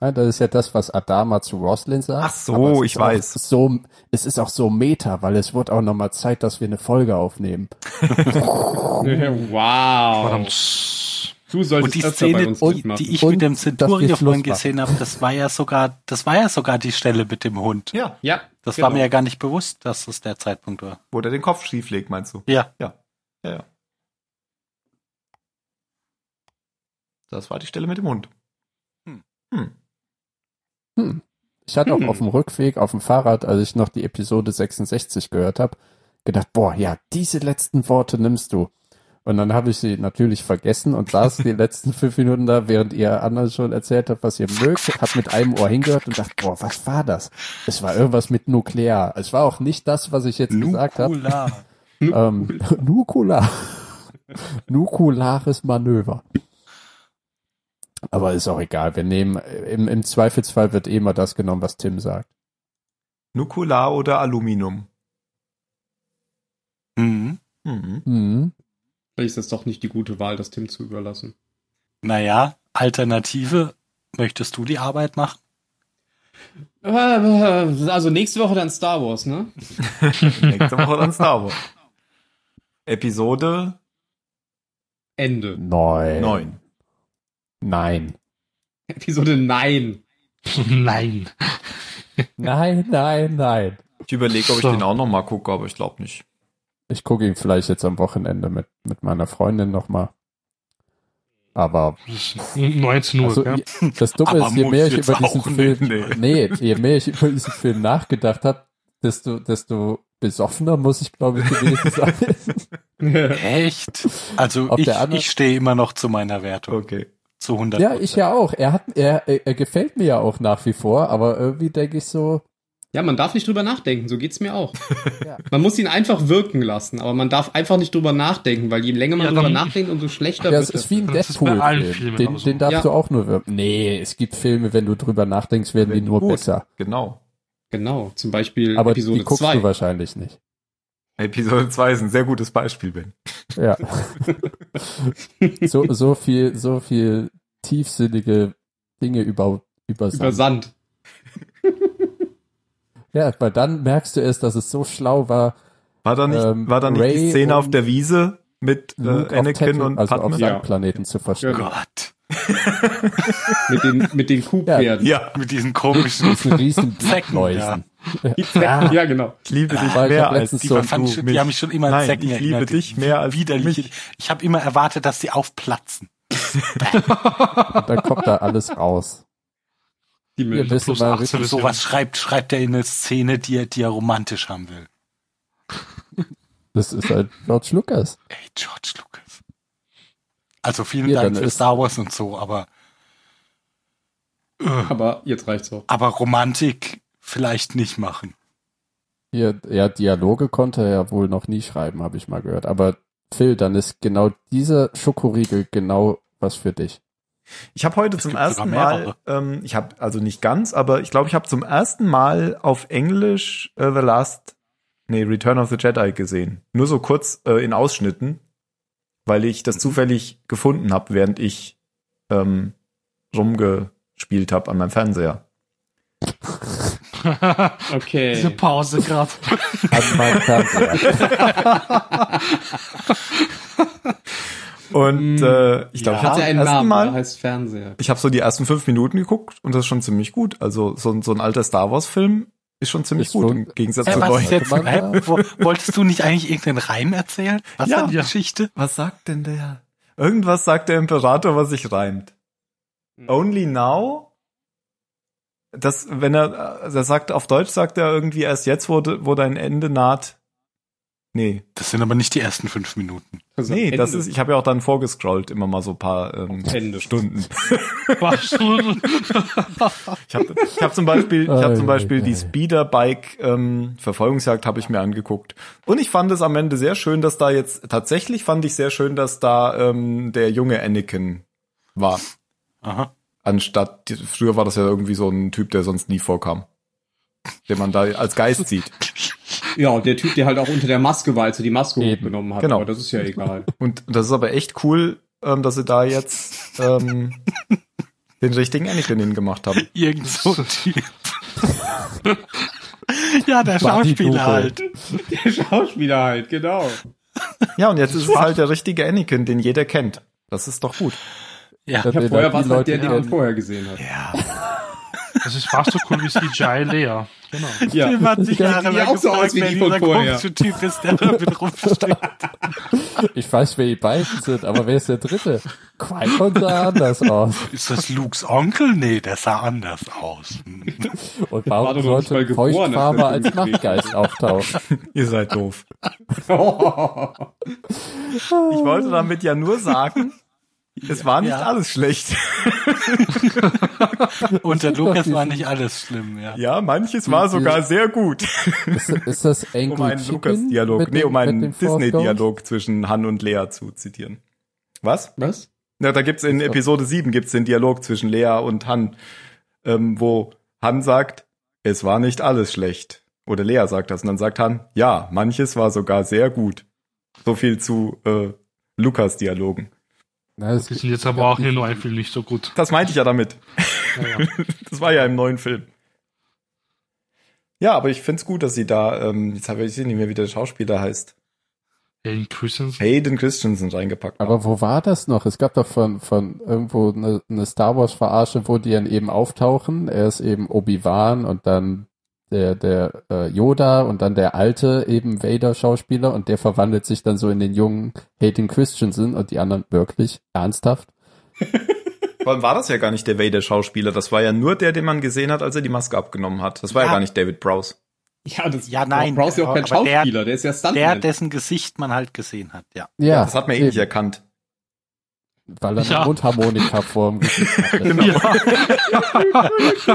Ja, das ist ja das, was Adama zu Roslin sagt.
Ach so,
Aber es ist
ich
auch
weiß.
So, es ist auch so Meta, weil es wird auch nochmal Zeit, dass wir eine Folge aufnehmen.
Wow.
Verdammt.
Du solltest
Und die
öfter bei
Szene,
uns
die,
mitmachen.
die ich
Und
mit dem
dass wir
Centurion
Schluss
vorhin
machen.
gesehen habe, das war ja sogar, das war ja sogar die Stelle mit dem Hund.
Ja,
ja,
Das
genau.
war mir ja gar nicht bewusst, dass das der Zeitpunkt war.
wo der den Kopf schief legt, meinst du?
Ja.
Ja. Ja, ja. Das war die Stelle mit dem Hund.
Hm.
Hm.
Hm. Ich hatte
Hm.
auch auf dem Rückweg auf dem Fahrrad, als ich noch die Episode 66 gehört habe, gedacht, boah, ja, diese letzten Worte nimmst du. Und dann habe ich sie natürlich vergessen und saß die letzten fünf Minuten da, während ihr anderen schon erzählt habt, was ihr mögt, hab mit einem Ohr hingehört und dachte, boah, was war das? Es war irgendwas mit Nuklear. Es war auch nicht das, was ich jetzt gesagt habe.
Nukular.
Ähm, Nukular. Nukulares Manöver. Aber ist auch egal. Wir nehmen, im, im Zweifelsfall wird eh immer das genommen, was Tim sagt.
Nukular oder Aluminium?
Mhm.
Mhm.
Mhm.
Vielleicht ist das doch nicht die gute Wahl, das Tim zu überlassen.
Naja, Alternative, möchtest du die Arbeit machen?
Äh, äh, Also nächste Woche dann Star Wars, ne?
Nächste Woche dann Star Wars. Episode
Ende.
Nein.
9.
Nein.
Episode Nein.
Nein.
Nein, nein, nein.
Ich überlege, ob ich
So.
den auch noch mal gucke, aber ich glaube nicht.
Ich gucke ihn vielleicht jetzt am Wochenende mit, mit meiner Freundin nochmal. Aber
Das ist 19 Uhr,
also,
ja.
je- das Dumme
Aber
ist, je
muss
mehr ich
jetzt
über diesen
auch
Film,
nicht,
nee, je mehr ich über diesen Film nachgedacht habe, desto, desto besoffener muss ich, glaube ich, gewesen sein.
Echt? Also
Auf
ich,
der anderen-
ich stehe immer noch zu meiner Wertung.
Okay.
Zu 100
Ja, ich ja auch. Er hat, er, er, er gefällt mir ja auch nach wie vor, aber irgendwie denke ich so,
Ja, man darf nicht drüber nachdenken, so geht's mir auch.
Ja.
Man muss ihn einfach wirken lassen, aber man darf einfach nicht drüber nachdenken, weil je länger man
Ja,
drüber
dann-
nachdenkt, umso schlechter
ja, es
wird
ist
es.
wie ein
Das ist bei allen
Deadpool-Film.
Filmen
Den,
auch so.
den darfst
Ja.
du auch nur wirken. Nee, es gibt Filme, wenn du drüber nachdenkst, werden die
Wenn
nur
gut.
besser.
Genau.
Genau, zum Beispiel
Aber
Episode
die guckst
2.
du wahrscheinlich nicht.
Episode 2 ist ein sehr gutes Beispiel, Ben.
Ja. so, so viel, so viel tiefsinnige Dinge über, über
Über Sand.
Ja, weil dann merkst du erst, dass es so schlau war.
War da nicht,
Ähm,
war da nicht
Ray
die Szene auf
und
der Wiese mit äh,
Luke auf
Anakin
Tatooine,
und
also auf
Padme?
Ja.
Sandplaneten zu verstehen.
Gott.
Mit den, mit den Kuhpferden.
ja,
Mit diesen komischen
Das ist ein riesen
Zecken,
Blattläusen.
Ja. ja, genau.
ich liebe dich
Weil ich
mehr
hab
als
letztens
die
Die,
so-
so
fand,
du
schon-
mich.
die haben mich schon immer an
Nein,
Zecken
ich liebe
erinnert, die
dich mehr als
widerliche.
mich.
Ich habe immer erwartet, dass die aufplatzen.
Und dann kommt da alles raus.
Die
Wir
Müll. ne?
Ja,
wissen
plus
mal
18
richtig,
Das ist
Sowas schreibt, schreibt er in eine Szene, die er, die er romantisch haben will.
das ist halt George Lucas.
Ey, George Lucas. Also vielen
Ja,
Dank
dann
für
ist-
Star Wars und so, aber,
Aber jetzt reicht's auch.
aber Romantik vielleicht nicht machen.
Hier, ja, Dialoge konnte er ja wohl noch nie schreiben, habe ich mal gehört. Aber Phil, dann ist genau dieser Schokoriegel genau was für dich.
Ich habe heute zum
gibt sogar
ersten Mal,
mehrere.
ähm, ich habe also nicht ganz, aber ich glaube, ich habe zum ersten Mal auf Englisch äh, The Last, nee, Return of the Jedi gesehen. Nur so kurz äh, in Ausschnitten, weil ich das zufällig gefunden habe, während ich ähm, rumgespielt habe an meinem Fernseher.
Diese
Okay.
Pause gerade.
An meinem Fernseher.
Und
Mm,
äh,
ja.
ich glaube, ich
Hat
habe
ja
zum
einen
ersten
Namen, der
Mal
heißt Fernseher.
ich habe so die ersten fünf Minuten geguckt und das ist schon ziemlich gut. Also so, ein- so ein alter Star Wars-Film ist schon ziemlich
Ist
gut
schon-
im Gegensatz
Äh,
zu
was
euch.
ist jetzt,
Warte mal.
hä? Wo- wolltest du nicht eigentlich irgendeinen Reim erzählen? Was
Ja.
war die
Ja.
Geschichte?
Was sagt denn der? Irgendwas sagt der Imperator, was sich reimt.
Hm.
Only now? Das, wenn er, äh, er sagt, auf Deutsch sagt er irgendwie erst jetzt, wo, de- wo dein Ende naht. Nee,
Das sind aber nicht die ersten fünf Minuten.
Also
nee,
Ende.
das ist, ich habe ja auch dann vorgescrollt, immer mal so ein paar ähm,
Ende.
Stunden.
War schon.
Ich habe ich hab zum Beispiel, ich hab zum
Ei,
Beispiel die
ei.
Speederbike ähm, Verfolgungsjagd habe ich mir angeguckt und ich fand es am Ende sehr schön, dass da jetzt tatsächlich fand ich sehr schön, dass da ähm, der junge Anakin war,
Aha.
anstatt früher war das ja irgendwie so ein Typ, der sonst nie vorkam, den man da als Geist sieht.
Ja, der Typ, der halt auch unter der Maske war, als er die Maske
Eben.
hochgenommen hat.
Genau.
Aber das ist ja egal.
Und das ist aber echt cool, ähm, dass sie da jetzt ähm, den richtigen Anakin hingemacht haben.
Irgend so ein Typ. ja, der
War die
Schauspieler
Doku.
halt.
Der Schauspieler halt, genau.
Ja, und jetzt ist es halt der richtige Anakin, den jeder kennt. Das ist doch gut.
Ja.
Dann
Ich habe
werden
vorher
halt die
was, mit der
Leute,
die man vorher gesehen hat.
Ja.
Das ist fast so cool wie CGI Leia. Genau.
Ja.
Tim hat sich
Der sieht
Jahre lang
auch so
gefragt,
aus wie
wer
die von
dieser
vorher.
komische Typ ist, der da mit rumsteht.
Ich weiß, wer die beiden sind, aber wer ist der dritte? Qui-Gon sah anders aus.
Ist das Lukes Onkel? Nee, der sah anders aus.
Und
war
warum
doch noch nicht mal
sollte
geboren,
Feuchtfarbe
als
als
der Film
Machtgeist auftauchen?
Ihr seid doof. Ich wollte damit ja nur sagen, es war nicht
Ja.
alles schlecht.
Unter
doch
Lukas war
diesen-
nicht alles schlimm, ja.
Ja, manches war sogar sehr gut.
Ist, ist das Angry
Um einen
Chicken
Lukas-Dialog,
mit
nee,
dem-
um
mit
einen
dem Forrest
Disney-Dialog zwischen Han und Lea zu zitieren. Was?
Was?
Na, da gibt's in Episode 7 gibt's den Dialog zwischen Lea und Han, ähm, wo Han sagt, es war nicht alles schlecht. Oder Lea sagt das und dann sagt Han, ja, manches war sogar sehr gut. So viel zu äh, Lukas Dialogen.
Gump? Na, es
Die
gibt
sind jetzt aber auch in den neuen Film nicht so gut.
Das meinte ich ja damit.
Naja.
Das war ja im neuen Film. Ja, aber ich find's gut, dass sie da, ähm, jetzt habe ich nicht mehr, wie der Schauspieler heißt,
Alan Christensen.
Hayden Christensen reingepackt. haben.
Aber wo war das noch? Es gab doch von, von irgendwo eine, eine Star Wars Verarsche, wo die dann eben auftauchen. Er ist eben Obi-Wan und dann der, der äh, Yoda und dann der alte eben Vader-Schauspieler und der verwandelt sich dann so in den jungen Hayden Christensen und die anderen wirklich ernsthaft.
Vor allem war das ja gar nicht der Vader-Schauspieler, das war ja nur der, den man gesehen hat, als er die Maske abgenommen hat. Das war ja,
Ja.
gar nicht David Prowse.
Ja, das
Ja, nein,
Brauchst ja auch kein
aber der-
Schauspieler, der, ist ja
Der,
Stuntman.
dessen Gesicht man halt gesehen hat, ja.
Ja,
das hat man eh
eben,
nicht erkannt.
weil er eine
Ja.
Mundharmonika vor dem Gesicht hatte.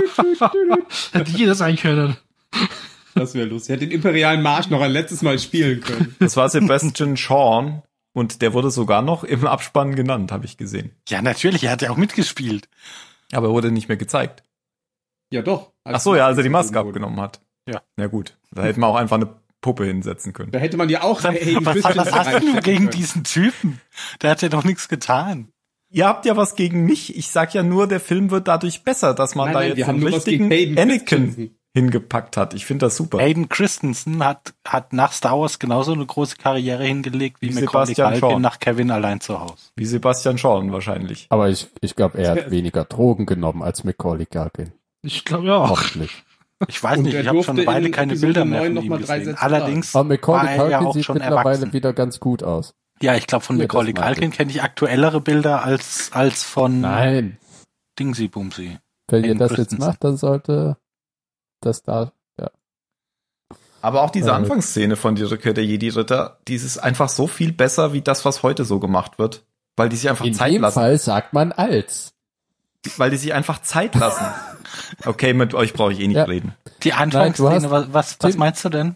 Hätte jeder sein können.
das wäre lustig. Er hat den imperialen Marsch noch ein letztes Mal spielen können.
Das war Sebastian Shawn und der wurde sogar noch im Abspann genannt, habe ich gesehen.
Ja, natürlich, er hat ja auch mitgespielt.
Aber er wurde nicht mehr gezeigt.
Ja, doch.
Ach so, ja, als er die Maske abgenommen hat.
Ja.
Na gut, da hätten wir auch einfach eine Puppe hinsetzen können.
Da hätte man ja auch Hayden
was,
Christensen
was hast du
reinstecken
gegen
können.
diesen Typen? Der hat ja doch nichts getan.
Ihr habt ja was gegen mich. Ich sag ja nur, der Film wird dadurch besser, dass man
Nein,
da
nein, wir
jetzt
haben
einen
nur was gegen
richtigen
Hayden
Anakin
Christensen.
hingepackt hat. Ich finde das super.
Hayden Christensen hat, hat nach Star Wars genauso eine große Karriere hingelegt wie,
Wie
Macaulay
Sebastian
Culkin
Shaw.
nach Kevin allein zu Hause.
Wie Sebastian Shawn wahrscheinlich.
Aber ich, ich glaube, er hat weniger Drogen genommen als Macaulay Culkin.
Ich glaube ja auch.
Hoffentlich.
Ich weiß
Und
nicht,
er
ich habe schon
durfte
beide
in
keine
Episode
Bilder mehr
9
von
noch
ihm
mal drei
gesehen.
Sätze
Allerdings
Aber Macaulay
war er ja
Culkin
auch
sieht
schon
mittlerweile
erwachsen.
wieder ganz gut aus.
Ja, ich glaube, von
Ja,
Macaulay
das meinte
Culkin kenne ich aktuellere Bilder als, als von
Nein,
Dingsy Bumsy.
Wenn ihr
Hayden
das jetzt
Christensen.
macht, dann sollte das da.
Aber auch
Äh.
diese
Ja.
Anfangsszene von Die Rückkehr der Jedi-Ritter, die ist einfach so viel besser wie das, was heute so gemacht wird. Weil die sich einfach
In
Zeit
dem
lassen.
Fall sagt man als.
Weil die sich einfach Zeit lassen. okay, mit euch brauche ich eh nicht
Ja.
reden.
Die
Nein,
Anfangsszene,
du
was, was, was
Tim-
meinst du denn?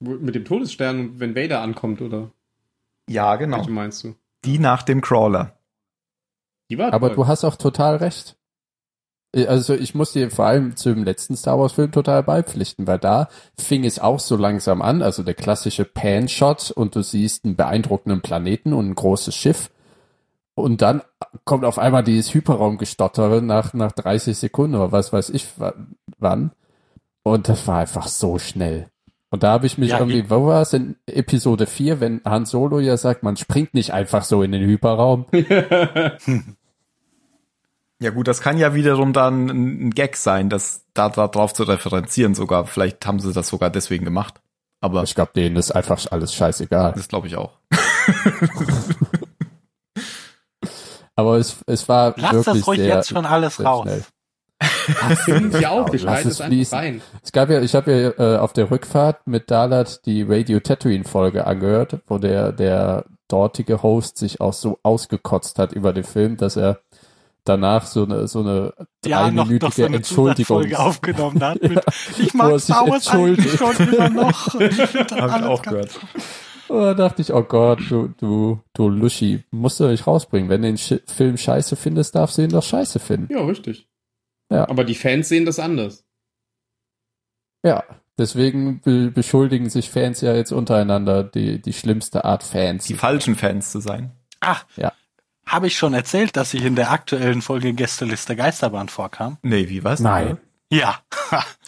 Mit dem Todesstern, und wenn Vader ankommt, oder?
Ja,
Welche
genau.
meinst du?
Die nach dem Crawler.
Die war
Aber
toll.
du hast auch total recht. Äh, Also ich muss dir vor allem zu dem letzten Star Wars Film total beipflichten, weil da fing es auch so langsam an, also der klassische Pan-Shot und du siehst einen beeindruckenden Planeten und ein großes Schiff und dann kommt auf einmal dieses Hyperraumgestottere nach, nach 30 Sekunden oder was weiß ich wa- wann und das war einfach so schnell. Und da habe ich mich
Ja,
irgendwie, wo war es in Episode 4, wenn Han Solo ja sagt, man springt nicht einfach so in den Hyperraum.
Ja gut, das kann ja wiederum dann ein ein Gag sein, das da, da drauf zu referenzieren sogar. Vielleicht haben sie das sogar deswegen gemacht. Aber
Ich glaube, denen ist einfach alles scheißegal.
das glaube ich auch.
Aber es, es war
Lass
wirklich
das ruhig
sehr,
jetzt schon alles
sehr
raus.
schnell.
hast ja auch, ich
Lass
schneide
es
es einfach
fließen.
rein.
Es gab ja, ich habe ja äh, auf der Rückfahrt mit Dalat die Radio Tatooine Folge angehört, wo der der dortige Host sich auch so ausgekotzt hat über den Film, dass er danach so eine so eine
Ja, noch, noch so
dreiminütige
eine
Entschuldigung.
Zusatzfolge aufgenommen hat. Mit, ich
Wo
mag
er sich
Star Wars eigentlich
entschuldigt.
schon immer noch. Ich find das
Hab ich
alles
auch
ganz-
gehört.
Und da dachte ich, oh Gott, du du du Luschi, musst du dich rausbringen. Wenn du den Sch Film Scheiße findest, darfst du ihn doch Scheiße finden.
Ja, richtig.
Ja.
Aber die Fans sehen das anders.
Ja, deswegen be beschuldigen sich Fans ja jetzt untereinander die, die schlimmste Art Fans.
Die falschen Fans zu sein.
Ach,
Ja.
Ah, habe ich schon erzählt, dass ich in der aktuellen Folge Gästeliste Geisterbahn vorkam?
Nee, wie was?
Nein.
Ja.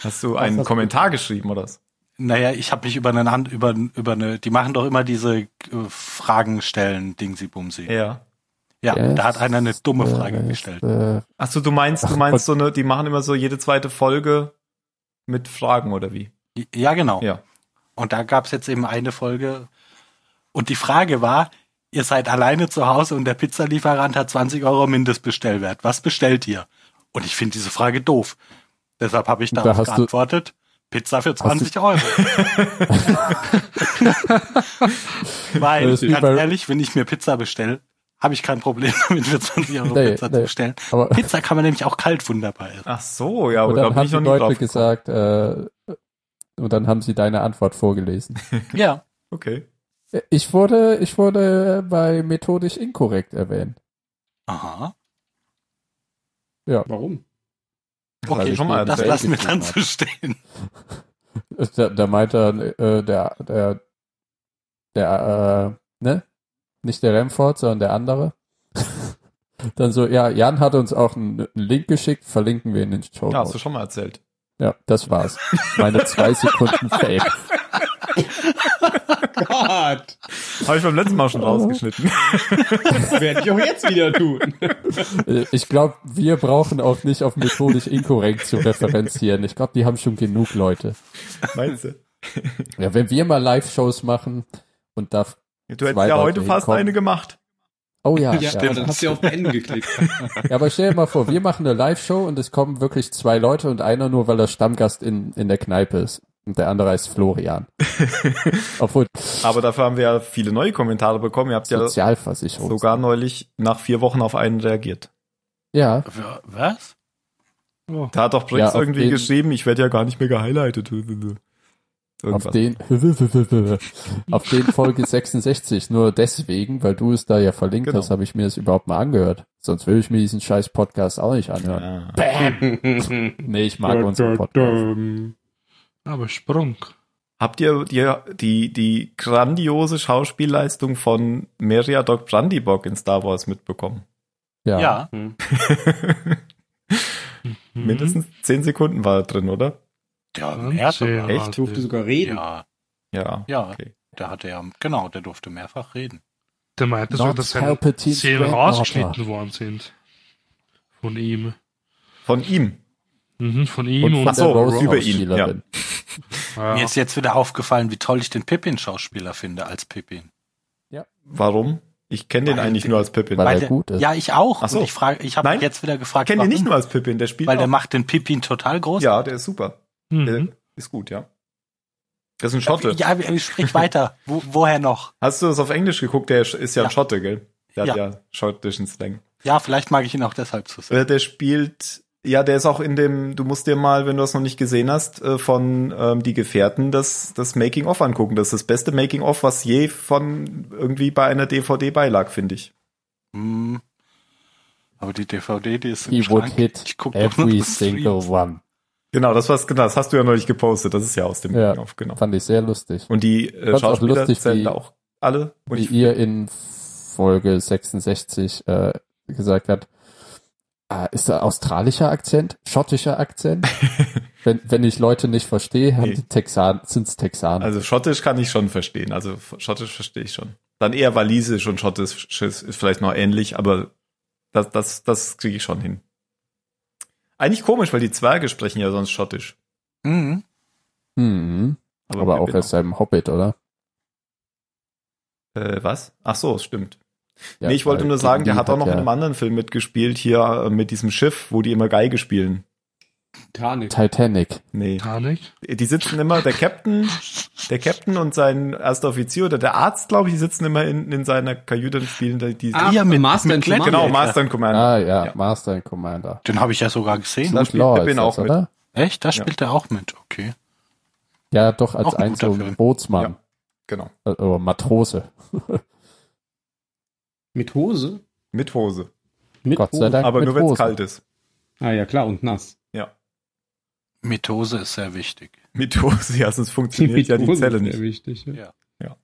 Hast du einen
hast du-
Kommentar geschrieben oder was?
Naja, ich habe mich über eine Hand, über, über eine, die machen doch immer diese äh, Fragen stellen, Dingsi Bumsi.
Ja.
Ja, da hat einer eine dumme Frage
Äh,
gestellt.
Äh,
Ach so, du meinst, du
Ach,
meinst so eine, die machen immer so jede zweite Folge mit Fragen oder wie?
Ja, genau.
Ja.
Und da gab's jetzt eben eine Folge. Und die Frage war, ihr seid alleine zu Hause und der Pizzalieferant hat 20 Euro Mindestbestellwert. Was bestellt ihr? Und ich finde diese Frage doof. Deshalb habe ich
Da
darauf
hast du-
geantwortet, Pizza für 20 Euro. Weil,
Das ist wie
ganz
bei-
ehrlich, wenn ich mir Pizza bestelle, habe ich kein Problem damit, für 20 Euro
Nee,
Pizza zu
nee.
bestellen.
aber
Pizza kann man nämlich auch kalt wunderbar essen.
Ach so, ja,
und
aber da
dann
bin
haben
ich noch
die
nie
Leute
drauf.
gesagt, äh, und dann haben sie deine Antwort vorgelesen.
Ja.
Okay.
Ich wurde, ich wurde bei methodisch inkorrekt erwähnt.
Aha.
Warum?
Okay,
Okay,
schon mal
das
erzählt.
lassen wir dann
hat.
so stehen.
Da, da meinte äh, der, der, der, äh, ne? Nicht der Remford, sondern der andere. Dann so, ja, Jan hat uns auch einen Link geschickt, verlinken wir in den Show
Ja, hast du
Notes.
schon mal erzählt.
Ja, das war's. Meine zwei Sekunden Fake.
Gott!
Habe ich beim letzten Mal schon rausgeschnitten.
Das werde ich auch jetzt wieder tun.
Äh, Ich glaube, wir brauchen auch nicht auf methodisch inkorrekt zu referenzieren. Ich glaube, die haben schon genug Leute.
Meinst du?
Ja, wenn wir mal Live-Shows machen und da.
Du hättest
Zwei
ja
Leute
heute fast
hinkommen.
eine gemacht.
Oh ja, ja,
aber dann hast du ja auf Beenden geklickt.
Ja, aber stell dir mal vor, wir machen eine Live-Show und es kommen wirklich zwei Leute und einer nur, weil er Stammgast in, in der Kneipe ist. Und der andere heißt Florian. Obwohl,
Aber dafür haben wir ja viele neue Kommentare bekommen. Ihr habt ja
Sozialversicherung.
sogar neulich nach vier Wochen auf einen reagiert.
Ja,
Was?
Oh.
Da hat doch Briggs
Ja, auf
irgendwie
jeden-
geschrieben, ich werde ja gar nicht mehr gehighlightet. Irgendwas.
auf den, auf den Folge 66. Nur deswegen, weil du es da ja verlinkt
Genau.
hast, habe ich mir das überhaupt mal angehört. Sonst würde ich mir diesen scheiß Podcast auch nicht anhören.
Ah.
Nee, ich mag unseren Podcast.
Aber Sprung.
Habt ihr die, die, die grandiose Schauspielleistung von Meriadoc Brandybock in Star Wars mitbekommen?
Ja.
Ja.
Mhm.
Mindestens zehn Sekunden war da drin, oder?
Ja,
Ja,
mehrfach.
sehr.
Echt?
Ich
Äh,
durfte sogar reden.
Ja,
Ja.
ja.
Okay.
Der hatte ja, genau, der durfte mehrfach reden.
Der meinte sogar,
Lord
dass seine
Palpatine's
Szenen
Red
rausgeschnitten
Order.
worden sind. Von ihm.
Von ihm.
Mhm, von ihm
von
und,
Ach so,
der Rose
über ihn, ja.
Schauspielerin.
ja,
Mir ist jetzt wieder aufgefallen, wie toll ich den Pippin-Schauspieler finde als Pippin.
Warum? Ich kenne den
Weil
eigentlich
der-
nur als Pippin.
Weil
Weil
er
der-
gut ist.
Ja, ich auch.
Ach so.
Und ich frage, ich habe
Nein.
mich jetzt wieder gefragt,
Ich kenne den nicht
warum,
nur als Pippin, der spielt
weil der
auch.
macht den Pippin total groß.
Ja, der ist super. Der
mhm.
ist gut, ja. Das ist ein Schotte.
Äh, Ja, wie- wie- sprich weiter. Wo, woher noch?
Hast du das auf Englisch geguckt? Der ist ja,
Ja.
ein Schotte, gell? Der hat
Ja.
ja schottischen Slang.
Ja, vielleicht mag ich ihn auch deshalb zu sehen.
Äh, Der spielt, ja, der ist auch in dem, du musst dir mal, wenn du das noch nicht gesehen hast, äh, von ähm, Die Gefährten das, das Making-of angucken. Das ist das beste Making-of, was je von irgendwie bei einer DVD beilag, finde ich.
Hm. Aber die DVD, die ist im
He would
Schrank.
hit
Ich guck doch nur
every
das Stream.
single one.
Genau, das war's, genau, das hast du ja neulich gepostet. Das ist ja aus dem
Ja.
Making-of, genau.
Fand ich sehr lustig.
Und die äh,
Fand's auch
Schauspieler
lustig,
zählen
wie-
da auch alle. Und
wie
ich,
ihr in Folge 66 äh, gesagt habt, ah, ist da australischer Akzent, schottischer Akzent? wenn, wenn ich Leute nicht verstehe, haben
Nee.
die Texan, sind's Texaner.
also Schottisch kann ich schon verstehen. Also Schottisch verstehe ich schon. Dann eher Walisisch und Schottisch ist vielleicht noch ähnlich, aber das, das, das kriege ich schon hin. Eigentlich komisch, weil die Zwerge sprechen ja sonst Schottisch.
Mhm.
mhm. Aber auch
Pippin
erst einem Hobbit, oder?
Äh, was? Ach so, stimmt.
Ja,
nee, ich wollte
weil
nur sagen, der
Gimli
hat auch noch
ja
in einem anderen Film mitgespielt, hier äh, mit diesem Schiff, wo die immer Geige spielen.
Titanic.
Titanic.
Nee.
Titanic.
Die sitzen immer, der Captain, der Captain und sein erster Offizier oder der Arzt, glaube ich, die sitzen immer in, in seiner Kajüte und spielen da die.
Ah,
Ja, mit-
Master
mit
and
Klett-
Commander.
genau,
Alter.
Master and Commander.
Ah ja,
Ja.
Master and Commander.
Den habe ich ja sogar gesehen.
Da
Jude
spielt
Law
Pippin
ist
auch
das,
mit.
oder?
Echt? Da
Ja.
spielt er auch mit. Okay.
Ja, doch, als
Auch ein guter
einzelner
Film.
Bootsmann.
Genau.
Äh, Oder Matrose.
Mit Hose?
Mit Hose.
Mit
Gott sei
Hose.
Dank.
Aber
mit
nur wenn es
Hose.
kalt ist.
Ah ja, klar, und nass.
Mitose ist sehr wichtig.
Mit Hose, ja, sonst funktioniert ja die
Hose
Zelle
ist sehr
nicht.
wichtig. ne?
Ja.
Ja.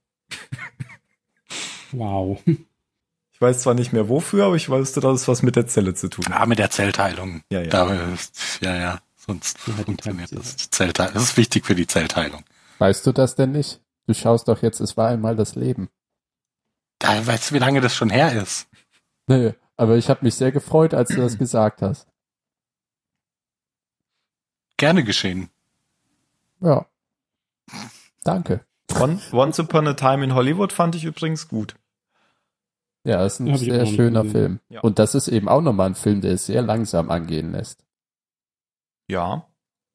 wow.
Ich weiß zwar nicht mehr wofür, aber ich wusste, dass es was mit der Zelle zu tun hat.
Ah, mit der Zellteilung.
Ja, ja.
Da, äh, ja, ja. Sonst
Ja, die
funktioniert
Teilung.
das. Die Zellteilung. Das ist wichtig für die Zellteilung.
Weißt du das denn nicht? Du schaust doch jetzt, es war einmal das Leben.
Da weißt du, wie lange das schon her ist.
Nö, aber ich habe mich sehr gefreut, als du das gesagt hast.
Gerne geschehen.
Ja. Danke.
One, Once Upon a Time in Hollywood fand ich übrigens gut.
Ja, ist ein
Hab ich auch noch
sehr
nicht
schöner
gesehen.
Film.
Ja.
Und das ist eben auch nochmal ein Film, der es sehr langsam angehen lässt,
Ja.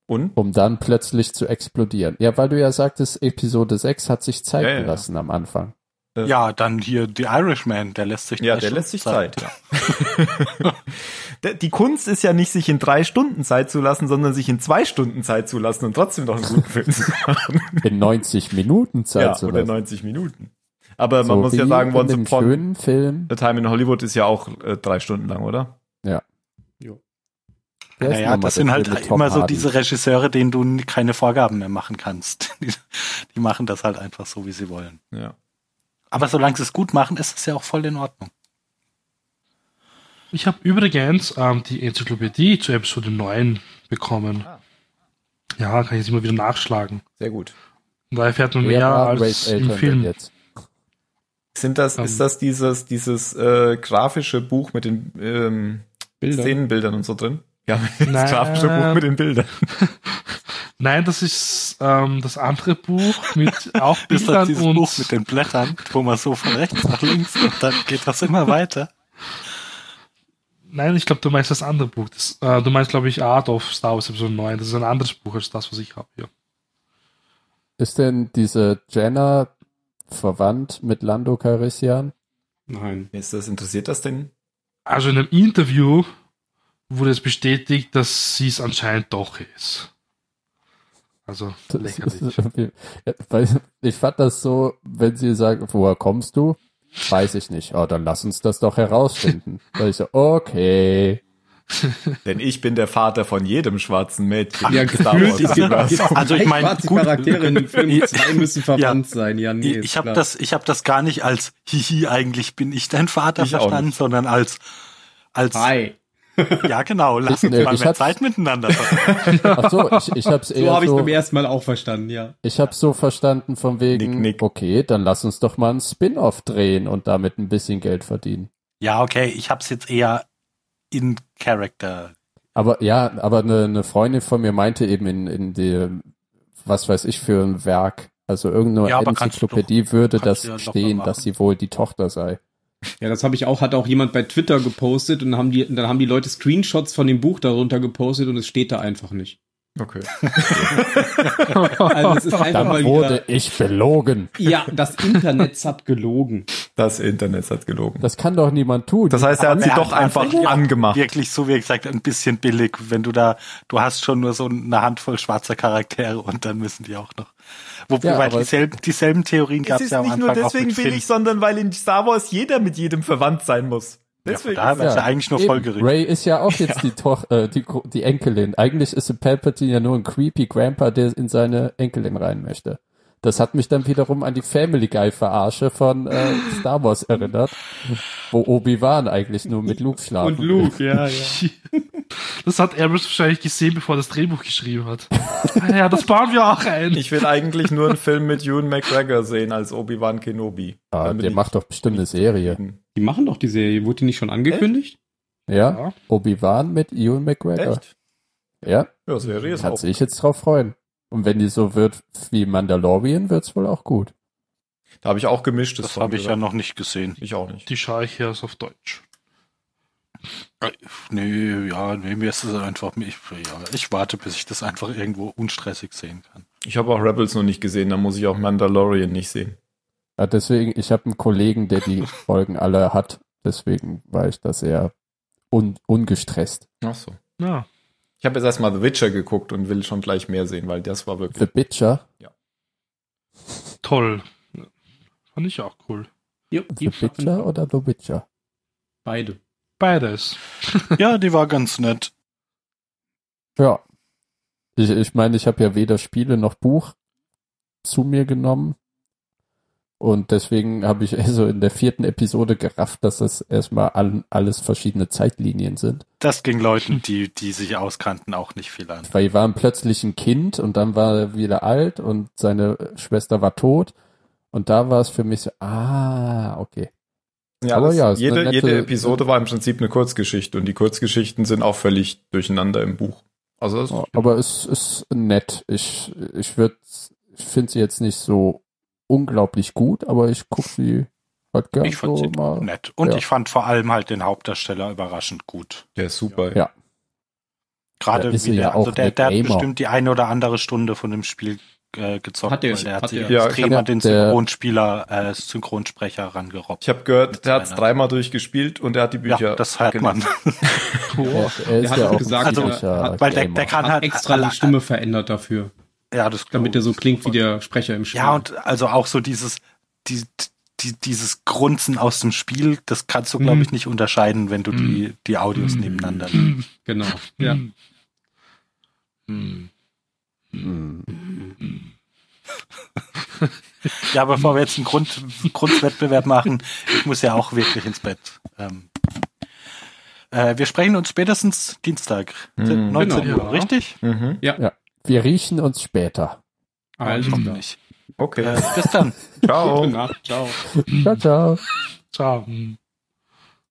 Und?
um dann plötzlich zu explodieren. Ja, weil du ja sagtest, Episode 6 hat sich Zeit
Ja, ja, ja.
gelassen am Anfang.
Äh,
Ja, dann hier The Irishman, der lässt sich
Ja,
drei
der
Stunden
lässt sich Zeit, ja. Der- Die Kunst ist ja nicht, sich in drei Stunden Zeit zu lassen, sondern sich in zwei Stunden Zeit zu lassen und trotzdem noch einen guten Film zu machen.
In 90 Minuten Zeit
ja,
zu
oder
lassen.
90 Minuten. Aber man
So
muss ja
wie
sagen, Once
in dem
Upon
schönen Film.
a Time in Hollywood ist ja auch äh, drei Stunden lang, oder?
Der ist
Naja,
nochmal
das
der
sind halt
Film mit Tom
immer so
Hardy.
diese Regisseure, denen du n- keine Vorgaben mehr machen kannst. Die, die machen das halt einfach so, wie sie wollen.
Ja.
Aber solange sie es gut machen, ist es ja auch voll in Ordnung.
Ich habe übrigens ähm, die Enzyklopädie zu Episode 9 bekommen.
Ah.
Ja, kann ich jetzt immer wieder nachschlagen.
Sehr gut.
Und da erfährt man
Wer
mehr
war
als
Race
im
Eltern denn
Film.
jetzt?
Sind das,
Ähm.
ist das dieses, dieses äh, grafische Buch mit den ähm,
Bilder.
Szenenbildern und so drin? Ja,
Nein.
das grafische Buch mit den Bildern.
Nein, das ist ähm, das andere Buch mit auch
Ist das
Bildern
dieses
und
Buch mit den Blättern, wo man so von rechts nach links und dann geht das immer weiter.
Nein, ich glaube, du meinst das andere Buch. Das, äh, du meinst, glaube ich, Art of Star Wars Episode 9. Das ist ein anderes Buch als das, was ich habe hier.
Ist denn diese Jenna verwandt mit Lando Calrissian?
Nein.
Ist das, interessiert das denn?
Also in einem Interview wurde es bestätigt, dass sie es anscheinend doch ist. Also
Das ist
lächerlich.
irgendwie- Ja, weil- Ich fand das so, wenn sie sagen, woher kommst du? Weiß ich nicht. Oh, dann lass uns das doch herausfinden. Weil ich so, okay.
Denn ich bin der Vater von jedem schwarzen Mädchen.
Ja,
im Star
gefühlt
Wars
ist
Universum.
Also ich meine,
Schwarze
gut.
Charaktere in den Filmen
Ja.
zwei müssen verwandt sein. Ja, nee, ist
ich habe
klar.
das, ich habe das gar nicht als hihi, eigentlich bin ich dein Vater
Ich auch
verstanden,
nicht.
sondern als als
Hi.
ja genau, lass uns
Nee,
mal
ich
mehr
hab's-
Zeit miteinander verbringen.
Ach so, ich, ich hab's eher
So habe ich es
so,
beim ersten Mal auch verstanden, ja.
ich hab's so verstanden von wegen,
Nick, nick.
okay, dann lass uns doch mal einen Spin-off drehen und damit ein bisschen Geld verdienen.
Ja, okay, ich hab's jetzt eher in Character.
Aber ja, aber eine, eine Freundin von mir meinte eben in, in dem, was weiß ich für ein Werk, also irgendeine
Ja, aber kannst du
Enzyklopädie würde
kannst
das
du ja locker
stehen,
machen.
dass sie wohl die Tochter sei.
Ja, das habe ich auch, hat auch jemand bei Twitter gepostet und haben die, dann haben die Leute Screenshots von dem Buch darunter gepostet und es steht da einfach nicht.
Okay.
Also es ist einfach
Dann
mal
wurde
wieder,
ich belogen.
ja, das Internet hat gelogen.
Das Internet hat gelogen.
Das kann doch niemand tun.
Das heißt, er hat sie
wer
doch
hat
einfach
tatsächlich-
angemacht.
Wirklich, so wie gesagt, ein bisschen billig, wenn du da, du hast schon nur so eine Handvoll schwarzer Charaktere und dann müssen die auch noch. Wo,
Ja,
wobei
aber-
dieselben, dieselben Theorien gab es ja am Anfang auch mit Finn.
sondern weil in Star Wars jeder mit jedem verwandt sein muss. Deswegen.
Ja, von daher
Ja,
ist ja eigentlich nur
eben.
folgerichtig.
Ray ist ja auch jetzt die, Toch äh, die, Gro- die Enkelin. Eigentlich ist Palpatine ja nur ein creepy Grandpa, der in seine Enkelin rein möchte. Das hat mich dann wiederum an die Family Guy Verarsche von äh, Star Wars erinnert, wo Obi-Wan eigentlich nur mit Luke schlafen
Und Luke, ja, Ah, ja.
Das hat Abrams wahrscheinlich gesehen, bevor er das Drehbuch geschrieben hat. Ah ja, das bauen wir auch ein.
ich will eigentlich nur einen Film mit Ewan McGregor sehen als Obi-Wan Kenobi.
will. Ah,
Damit
der
ich-
macht doch bestimmt eine Serie.
Die machen doch die Serie, wurde die nicht schon angekündigt?
Ja?
Ja.
Obi-Wan mit Ewan McGregor.
Echt?
Ja,
Ja, Serie ist
kann
auch.
sich jetzt drauf freuen. Und wenn die so wird wie Mandalorian, wird's wohl auch gut.
Da habe ich auch gemischtes
Das habe ich ja
gehört.
noch nicht gesehen.
Ich auch nicht.
Die schaue ich erst auf Deutsch.
Nee, ja, nee, mir ist es einfach, ich, ja, ich warte, bis ich das einfach irgendwo unstressig sehen kann.
Ich habe auch Rebels noch nicht gesehen, da muss ich auch Mandalorian nicht sehen.
Ja, Ah, deswegen, ich habe einen Kollegen, der die Folgen alle hat. Deswegen war ich da sehr un ungestresst.
Ach so.
Ja.
Ich habe jetzt erstmal The Witcher geguckt und will schon gleich mehr sehen, weil das war
The
wirklich.
Bitcher,
Toll. Ja. Fand ich auch cool.
Ja,
The Bitcher oder The Witcher?
Beide.
Beides.
Ja, die war ganz nett.
Ja. Ich meine, ich, mein, ich habe ja weder Spiele noch Buch zu mir genommen. Und deswegen habe ich also in der vierten Episode gerafft, dass das erstmal all, alles verschiedene Zeitlinien sind.
Das ging Leuten, die, die sich auskannten, auch nicht viel an.
Weil die waren plötzlich ein Kind und dann war er wieder alt und seine Schwester war tot. Und da war es für mich so, ah, okay.
Ja,
Aber
das,
ja, ist eine
jede,
nette-
jede Episode war im Prinzip eine Kurzgeschichte und die Kurzgeschichten sind auch völlig durcheinander im Buch. Also das,
Ja, Aber es ist nett. Ich, ich würde, ich finde sie jetzt nicht so unglaublich gut, aber ich gucke sie halt gerne
Ich fand
so
sie
mal.
nett. Und
Ja.
ich fand vor allem halt den Hauptdarsteller überraschend gut.
der ist super.
Ja.
Gerade
Ja, ist
wie
ja
der,
auch
also der,
Nick
der hat
Gamer.
bestimmt die eine oder andere Stunde von dem Spiel äh, gezockt.
Hat der-
weil der
hat
hat sich
der-
Ja,
extrem
ich-
an den
der-
Synchronspieler, äh, Synchronsprecher rangerobbt.
Ich habe gehört, der hat es
Einer.
dreimal durchgespielt und er hat die Bücher.
ja, das hört
genau.
man.
Er,
Boah.
er ist
hat
ja
auch
auch
gesagt,
ein
also-
ziemlicher
hat-
Weil der, der
Gamer.
kann
Hat
halt
extra die Stimme verändert dafür,
Ja, das
damit er
glaub
so
ich.
klingt wie der Sprecher im Spiel.
Ja, und also auch so dieses, die, die, dieses Grunzen aus dem Spiel, das kannst du, glaube
Mhm.
ich, nicht unterscheiden, wenn du
Mhm.
die, die Audios
Mhm.
nebeneinander nimmst.
Hm.
Genau. Ja.
Hm.
Hm.
Ja, bevor wir jetzt einen Grund, Grundwettbewerb machen, ich muss ja auch wirklich ins Bett. Ähm, äh, wir sprechen uns spätestens Dienstag,
Mhm.
19
Genau.
Uhr, richtig?
Mhm.
Wir riechen uns später.
Also,
Ich hoffe
ja.
nicht.
Okay.
Äh, bis dann.
Ciao.
Gute Nacht. Ciao.
Ciao, ciao.
Ciao. Hm.